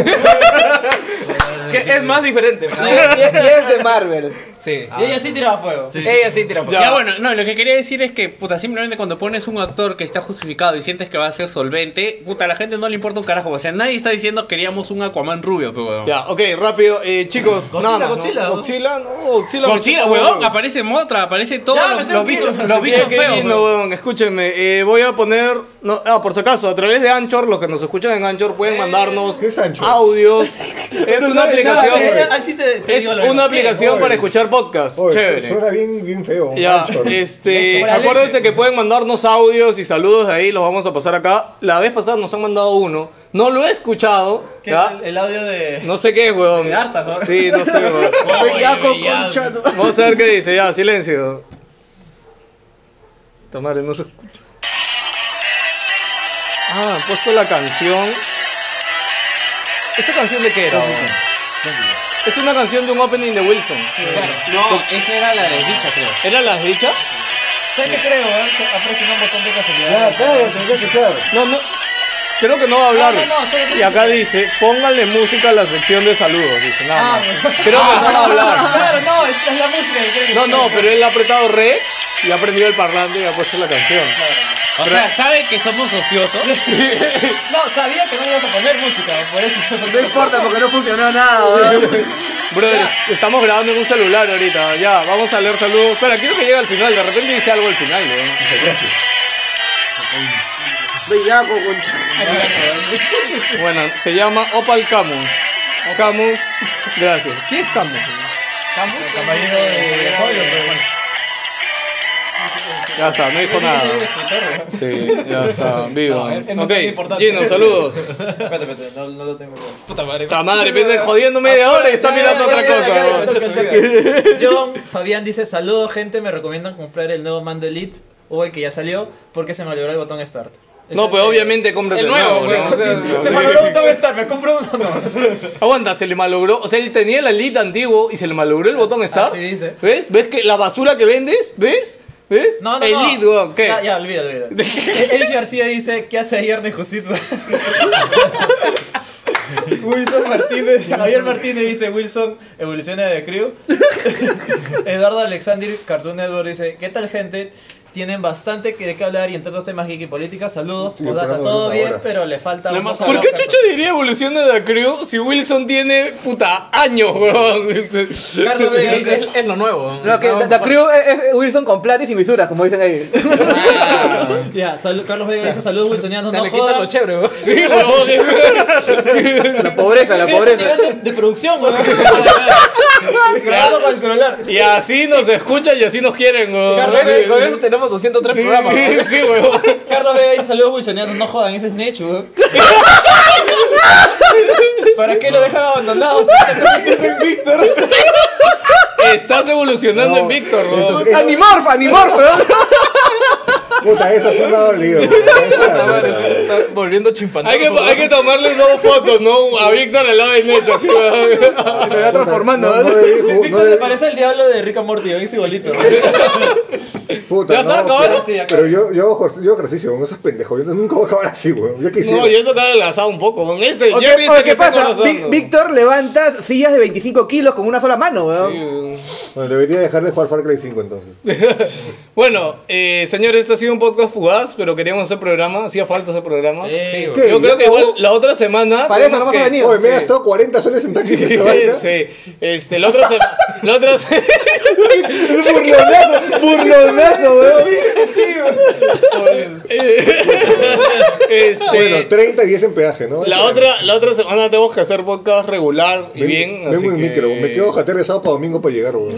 Speaker 3: Que es más diferente.
Speaker 2: Y, es- y es- y es de Marvel.
Speaker 3: Sí.
Speaker 6: y ella sí tiraba fuego.
Speaker 3: Ella sí tira
Speaker 5: Ya. bueno, no, lo que quería decir es que, puta, simplemente cuando pones un actor que está justificado y sientes que va a ser solvente, puta, a la gente no le importa un carajo. O sea, nadie está diciendo queríamos un Aquaman rubio, pero weón.
Speaker 1: Ya, ok, rápido, eh, chicos,
Speaker 6: Godzilla,
Speaker 1: nada más,
Speaker 6: Godzilla,
Speaker 1: ¿no?
Speaker 6: ¿no?
Speaker 1: Godzilla, no, Godzilla, me
Speaker 5: Godzilla,
Speaker 1: chupa,
Speaker 5: weón, aparece Motra, aparece todos
Speaker 6: Ya, me
Speaker 5: los,
Speaker 6: tengo
Speaker 5: los
Speaker 6: que ir,
Speaker 5: bichos,
Speaker 6: weón.
Speaker 5: los
Speaker 6: Se
Speaker 1: Qué-
Speaker 5: bichos
Speaker 1: qué
Speaker 5: feos.
Speaker 1: lindo,
Speaker 5: weón.
Speaker 1: weón. Escúchenme, eh, voy a poner. No, ah, por si acaso, a través de Anchor, los que nos escuchan en Anchor pueden mandarnos
Speaker 11: Eh, ¿qué es Anchor?
Speaker 1: audios. es una aplicación.
Speaker 6: Así te, te
Speaker 1: es
Speaker 6: digo lo
Speaker 1: una
Speaker 6: mismo.
Speaker 1: aplicación
Speaker 11: Oye.
Speaker 1: para escuchar podcast.
Speaker 11: Oye,
Speaker 1: Chévere.
Speaker 11: Suena bien, bien feo.
Speaker 1: Ya,
Speaker 11: macho.
Speaker 1: este, acuérdense que pueden mandarnos audios y saludos de ahí, los vamos a pasar acá. La vez pasada nos han mandado uno, no lo he escuchado,
Speaker 8: Que
Speaker 1: ¿ya?
Speaker 8: es el, el audio de.
Speaker 1: no sé qué, weón.
Speaker 8: de hartas, ¿no?
Speaker 1: Sí, no sé, weón.
Speaker 6: Bellaco,
Speaker 8: Oye, bellaco.
Speaker 6: concha tu-
Speaker 1: Vamos a ver qué dice, ya, silencio. Puta madre, no se escucha. Ah, han puesto la canción. ¿Esta canción de qué era? weón? Es una canción de un opening de Wilson.
Speaker 5: No, esa era la de bicha, creo.
Speaker 1: ¿Era las dichas?
Speaker 8: ¿Sabes qué creo? weón? Que ha presionado un botón de
Speaker 11: Ya,
Speaker 8: casualidad.
Speaker 11: claro, tendría que ser.
Speaker 1: No, no. Creo que no va a hablar. y acá dice, póngale música a la sección de saludos. Dice, nada más. Creo que no va a hablar.
Speaker 8: Claro, Ah, no, es, es la música que creo que.
Speaker 1: No, no, pero él ha apretado re y ha aprendido el parlante y ha puesto la canción.
Speaker 5: O sea, sabe que somos ociosos.
Speaker 8: No, sabía que no le ibas a poner música, por eso.
Speaker 6: No importa porque no funcionó nada, weón.
Speaker 1: Brother, estamos grabando en un celular ahorita. Ya, vamos a leer saludos. Espera, quiero que llegue al final. De repente dice algo al final, ¿no?
Speaker 6: Bellaco, concha.
Speaker 1: Bueno, se llama Opal Camus. Camus, gracias. ¿Quién es Camus?
Speaker 8: Caballero de Hollywood, pero bueno.
Speaker 1: Ya está, no dijo nada. Sí, ya está, vivo.
Speaker 8: él- él no
Speaker 1: ok,
Speaker 8: está muy importante.
Speaker 1: Gino, saludos.
Speaker 8: Espérate, espérate, no, no lo tengo.
Speaker 3: Puta madre.
Speaker 1: Puta madre, viene jodiendo media hora y está mirando otra cosa. ¿no?
Speaker 8: John Fabián dice: Saludos, gente. Me recomiendan comprar el nuevo mando Elite o el que ya salió porque se malogró el botón Start. Ese
Speaker 1: No,
Speaker 8: es
Speaker 1: pues
Speaker 8: el-
Speaker 1: obviamente cómprate
Speaker 8: El nuevo,
Speaker 1: ¿no?
Speaker 8: weón.
Speaker 1: O sea,
Speaker 8: Sí, Se malogró el botón Start. Me compro uno. No.
Speaker 1: Aguanta, se le malogró. O sea, él tenía la lead antiguo y se le malogró el botón Start.
Speaker 8: así dice.
Speaker 1: ¿Ves? ¿Ves que la basura que vendes? ¿Ves? ¿Ves?
Speaker 8: No, no,
Speaker 1: el
Speaker 8: no.
Speaker 1: lead, weón. ¿Qué?
Speaker 8: Ya, E-, ya, olvida, olvida. Edge García dice, ¿qué hace ayer de Josito? Wilson Martínez, Javier Martínez dice, Wilson, evoluciona de crew. Eduardo Alexander, Cartoon Network dice, ¿qué tal gente? Tienen bastante que de qué hablar y entre los temas geek y política, saludos,
Speaker 11: Estoy
Speaker 8: postdata,
Speaker 11: esperando
Speaker 8: todo
Speaker 11: una
Speaker 8: bien,
Speaker 11: hora.
Speaker 8: pero le falta un
Speaker 5: hemos
Speaker 8: poco
Speaker 1: ¿Por
Speaker 8: a
Speaker 1: qué
Speaker 8: Oscar".
Speaker 1: Chucho diría evolución de la crew si Wilson tiene puta años, weón?
Speaker 8: Carlos Vega
Speaker 3: Es,
Speaker 8: dice,
Speaker 3: es- es lo nuevo.
Speaker 2: No, que The Crew es, es Wilson con plata y sin misuras, como dicen ahí.
Speaker 8: ya, salu- Carlos Vega dice, saludos wilsonianos,
Speaker 3: Se
Speaker 8: no
Speaker 3: le quita lo
Speaker 8: jodan.
Speaker 3: chévere, weón.
Speaker 1: Sí,
Speaker 8: "Ah".
Speaker 1: weón.
Speaker 2: La pobreza, la
Speaker 8: Mira este
Speaker 2: pobreza.
Speaker 8: nivel de, de producción, weón. Grabando con el celular.
Speaker 1: Y así nos escuchan y así nos quieren,
Speaker 3: Carlos,
Speaker 8: eh,
Speaker 1: weón.
Speaker 3: con eso tenemos 203
Speaker 1: eh,
Speaker 3: programas. weón.
Speaker 1: Sí, weón.
Speaker 8: Carlos Vega dice saludos bulchaneados, no jodan, ese es Nechu, weón. ¿Para qué lo dejan abandonado?
Speaker 1: Estás evolucionando en Víctor, weón.
Speaker 11: Eso-
Speaker 2: Animorf, animorf, weón.
Speaker 11: Puta, esa sí me ha dolido. Puta madre,
Speaker 3: Está volviendo chimpancé.
Speaker 1: Hay que, hay que tomarle dos fotos, ¿no? A Víctor al lado de Necho, así, weón.
Speaker 11: Se va transformando. No, no debí ju- no
Speaker 8: Víctor le
Speaker 4: eh.
Speaker 11: debí-
Speaker 8: parece el diablo de Rick and Morty, weón, es igualito. eh.
Speaker 11: Puta,
Speaker 1: ¿Ya está,
Speaker 11: no,
Speaker 1: acabaron?
Speaker 11: pero-
Speaker 8: Sí, acabaron.
Speaker 11: Pero yo, yo, hago ejer- yo hago ejercicio, weón. Esos pendejos. Yo nunca voy a acabar así, weón. Yo quisiera.
Speaker 1: No, yo eso te ha adelgazado un poco, con este.
Speaker 2: O
Speaker 1: Jerry
Speaker 2: que-
Speaker 1: dice
Speaker 2: o
Speaker 1: que
Speaker 2: ¿Qué
Speaker 1: está
Speaker 2: pasa?
Speaker 1: adelgazando.
Speaker 2: Vic- Víctor levantas sillas de 25 kilos con una sola mano, weón.
Speaker 1: Sí.
Speaker 11: Bueno, debería dejar de jugar Far Cry 5 entonces.
Speaker 1: Bueno, eh, señores, este ha sido un un podcast fugaz, pero queríamos hacer programa. Hacía falta ese programa.
Speaker 4: ¿Qué?
Speaker 1: Yo creo
Speaker 4: ¿Ya
Speaker 1: que
Speaker 4: acabó?
Speaker 1: igual la otra semana.
Speaker 2: Para eso
Speaker 1: tenemos
Speaker 2: no vas a
Speaker 1: que-
Speaker 2: venir.
Speaker 4: Oye, me he
Speaker 2: Sí.
Speaker 4: gastado 40 soles en taxi. esta vaina.
Speaker 1: Sí, este, la otra semana. La otra se-
Speaker 2: Burlonazo, burlonazo, weón.
Speaker 1: este,
Speaker 4: Bueno, 30 y 10 en peaje, ¿no?
Speaker 11: Este,
Speaker 1: la, otra, la otra semana tenemos que hacer podcast regular y
Speaker 4: Ven-
Speaker 1: bien.
Speaker 4: Vengo
Speaker 1: así
Speaker 4: en
Speaker 1: que-
Speaker 4: micro, me quedo jater de sábado para domingo para llegar, weón.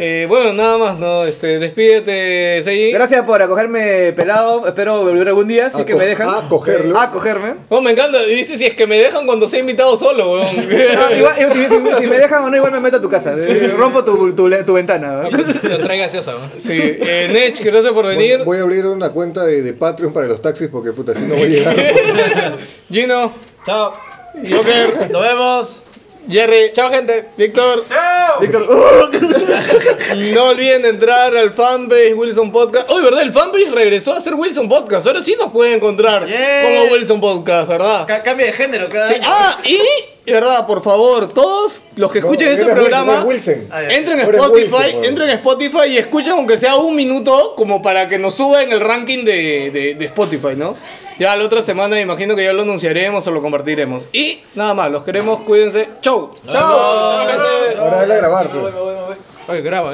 Speaker 1: Eh, bueno, nada más, ¿no? Este, despídete, Seiji.
Speaker 2: Gracias por acogerme pelado. Espero volver algún día. Así
Speaker 4: A
Speaker 2: que
Speaker 4: co-
Speaker 2: me dejan.
Speaker 4: a cogerlo.
Speaker 2: A cogerme.
Speaker 1: No, Oh, me encanta. Dice si es que me dejan cuando sea invitado solo, weón.
Speaker 2: No, igual, eh, si, si- si me dejan o no, igual me meto a tu casa. Eh, Rompo tu, tu, tu ventana. ¿no?
Speaker 3: Lo trae gaseosa, ¿no?
Speaker 1: Sí, eh, Nech, gracias por
Speaker 4: Voy,
Speaker 1: venir.
Speaker 4: voy a abrir una cuenta de, de Patreon para los taxis porque puta, si no voy a llegar.
Speaker 1: Gino,
Speaker 8: Chao.
Speaker 1: Joker,
Speaker 8: Nos vemos.
Speaker 1: Jerry. Chao, gente. Víctor.
Speaker 2: Víctor,
Speaker 1: No olviden entrar al fanpage Wilson Podcast. Hoy, ¿verdad? El fanpage regresó a ser Wilson Podcast. Ahora sí nos pueden encontrar
Speaker 8: Yeah.
Speaker 1: como Wilson Podcast, ¿verdad?
Speaker 8: Ca- cambia de género cada
Speaker 1: Sí.
Speaker 8: año.
Speaker 1: Ah, y, y verdad, por favor, todos los que escuchen
Speaker 4: No,
Speaker 1: este
Speaker 4: era Wilson,
Speaker 1: programa,
Speaker 4: era Wilson.
Speaker 8: Ah, ya.
Speaker 1: entren a
Speaker 4: Ahora es
Speaker 1: Spotify,
Speaker 4: Wilson, bueno.
Speaker 1: entren a Spotify y escuchen aunque sea un minuto, como para que nos suba en el ranking de, de- de Spotify, ¿no? Ya la otra semana me imagino que ya lo anunciaremos o lo compartiremos. Y nada más, los queremos, cuídense. Chau.
Speaker 8: Chao.
Speaker 4: Ahora dale a grabar, pues.
Speaker 3: Oye, graba.